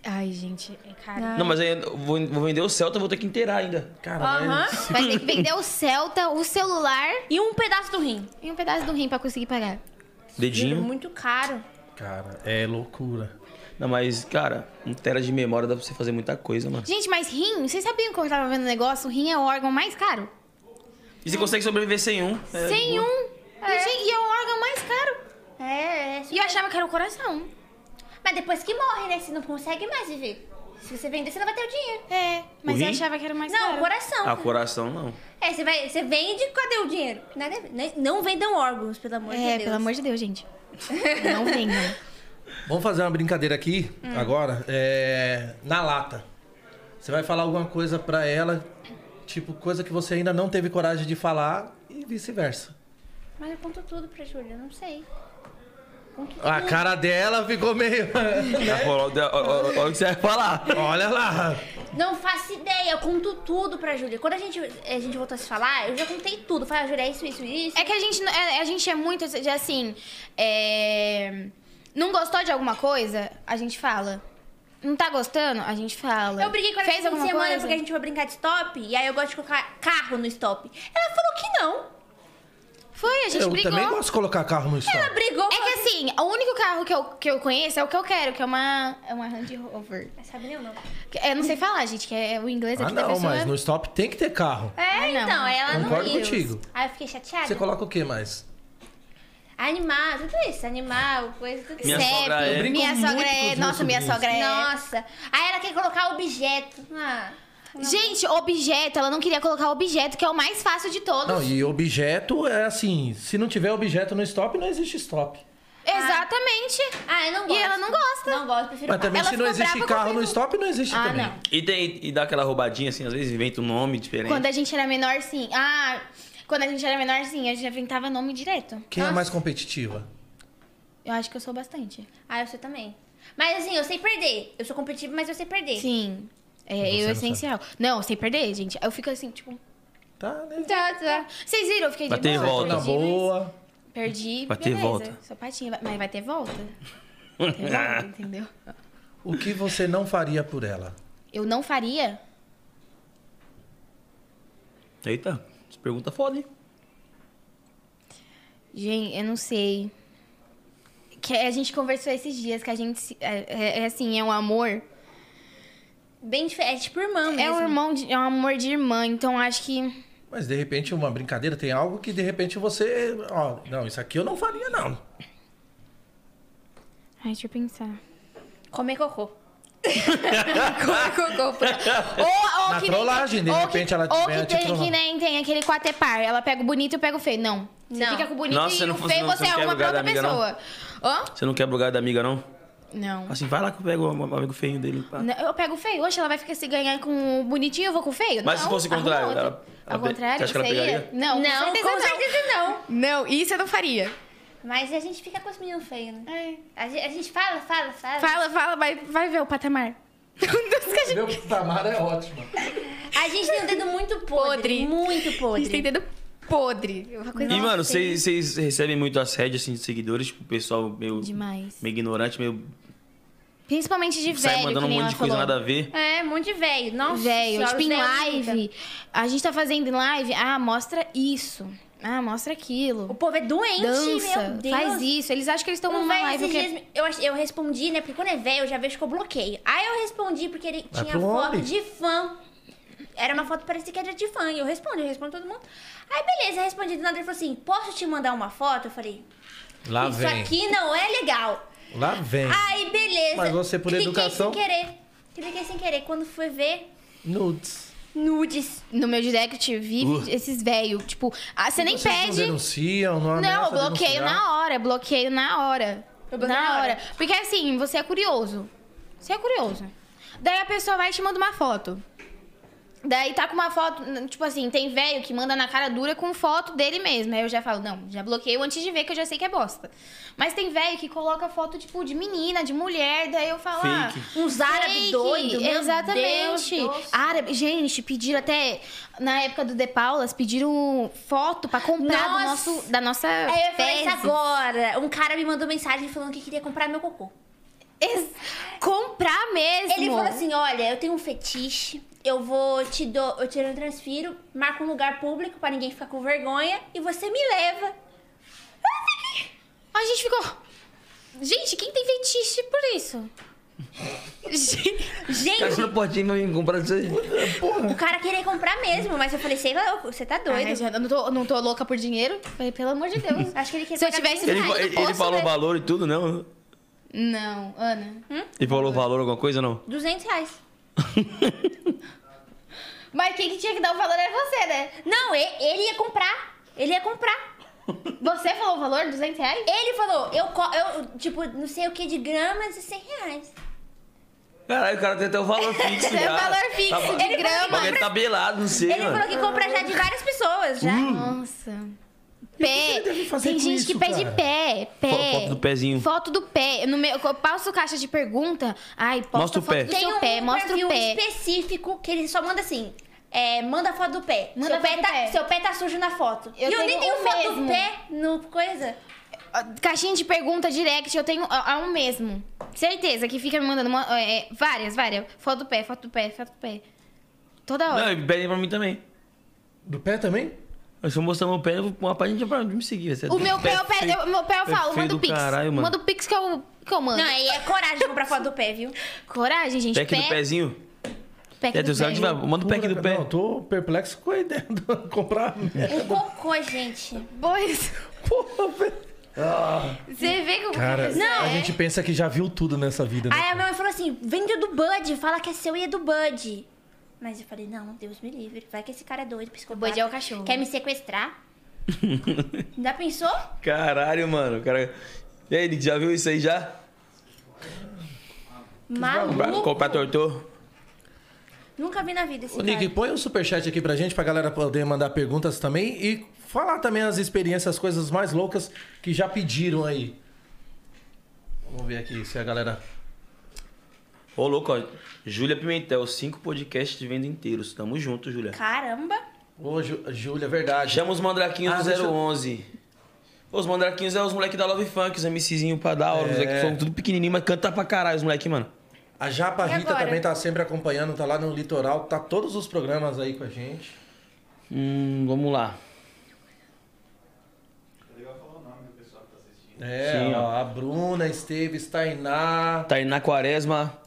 F: Ai, gente, é caro.
A: Não, mas aí eu vou, vou vender o Celta, vou ter que inteirar ainda.
B: Caralho.
D: Aham.
F: Vai ter que vender o Celta, o celular
D: E um pedaço do rim.
F: e um pedaço do rim pra conseguir pagar.
D: Juro,
A: Dedinho.
D: Muito caro.
B: Cara, é loucura.
A: Não, mas, cara, um tera de memória dá pra você fazer muita coisa, mano.
F: Gente, mas rim, vocês sabiam que eu tava vendo um negócio? O rim é o órgão mais caro.
A: E você consegue sobreviver sem um. É,
F: Sem um. E, gente, e é o órgão mais caro.
I: É, é.
F: E eu achava que era o coração.
I: Mas depois que morre, né? Você não consegue mais viver. Se você vender, você não vai ter o dinheiro.
F: É, mas eu
A: rim?
F: achava que era o mais
D: Não,
F: caro.
D: o coração.
A: Ah, coração não.
D: É, você, vai, você vende, cadê o dinheiro? Nada a ver. Nem- não vendam órgãos, pelo amor de
F: É,
D: Deus.
F: pelo amor de Deus, gente. Não venham.
B: Vamos fazer uma brincadeira aqui,
F: Hum.
B: agora, é, na lata. Você vai falar alguma coisa pra ela, tipo, coisa que você ainda não teve coragem de falar e vice-versa.
I: Mas eu conto tudo pra Júlia, eu não sei.
B: A
F: Hum.
B: cara dela ficou meio...
A: Olha o que você vai falar.
B: Olha lá.
D: Não faço ideia, eu conto tudo pra Júlia. Quando a gente, a gente voltou a se falar, eu já contei tudo. Falei, ah, Júlia, é isso, isso, isso.
F: É que a gente, não- é- a gente é muito de assim. é, Não gostou de alguma coisa? A gente fala. Não tá gostando? A gente fala.
D: Eu briguei com ela
F: Fez
D: esse fim de
F: alguma
D: semana
F: coisa?
D: porque a gente foi brincar de stop. E aí eu gosto de colocar carro no stop. Ela falou que não.
F: Foi, a gente
B: Eu
F: brigou.
B: também gosto de colocar carro no
D: Ela
B: estômago.
D: brigou.
F: É que
D: falou
F: assim, o único carro que eu, que eu conheço é o que eu quero, que é uma, é uma Land Rover.
D: que- assim, Sabe nem o nome.
F: Que- Eu não sei falar, gente, que é o inglês
B: Ah,
F: aqui da
B: não,
F: pessoa.
B: mas no stop tem que ter carro.
D: É,
F: Ah, não.
D: então, aí ela
B: Concordo
D: não quis.
B: contigo.
D: Aí eu fiquei chateada.
B: Você coloca o que mais?
D: Animal, tudo isso. Animal, coisa, tudo
A: Minha
D: isso.
F: Sempre.
A: sogra é- Eu
B: brinco
F: Minha
B: muito
F: sogra
B: com os
F: é.
B: meus
F: Nossa, minha
B: sobrinhos.
F: sogra é.
D: Nossa. Aí ela quer colocar objeto. Ah,
F: Gente, objeto, ela não queria colocar objeto, que é o mais fácil de todos.
B: Não, e objeto é assim, se não tiver objeto no stop, não existe stop.
F: Exatamente.
D: ah eu não gosto.
F: E ela não gosta.
D: Não gosto, prefiro
B: Mas também
F: Ela
B: se não
F: ficou
B: existe
F: brava
B: carro
F: comigo.
B: no stop, não existe
F: Ah,
B: também.
F: não.
A: E, tem, e dá aquela roubadinha, assim, às vezes inventa um nome diferente.
F: Quando é a gente era menor, sim. Ah, quando a gente era menor, sim, a gente inventava nome direto.
B: Quem é mais competitiva?
F: Eu acho que eu sou bastante.
D: Ah, eu sei também. Mas assim, eu sei perder. Eu sou competitiva, mas eu sei perder.
F: Sim. É,
B: Você
F: eu
B: não
F: essencial. Não, sem perder, gente. Eu fico assim, tipo.
B: Tá, né?
F: Tá, tá. Vocês viram? Eu fiquei de
A: Vai ter
F: boa,
A: volta.
B: Na
F: perdi, mas-
B: boa.
F: Perdi.
A: Vai ter
F: beleza.
A: volta.
F: Sapatinho. vai- Mas vai ter volta. Vai ter volta, entendeu?
B: O que você não faria por ela?
F: Eu não faria.
A: Eita, essa pergunta é foda, hein?
F: Gente, eu não sei. Que a gente conversou esses dias que a gente. se- É, é- é assim, é um amor.
D: Bem diferente. É tipo irmã mesmo.
F: É um irmão, de- é um amor de irmã, então acho que.
B: Mas de repente uma brincadeira tem algo que de repente você, ó, não, isso aqui eu não faria não.
F: Ai, deixa eu pensar.
D: Comer cocô.
F: Cocô, pô. ou, ou
B: Na
F: que
B: trollagem,
F: nem,
B: de
F: ou que-
B: repente ela
F: Ou
B: vem
F: que
B: te
F: tem,
B: trollar.
F: que nem tem aquele quatepar. Ela pega o bonito e eu pego o feio. Não. Você
D: Não.
F: fica com o bonito
A: Nossa,
F: e
A: não
F: o
A: fosse-
F: feio
A: não,
F: você
A: você não
F: arruma pra
A: quer
F: outra
A: lugar da
F: pessoa. Hã?
A: Você não quer o lugar da amiga, não?
F: Não.
A: Assim, vai lá que eu pego o amigo feinho dele. pá.
F: Não, Eu pego o feio. Oxe, ela vai ficar se ganhar com o bonitinho, eu vou com o feio?
A: Mas
F: não,
A: se fosse o
F: arruma
A: contrário,
F: outro.
A: ela- ela pe-
F: Ao
A: você
F: contrário,
A: acha que ela
F: você ia?
A: pegaria?
F: Não,
D: não,
F: com certeza
D: com
F: não.
D: certeza não.
F: Não, isso eu não faria.
D: Mas a gente fica com os meninos feios, né? A gente, a gente fala, fala, fala.
F: É. Fala, fala, vai, vai ver o patamar.
B: Meu patamar é ótimo.
D: A gente tem um dedo muito podre.
F: Podre.
D: Muito
F: A
D: podre.
F: gente tem dedo podre. Uma coisa
A: E, mano,
D: Nossa, hein?
A: vocês vocês recebem muito assédio, assim, de seguidores? Tipo, pessoal meio,
F: demais.
A: meio ignorante, meio...
F: Principalmente de
A: sai
F: velho,
A: mandando
F: que
A: um
F: nem
A: monte
F: ela
A: de coisa
F: falou.
A: nada a ver.
D: É, um monte de velho. Nossa
F: Velho,
D: senhora, é
F: tipo
D: os
F: em
D: velhos nunca.
F: live. A gente tá fazendo em live. Ah, mostra isso. Ah, mostra
D: O
F: aquilo.
D: povo é doente,
F: Dança,
D: meu Deus.
F: faz isso. Eles acham que eles estão
D: Um
F: numa
D: velho
F: live.
D: esses
F: que- é
D: dias, eu, ach- eu respondi, né? Porque quando é velho, eu já vejo que eu bloqueio. Aí eu respondi porque ele
B: Vai
D: tinha
B: pro
D: foto
B: homem.
D: de fã. Era uma foto que parecia que era de fã. E eu respondo, eu respondo todo mundo. Aí beleza, eu respondi do nada. Ele falou assim: Posso te mandar uma foto? Eu falei:
B: Lá
D: Isso
B: vem. Hum.
D: aqui não é legal.
B: Lá vem.
D: Aí beleza.
B: Mas você, por
D: Cliquei
B: educação-
D: sem querer. Cliquei sem querer. Quando fui ver,
B: Nudes.
D: nudes.
F: No meu direct vive esses velhos. Tipo, ah, você nem
B: Vocês
F: pede.
B: Não denunciam, não
F: Não, eu
B: ameaça
F: bloqueio
B: denunciar?
F: na hora, bloqueio na hora.
D: Eu bloqueio
F: na
D: na
F: hora.
D: hora.
F: Porque assim, você é curioso. Você é curioso. Daí a pessoa vai e te manda uma foto. Daí tá com uma foto, n- tipo assim, tem velho que manda na cara dura com foto dele mesmo. Aí eu já falo, não, já bloqueio antes de ver que eu já sei que é bosta. Mas tem velho que coloca foto, tipo, de menina, de mulher, daí eu falo, ah,
A: Fake.
D: Uns árabes
F: Fake,
D: doidos. meu
F: Exatamente. Ah,
D: Deus do céu.
F: Árabe, gente, pediram até. Na época do The Paulas, pediram foto pra comprar do
D: Nossa.
F: nosso, da nossa.
D: Aí eu
F: É,
D: falei assim, isso
F: fezes.
D: agora. Um cara me mandou mensagem falando que queria comprar meu cocô.
F: Ex- Comprar mesmo.
D: Ele falou assim: olha, eu tenho um fetiche, eu vou te dou, eu te transfiro, marco um lugar público pra ninguém ficar com vergonha e você me leva.
F: A gente ficou. Gente, quem tem fetiche por isso? Gente,
A: Cara, no portinho pra mim comprar isso aí.
D: O cara queria comprar mesmo, mas eu falei, sei lá, você tá doido.
F: Ai, Jana, Ah, eu não tô, não tô louca por dinheiro. Falei, pelo amor de Deus.
D: Acho que ele queria
F: Se eu
D: pagar
F: tivesse
A: Ele,
F: saído,
A: ele,
F: posso,
A: ele falou o
F: né?
A: valor e tudo, não?
F: Não, Ana.
A: Ele falou o valor, alguma coisa, não?
D: 200 reais.
F: Mas quem que tinha que dar o valor era você, né?
D: Não, e- ele ia comprar. Ele ia comprar.
F: Você falou o valor, 200 reais?
D: Ele falou, eu, co- eu tipo, não sei o que de gramas e 100 reais.
A: Caralho, o cara tem até o valor fixo Tá
F: Tem
A: já.
F: o É um valor fixo É, de
A: ele
F: grama.
A: Ele tabelado, tá não sei,
D: Ele
A: mano.
D: falou que compra já de várias pessoas, já.
F: Hum. Nossa. Pé.
B: ele deve fazer
F: Tem
B: com
F: gente que
B: isso,
F: pede
B: cara?
F: pé. Pé.
A: Fo- foto do pezinho.
F: Foto do pé. No meu, eu passo caixa de pergunta. Ai, posta
A: Mostra o
F: foto
A: pé.
F: do
D: Tem
F: seu
D: um
F: pé. Mostra
D: perfil
F: o pé.
D: específico que ele só manda assim. é, manda foto do pé.
F: Manda
D: seu, pé
F: foto do
D: tá,
F: pé.
D: seu pé tá sujo na foto.
F: Eu
D: e eu nem
F: tenho
D: tenho
F: o
D: foto do
F: mesmo.
D: pé no coisa.
F: Ah, Caixinha de pergunta direct, eu tenho a, a um mesmo. Certeza que fica me mandando uma- é, várias, várias. Foto do pé, foto do pé, foto do pé. Toda hora.
A: Não, ele pede pra mim também.
B: Do pé também?
A: Eu só mostrar meu pé, eu vou- uma página pra me seguir. você é
F: o meu pé, eu
A: perfeito.
F: pego, eu- meu pé eu
A: pé
F: falo,
A: feio
F: manda o
A: do
F: pix.
A: caralho, mano.
F: Manda o pix que eu, que eu mando.
D: Não, aí é coragem de comprar foto do pé, viu?
F: Coragem, gente.
A: Pack do pezinho?
F: pack
A: É,
F: do
A: tem os
F: pé.
A: caras que vai, manda o pack do pé.
B: Não, eu tô perplexo com a ideia de comprar merda.
D: Um cocô, gente.
F: Pois,
B: Porra, velho.
F: você vê que eu
B: Cara,
D: Não,
B: a
D: é.
B: gente pensa que já viu tudo nessa vida, né?
D: Aí a minha mãe falou assim: vende do Bud, fala que é seu e é do Bud. Mas eu falei: não, Deus me livre. Vai que esse cara é doido, psicopata.
F: O Bud é o cachorro.
D: Quer me sequestrar? Já pensou?
A: Caralho, mano. o Cara... E aí, Nick, já viu isso aí já? Pra
D: Maluco.
A: comprar tortor?
D: Nunca vi na vida esse
B: Ô,
D: cara.
B: Nick, põe um superchat aqui pra gente, pra galera poder mandar perguntas também e falar também as experiências, as coisas mais loucas que já pediram aí. Vamos ver aqui se a galera.
A: Ô, louco, ó. Júlia Pimentel, cinco podcasts de venda inteiros. Tamo junto, Júlia.
D: Caramba.
B: Ô, Ju- Júlia, é verdade.
A: Chama os Mandraquinhos
B: Ah,
A: do
B: deixa eu-
A: 011. Pô, os Mandraquinhos é os moleques da Love Funk, os MCzinhos pra dar hora. Os
B: É.
A: moleques são tudo pequenininho, mas canta pra caralho os moleques, mano.
B: A Japa
D: E
B: Rita
D: agora?
B: também tá sempre acompanhando, tá lá no litoral, tá todos os programas aí com a gente.
A: Hum, vamos lá.
B: É,
A: Sim, ó.
B: ó, a Bruna Esteves, Tainá.
A: Tainá Tá Quaresma,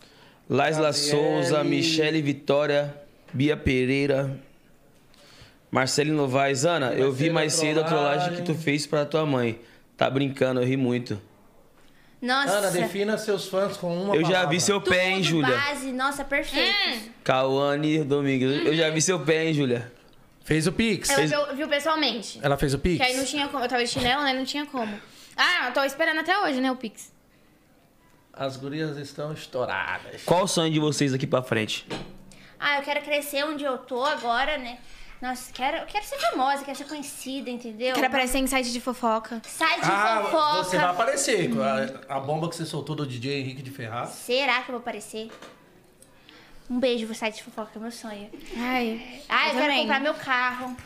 A: Laisla
B: Gabriele.
A: Souza, Michele Vitória, Bia Pereira, Marcele Novaes. Ana, eu vi
B: Marcela
A: mais cedo a trollagem que
B: trollagem.
A: tu fez pra tua mãe. Tá brincando, eu ri muito.
D: Nossa.
B: Ana, defina seus fãs com uma
A: eu já
B: palavra.
A: vi seu pé, hein,
D: Tudo
A: Júlia?
D: base, nossa,
F: Hum.
D: perfeito.
A: Cauane Domingues. Eu já vi seu pé, hein, Júlia?
B: Fez o Pix.
F: Ela viu, viu pessoalmente.
B: Ela fez o Pix?
F: Que aí não tinha como. Eu tava de chinelo, né? Não tinha como. Ah, eu tô esperando até hoje, né, o Pix.
B: As gurias estão estouradas.
A: Qual o sonho de vocês aqui pra frente?
D: Ah, eu quero crescer onde eu tô agora, né? Nossa, quero, eu quero ser famosa, quero ser conhecida, entendeu?
F: Quero aparecer em site de fofoca.
D: Sai de
B: Ah,
D: fofoca.
B: você vai aparecer. A, a bomba que você soltou do DJ Henrique de Ferraz.
D: Será que eu vou aparecer? Um beijo, vou sair de fofoca, é meu sonho.
F: Ai.
D: Ah, eu, quero
F: também.
D: comprar meu carro.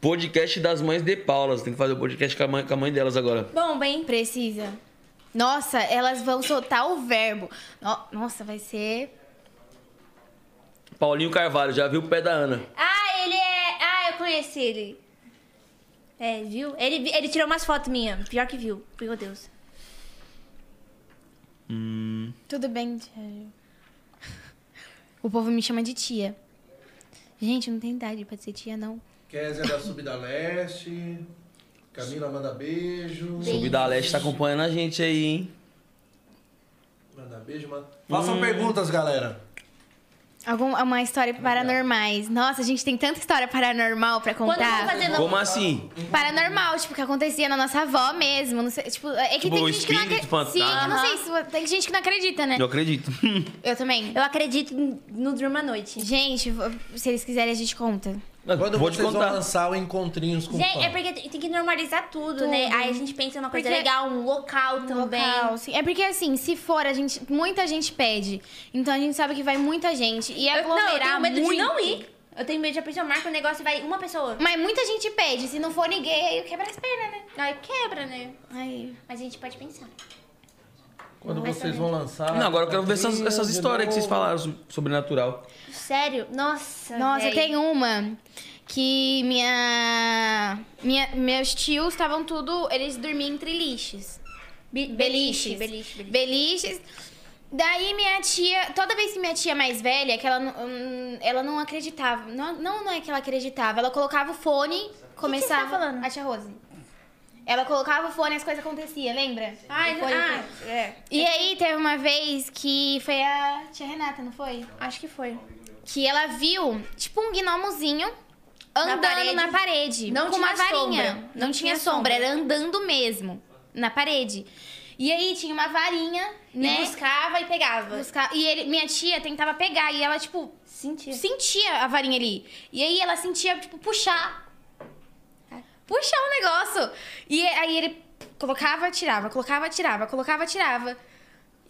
A: Podcast das mães de Paulas. Tem que fazer o podcast com a mãe, com a mãe delas agora.
D: Bom, bem.
F: Precisa. Nossa, elas vão soltar o verbo. No- Nossa, vai ser.
A: Paulinho Carvalho, já viu o pé da Ana.
D: Ah, ele é. Ah, eu conheci ele. É, viu? Ele, vi- ele tirou umas fotos minhas. Pior que viu. Meu Deus.
F: Tudo bem, Tiago. O povo me chama de tia. Gente, não tem idade pra ser tia, não.
B: Kézia da Subida Leste. Camila manda beijo.
A: Subida Leste tá acompanhando a gente aí, hein?
B: Manda beijo, manda. Façam perguntas, galera.
F: Alguma uma história paranormais. Nossa, a gente tem tanta história paranormal pra
D: Quando eu
F: contar.
D: vou fazer novo.
A: Como assim?
F: Paranormal, tipo, que acontecia na nossa avó mesmo. Não sei, tipo, é que
A: Tipo,
F: tem gente que não
A: espírito,
F: acredita. Sim, eu não
D: fantasma.
F: sei se tem gente que não acredita, né?
A: Eu acredito.
F: Eu também.
D: Eu acredito no Durma à Noite.
F: Gente, v- se eles quiserem, a gente conta.
B: Quando
A: Vou te
B: vocês vão
A: contar.
B: lançar o Encontrinhos com
D: Gente,
B: fã?
D: é porque tem tem que normalizar tudo,
F: Tudo.
D: né? Aí a gente pensa numa coisa
F: Porque-
D: legal, um local também.
F: Local, sim. É porque assim, se for, a gente. Muita gente pede. Então a gente sabe que vai muita gente. E
D: Eu, não, eu
F: aglomerar
D: tenho medo
F: muito.
D: de não ir. é Eu tenho medo de a pessoa marca um negócio e vai uma pessoa.
F: Mas muita gente pede. Se não for ninguém, aí quebra as pernas, né?
D: Aí quebra, né?
F: Aí.
D: Mas a gente pode pensar.
B: Quando vocês vão lançar.
A: Não, agora eu quero ver essas,
B: Quadrinho
A: essas
B: de
A: histórias que vocês
B: novo.
A: falaram so- sobrenatural.
D: Sério? Nossa.
F: Nossa,
D: véi.
F: tem uma que minha, minha- meus tios estavam tudo, eles dormiam entre lixes.
D: Be-
F: Beliches.
D: Beliche, beliche.
F: Beliches. Daí minha tia, toda vez que minha tia mais velha, é que ela, não- hum, ela não acreditava, não, não, não é que ela acreditava, ela colocava o fone, começava...
D: tá falando?
F: A tia Rose. Ela colocava o fone e as coisas aconteciam, lembra?
D: Ai,
F: O fone-
D: ah,
F: então.
D: é.
F: E aí teve uma vez que foi a tia Renata, não foi?
D: Acho que foi.
F: Que ela viu, tipo, um gnomozinho andando na
D: parede.
F: parede.
D: Não
F: com uma
D: tinha sombra.
F: varinha. Não, tinha sombra, era andando mesmo na parede. E aí tinha uma varinha, né?
D: buscava e pegava.
F: Busca- E ele, minha tia tentava pegar e ela, tipo,
D: Sentia.
F: sentia a varinha ali. E aí ela sentia, tipo, puxar.
D: Tá.
F: Puxar o negócio. E aí ele colocava, tirava, colocava, tirava, colocava, tirava.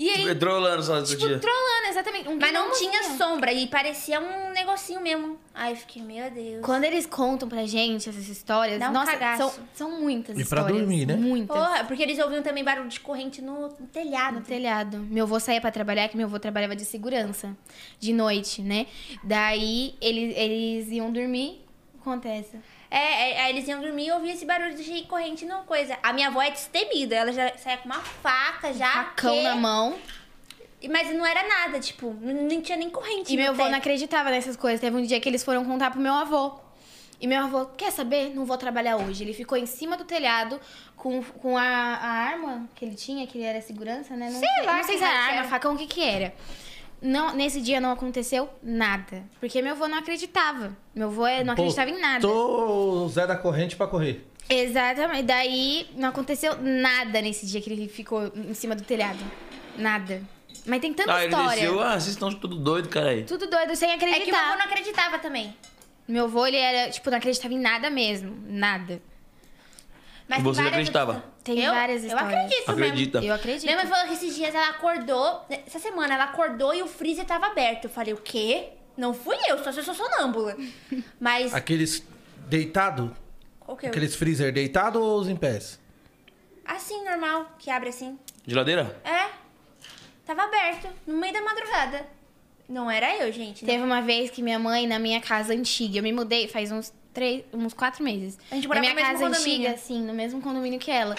F: E aí,
A: Tipo, Trolando só todo
F: tipo,
A: dia.
F: trolando, exatamente. Um
D: Mas não tinha
F: gnomozinho.
D: sombra e parecia um negocinho mesmo. Ai, eu fiquei, meu Deus.
F: Quando é eles contam pra gente essas histórias,
D: Dá um
F: nossa,
D: cagaço.
F: são, são muitas
B: E pra
F: histórias.
B: dormir, né?
F: Muitas.
D: Porra, porque eles ouviam também barulho de corrente no, no telhado.
F: No telhado. Meu avô saía pra trabalhar, que meu avô trabalhava de segurança, de noite, né? Daí eles, eles iam dormir. Acontece.
D: É, é, aí eles iam dormir e ouviam esse barulho de corrente no coisa. A minha avó é destemida, ela já saía com uma faca já.
F: Facão
D: que-
F: na mão.
D: E- Mas não era nada, tipo, não não tinha nem corrente.
F: E
D: no
F: meu avô
D: teto.
F: não acreditava nessas coisas. Teve um dia que eles foram contar pro meu avô. E meu avô, quer saber? Não vou trabalhar hoje. Ele ficou em cima do telhado com, com a, a arma que ele tinha, que ele era segurança, né? Não sei,
D: lá
F: não sei
D: que
F: se era
D: raio que
F: arma,
D: era.
F: facão, o que que era. Não, nesse dia não aconteceu nada. Porque meu avô não acreditava. Meu avô é- não acreditava em nada.
B: Tô o Zé da corrente pra correr.
F: Exatamente. Daí não aconteceu nada nesse dia que ele ficou em cima do telhado. Nada. Mas tem tanta
A: Ah, ele
F: história.
A: desceu. Ah, vocês estão tudo doido, cara aí.
F: Tudo doido, sem
D: É
F: acreditar.
D: que o meu avô não acreditava também.
F: Meu avô, ele era, tipo, não acreditava em nada mesmo. Nada.
D: Mas
A: E você
D: tem várias
A: acreditava?
D: outras-
F: Tem
D: eu,
F: várias histórias.
D: Eu acredito mesmo.
A: Acredita.
F: Eu acredito.
D: Minha mãe falou que esses dias ela acordou, essa semana ela acordou e o freezer tava aberto. Eu falei, o quê? Não fui eu, só sou sou sonâmbula. Mas.
B: Aqueles deitado?
D: qual que é o-
B: Aqueles freezer deitado ou os em pés?
D: Assim, normal, que abre assim.
A: Geladeira?
D: É. Tava aberto, no meio da madrugada. Não era eu, gente. né?
F: Teve uma vez que minha mãe, na minha casa antiga, eu me mudei faz uns três, uns quatro meses.
D: A gente
F: na
D: morava
F: minha
D: no mesmo
F: casa antiga,
D: condomínio.
F: assim, no mesmo condomínio que ela.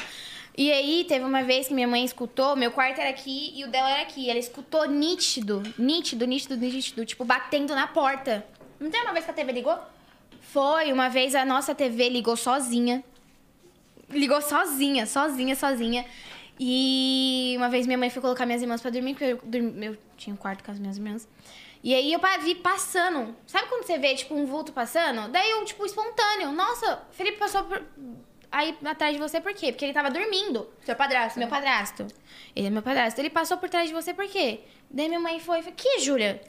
F: E aí, teve uma vez que minha mãe escutou, meu quarto era aqui e o dela era aqui. Ela escutou nítido, nítido, nítido, nítido, tipo, batendo na porta.
D: Não tem uma vez que a TV ligou?
F: Foi, uma vez a nossa TV ligou sozinha. Ligou sozinha, sozinha, sozinha. E uma vez minha mãe foi colocar minhas irmãs pra dormir, porque eu, dormi- eu tinha um quarto com as minhas irmãs. E aí eu pa- vi passando. Sabe quando você vê, tipo, um vulto passando? Daí eu, tipo, espontâneo. Nossa, Felipe passou por- aí atrás de você por quê? Porque ele tava dormindo.
D: Seu padrasto.
F: Meu padrasto. Ele é meu padrasto. Ele passou por trás de você por quê? Daí minha mãe foi e falou: Que, Júlia?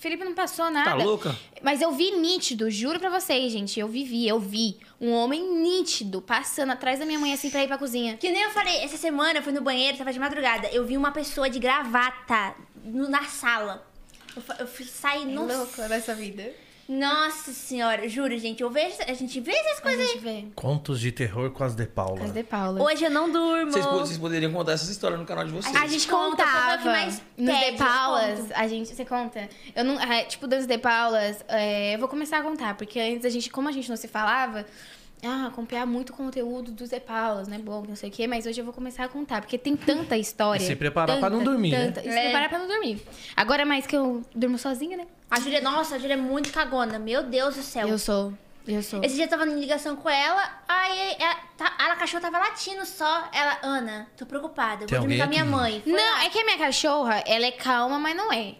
F: Felipe não passou nada.
A: louca?
F: Mas eu vi nítido, juro pra vocês, gente. Eu vivi, eu vi um homem nítido passando atrás da minha mãe assim pra ir pra cozinha.
D: Que nem eu falei, essa semana eu fui no banheiro, tava de madrugada. Eu vi uma pessoa de gravata no- na sala. Eu, fa- eu fui-
F: É
D: saí, nossa.
F: nessa vida.
D: Nossa senhora, juro, gente. Eu vejo, a gente vê essas
F: A
D: coisas
F: gente
D: aí.
F: vê.
B: Contos de terror com as de Paula.
F: Casa de Paula.
D: Hoje eu não durmo.
A: Vocês, po- vocês poderiam contar essas histórias no canal de vocês.
F: A gente
D: conta,
F: contava
D: foi o que mais
F: nos
D: pede,
F: De
D: eu
F: Paulas,
D: conto.
F: a gente, você conta? Eu não, é, tipo, dos De Paulas, é, eu vou começar a contar, porque antes a gente, como a gente não se falava, ah, acompanhar muito conteúdo dos De Paulas, né, bom, não sei o quê, mas hoje eu vou começar a contar, porque tem tanta história.
B: E se preparar pra
F: tanta,
B: não dormir, né?
F: tanta, E se
D: É.
F: preparar pra não dormir. Agora mais que eu durmo sozinha, né?
D: A Júlia, nossa, a Júlia é muito cagona. Meu Deus do céu.
F: Eu sou, eu sou.
D: Esse dia eu tava em ligação com ela, aí ela, tá- ela, a cachorra tava latindo só. Ela, Ana, tô preocupada, eu
B: Tem
D: vou dormir com a
B: alguém
D: minha
B: aqui?
D: mãe. Foi
F: não,
D: lá.
F: é que a minha cachorra, ela é calma, mas não é.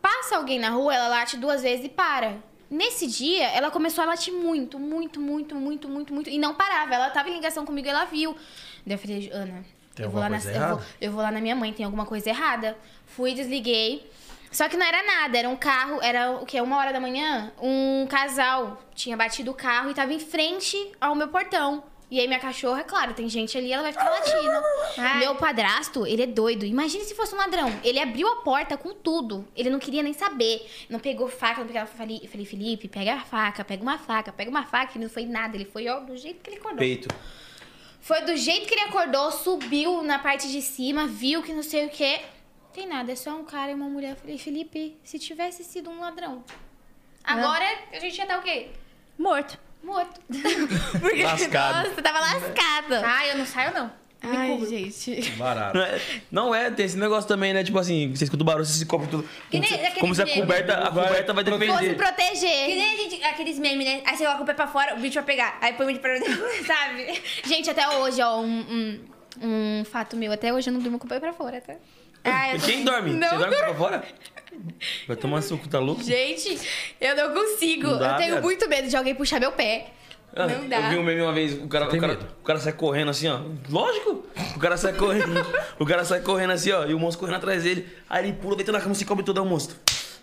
F: Passa alguém na rua, ela late duas vezes e para. Nesse dia, ela começou a latir muito, muito, muito, muito, muito, muito. E não parava. Ela tava em ligação comigo e ela viu. Daí eu falei, Ana,
B: Tem
F: eu,
B: alguma
F: vou lá na,
B: coisa
F: eu, vou,
B: errada?
F: eu vou lá na minha mãe, tem alguma coisa errada. Fui, desliguei. Só que não era nada, era um carro, era o quê? Uma hora da manhã? Um casal tinha batido o carro e tava em frente ao meu portão. E aí minha cachorra, é claro, tem gente ali, ela vai ficar latindo. Meu padrasto, ele é doido. Imagina se fosse um ladrão. Ele abriu a porta com tudo. Ele não queria nem saber. Não pegou faca, não pegou. Eu falei, eu falei, Felipe, pega a faca, pega uma faca, pega uma faca. Ele não foi nada. Ele foi, ó, do jeito que ele acordou.
A: Peito.
F: Foi do jeito que ele acordou, subiu na parte de cima, viu que não sei o quê. Tem nada, é só um cara e uma mulher. Eu falei, Felipe, se tivesse sido um ladrão, agora a gente ia tá o quê?
J: Morto.
F: Morto.
A: Lascado.
F: Nossa, tava lascada.
D: Ah, eu não saio, não.
F: Ai,
D: gente.
B: Barato.
A: Não é, não é, tem esse negócio também, né? Tipo assim, você escuta o barulho, você se cobre tudo.
D: Que
A: Como
D: nem
A: se,
D: aquele
A: como se a
D: dinheiro.
A: coberta, a coberta vai
F: Fosse
A: defender.
F: proteger.
D: Que nem a gente, aqueles memes, né? Aí você coloca o pé pra fora, o bicho vai pegar. Aí põe o bicho pra dentro, sabe?
F: Gente, até hoje, ó, um, um, um fato meu. Até hoje eu não durmo com o pé pra fora, tá?
D: Ah, eu tô-
A: Quem dorme?
D: Não
A: você dorme pra fora? Vai tomar suco, tá louco?
F: Gente, eu não consigo.
A: Não dá,
F: eu tenho
A: viado.
F: muito medo de alguém puxar meu pé.
A: Ah,
F: não dá.
A: Eu vi um meme uma vez, o cara,
B: tem
A: o, cara,
B: medo?
A: o cara sai correndo assim, ó. Lógico! O cara sai correndo. o cara sai correndo assim, ó. E o monstro correndo atrás dele. Aí ele pula, deita na cama, se cobre toda o monstro.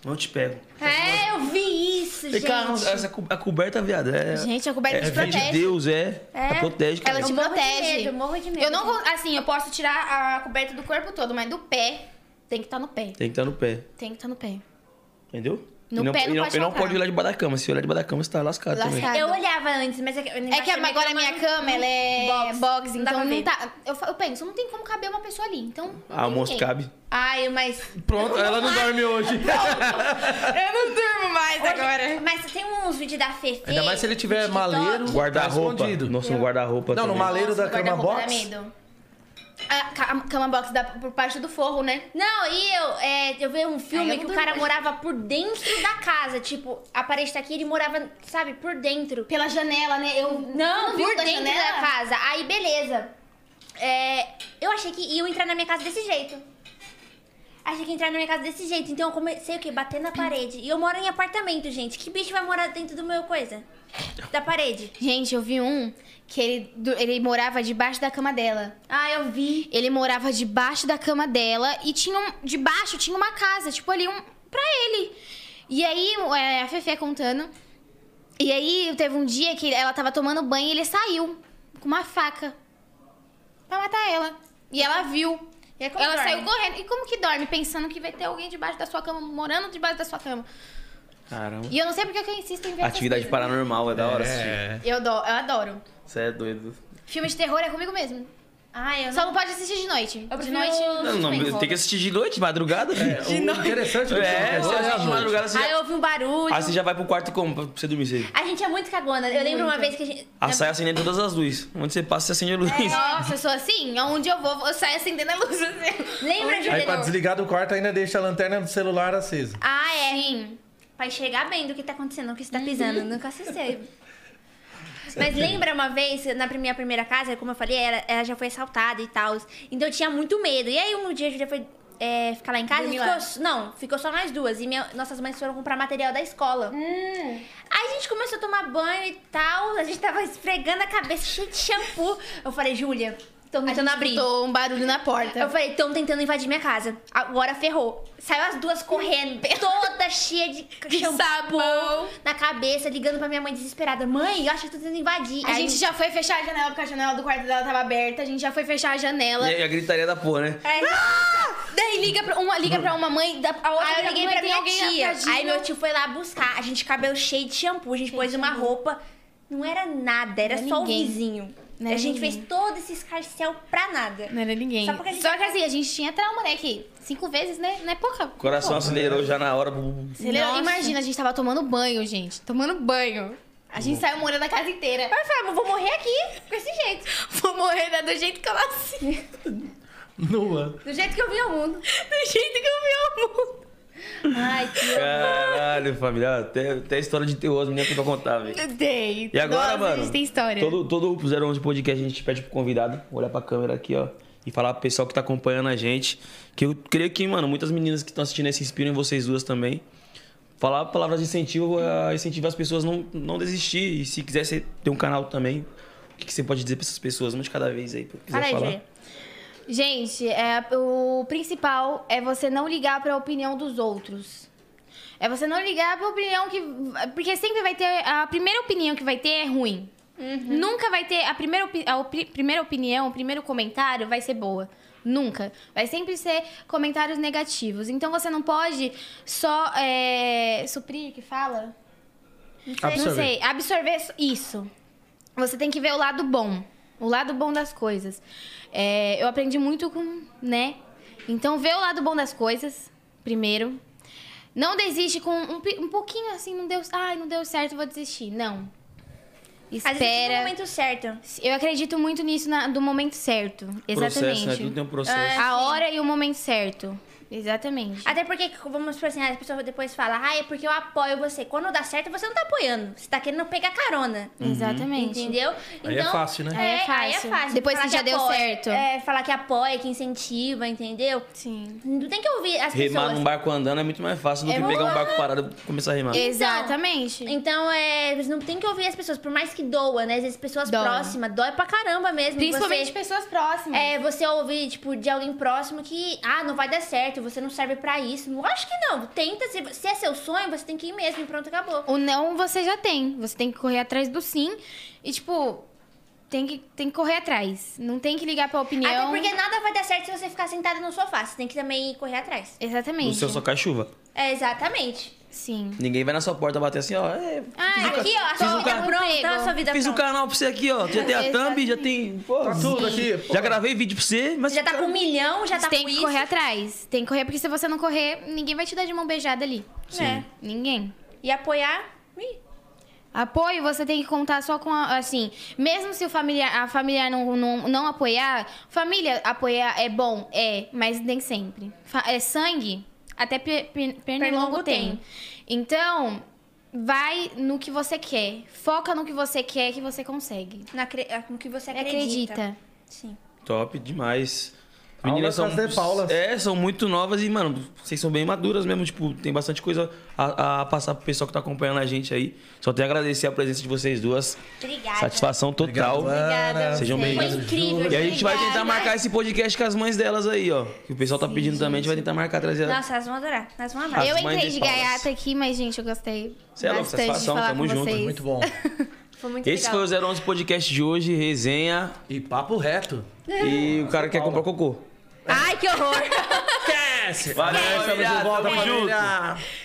A: Não te pego.
D: É, eu vi isso,
A: E,
D: gente.
A: cara, essa cu- a coberta, viado, é.
F: Gente, a coberta
A: é,
F: te
A: vem de
F: protege.
A: Deus, é. Ela protege, cara.
F: Ela te
D: Eu morro de
F: protege.
D: medo, eu morro de medo.
F: Eu não, con- assim, eu posso tirar a coberta do corpo todo, mas do pé tem que estar no pé.
A: Tem que estar no pé,
F: Tem que estar no pé.
A: entendeu?
F: No
A: e não,
F: pé não
A: e não,
F: pode
A: e não
F: tocar.
A: pode olhar debaixo da cama. Se olhar debaixo da cama, você tá lascado, também.
F: Lascado.
D: Eu olhava antes, mas... É que,
F: É que agora a minha cama, ela é box,
D: Box. Não dá
F: então
D: pra
F: não
D: ver.
F: tá. Eu, fa- eu penso, não tem como caber uma pessoa ali, então. não
A: Ah,
F: tem
A: o monstro
F: ninguém.
A: cabe.
D: Ai, mas...
B: Pronto, ela não dorme hoje.
F: Eu não durmo mais agora.
D: Mas tem uns vídeos da Fefe...
B: Ainda mais se ele tiver
D: no TikTok.
B: maleiro.
A: Guarda-roupa.
B: Tá escondido.
A: Nossa, um guarda-roupa.
B: Não, no
A: também.
B: maleiro da
D: Nossa,
B: cama
D: guarda-roupa dá
B: box.
D: medo.
F: A ca- a cama box dá por parte do forro, né?
D: Não, e eu, é, eu vi um filme
F: Ai, eu
D: que
F: não
D: o
F: durmo
D: cara
F: mais.
D: morava por dentro da casa. Tipo, a parede tá aqui, ele morava, sabe, por dentro.
F: Pela janela, né? Eu
D: Não,
F: Você viu
D: por
F: da
D: dentro
F: janela?
D: da casa. Aí, beleza. É, eu achei que iam entrar na minha casa desse jeito. Achei que ia entrar na minha casa desse jeito. Então eu comecei o quê? Bater na parede. E eu moro em apartamento, gente. Que bicho vai morar dentro do meu coisa? Da parede.
F: Gente, eu vi um que ele, du- ele morava debaixo da cama dela.
D: Ah, eu vi.
F: Ele morava debaixo da cama dela e tinha um, debaixo tinha uma casa, tipo ali um pra ele. E aí é, a Fefe contando. E aí teve um dia que ela tava tomando banho e ele saiu com uma faca pra matar ela. E ela viu.
D: E aí, como
F: ela
D: dorme?
F: saiu correndo. E como que dorme pensando que vai ter alguém debaixo da sua cama, morando debaixo da sua cama?
A: Caramba.
F: E né? eu não sei porque que eu insisto em ver essas
A: Atividade
F: coisas.
A: paranormal, é da hora assistir.
B: É.
F: Eu, do, eu adoro.
A: Você é doido.
F: Filme de terror é comigo mesmo.
D: Ah, eu
F: Só
D: não...
F: não pode assistir de noite. de
D: prefiro-
F: noite.
A: Não, não,
F: suspense.
A: tem que assistir de noite, madrugada. né? filho.
B: O interessante do
A: É,
B: filme
A: você
B: é a
A: assiste de
B: noite.
A: madrugada, você
D: Ah,
A: já...
D: eu ouvi um barulho.
A: Aí você já vai pro quarto e como? Pra você dormir cedo.
D: A gente é muito cagona. Eu lembro uma vez que a gente...
A: A saia acende todas as luzes. Onde você passa, você acende a luz.
F: Nossa, eu sou assim? Aonde eu vou, eu saio acendendo a luz. Assim.
D: Lembra,
B: Aí pra
D: Juliana?
B: desligar do quarto ainda deixa a lanterna do celular acesa.
D: Ah, é. Sim. Pra enxergar bem do que tá acontecendo, o que você
F: Uhum.
D: tá pisando. Eu Nunca assustei. Mas lembra uma vez, na pri- minha primeira casa, como eu falei, ela, ela já foi assaltada e tal. Então eu tinha muito medo. E aí um dia a Julia foi é, ficar lá em casa e
F: Dormiu
D: ficou.
F: lá.
D: Não, ficou só nós duas. E minha- nossas mães foram comprar material da escola.
F: Hum.
D: Aí a gente começou a tomar banho e tal. A gente tava esfregando a cabeça cheia de shampoo. Eu falei, Júlia, tô
F: A gente
D: tentando abrir.
F: escutou um barulho na porta.
D: então Eu falei, estão tentando invadir minha casa. Agora ferrou. Saiu as duas correndo, toda cheia de
F: De
D: shampoo
F: sabão.
D: na cabeça, ligando pra minha mãe desesperada. Mãe, eu acho que estão tentando invadir.
F: A gente já foi fechar a janela, porque a janela do quarto dela tava aberta. A gente já foi fechar a janela.
A: E a gritaria da porra, né?
D: É,
F: Daí liga pra uma, liga pra uma mãe, da- a outra
D: aí eu
F: liga
D: liguei
F: mãe,
D: pra
F: tem
D: minha
F: alguém
D: tia.
F: agindo.
D: Aí meu tio foi lá buscar. A gente cabelo cheio de shampoo, a gente pôs uma roupa. Não era nada, era
F: Não era
D: só
F: ninguém.
D: o vizinho.
F: Não
D: a
F: era
D: gente
F: ninguém.
D: fez todo esse escarcel pra nada.
F: Não era ninguém.
D: Só porque a gente-
F: Só que assim, a gente tinha trauma, né? Que cinco vezes, né? Não é pouca.
A: O coração assim.
F: pouca.
A: acelerou já na hora.
F: Acelerou.
D: Nossa.
F: Imagina, a gente tava tomando banho, gente. Tomando banho. A
A: Uhum.
F: gente saiu morando a casa inteira.
D: Aí eu falei, "Ah, mas vou morrer aqui, com esse jeito.
F: Vou morrer né, do jeito que eu nasci.
B: Nua.
D: Do jeito que eu vi o mundo.
F: Do jeito que eu me amo.
D: Ai, que
A: Tá Caralho, família. Até, até história de terror, as meninas tem pra contar, velho.
F: Dei.
A: E agora,
F: Nossa,
A: mano?
F: A gente tem história.
A: Todo, todo o 011 podcast a gente pede pro convidado olhar pra câmera aqui, ó. E falar pro pessoal que tá acompanhando a gente. Que eu creio que, mano, muitas meninas que estão assistindo aí se inspiram em vocês duas também. Falar palavras de incentivo, a incentivar as pessoas a não, não desistir. E se quiser você ter um canal também, o que, que você pode dizer pra essas pessoas? Um de cada vez aí, pra quiser
D: Fala aí,
A: falar.
D: Julia.
F: Gente, é, o principal é você não ligar pra opinião dos outros. É você não ligar pra opinião que. Porque sempre vai ter. A primeira opinião que vai ter é ruim. Nunca vai ter. A, primeira, opi- a opi- primeira opinião, o primeiro comentário vai ser boa. Nunca. Vai sempre ser comentários negativos. Então você não pode só. É, suprir que fala?
B: Absorver.
F: Não sei. Absorver isso. Você tem que ver o lado bom. O lado bom das coisas. É, eu aprendi muito com, né? Então, vê o lado bom das coisas, primeiro. Não desiste com um, pi- um pouquinho assim, não deu, ai, não deu certo, vou desistir. Não.
D: Às vezes no
F: Espera.
D: momento certo.
F: Eu acredito muito nisso na- do momento certo. Exatamente.
A: Processo, né? Tudo tem um processo.
F: A hora e o momento certo. Exatamente.
D: Ah, Até porque, vamos supor assim, a pessoa depois fala, ah, é porque eu apoio você. Quando dá certo, você não tá apoiando. Você tá querendo pegar carona.
A: Uhum.
F: Exatamente.
D: Entendeu?
B: Aí é
D: então,
B: fácil, né?
F: Aí é
D: aí
F: fácil. Depois que já deu
D: apoia,
F: certo.
D: É, falar que apoia, que incentiva, entendeu?
F: Sim.
D: Não tem que ouvir as
A: Remar
D: pessoas.
A: num barco andando é muito mais fácil do que pegar um barco parado e começar a remar.
F: Exatamente.
D: Então, é, você não tem que ouvir as pessoas, por mais que doa, né? Às vezes pessoas
F: Dói.
D: próximas, dói pra caramba mesmo.
F: Principalmente
D: você,
F: pessoas próximas.
D: é, você ouvir, tipo, de alguém próximo que, ah, não vai dar certo, você não serve pra isso. Lógico que não, tenta, se, se é seu sonho, você tem que ir mesmo e pronto, acabou.
F: O não você já tem. Você tem que correr atrás do sim. E, tipo, tem que, tem que correr atrás. Não tem que ligar pra opinião.
D: Até porque nada vai dar certo se você ficar sentada no sofá, você tem que também correr atrás.
F: Exatamente.
A: O seu só cai chuva.
D: É, exatamente.
F: Sim.
A: Ninguém vai na sua porta bater assim, ó. é,
F: Ah,
D: Aqui, ó, a
A: Fiz
D: sua
A: um
D: vida
A: ca-
D: pronta, tá? a sua vida
A: fiz o
D: pronta.
A: canal pra você aqui, ó. Já tem a thumb, já tem. pô,
B: Tá tudo aqui. pô.
A: já gravei vídeo pra você, mas.
D: Já tá com um milhão, já tá
F: tem
D: com
F: que
D: isso.
F: correr atrás. Tem que correr, porque se você não correr, ninguém vai te dar de mão beijada ali. É,
D: né?
F: Ninguém.
D: E apoiar. Ih,
F: Apoio você tem que contar só com a, assim, mesmo se o familiar, a familiar não, não, não apoiar, família apoiar é bom, é, mas nem sempre. Fa- é sangue, até pe- pe- pernilongo
D: Pernilongo
F: tem.
D: tem.
F: Então, vai no que você quer, foca no que você quer que você consegue.
D: na cre- ah, No que você
F: Acredita.
D: acredita. Sim.
A: Top demais.
B: Paula
A: Meninas são.
B: Casé Paula.
A: É, são muito novas e, mano, vocês são bem maduras mesmo. Tipo, tem bastante coisa a, a passar pro pessoal que tá acompanhando a gente aí. Só tenho a agradecer a presença de vocês duas.
D: Obrigada.
A: Satisfação total.
B: Ana.
A: Sejam
D: Foi
A: bem-vindas.
D: incrível.
A: E a gente vai tentar
D: obrigada.
A: marcar esse podcast com as mães delas aí, ó. Que o pessoal tá pedindo também, a gente vai tentar marcar trazer.
D: Nossa, elas vão adorar. Elas vão amar.
A: As
F: Eu
A: mães
F: entrei
A: de
F: de
A: Paulas.
F: gaiata aqui, mas gente, eu gostei
A: Cê é louco,
F: bastante de
A: satisfação,
F: falar
A: tamo
F: com
A: junto.
F: vocês.
B: Muito bom.
D: Foi muito
A: Esse
D: legal.
A: foi o 011 Podcast de hoje, resenha.
B: E papo reto.
A: E o cara quer comprar cocô.
D: Ai, que horror.
B: Esquece!
A: Valeu,
B: Estamos de
A: família,
B: volta,
A: tamo junto.
B: família.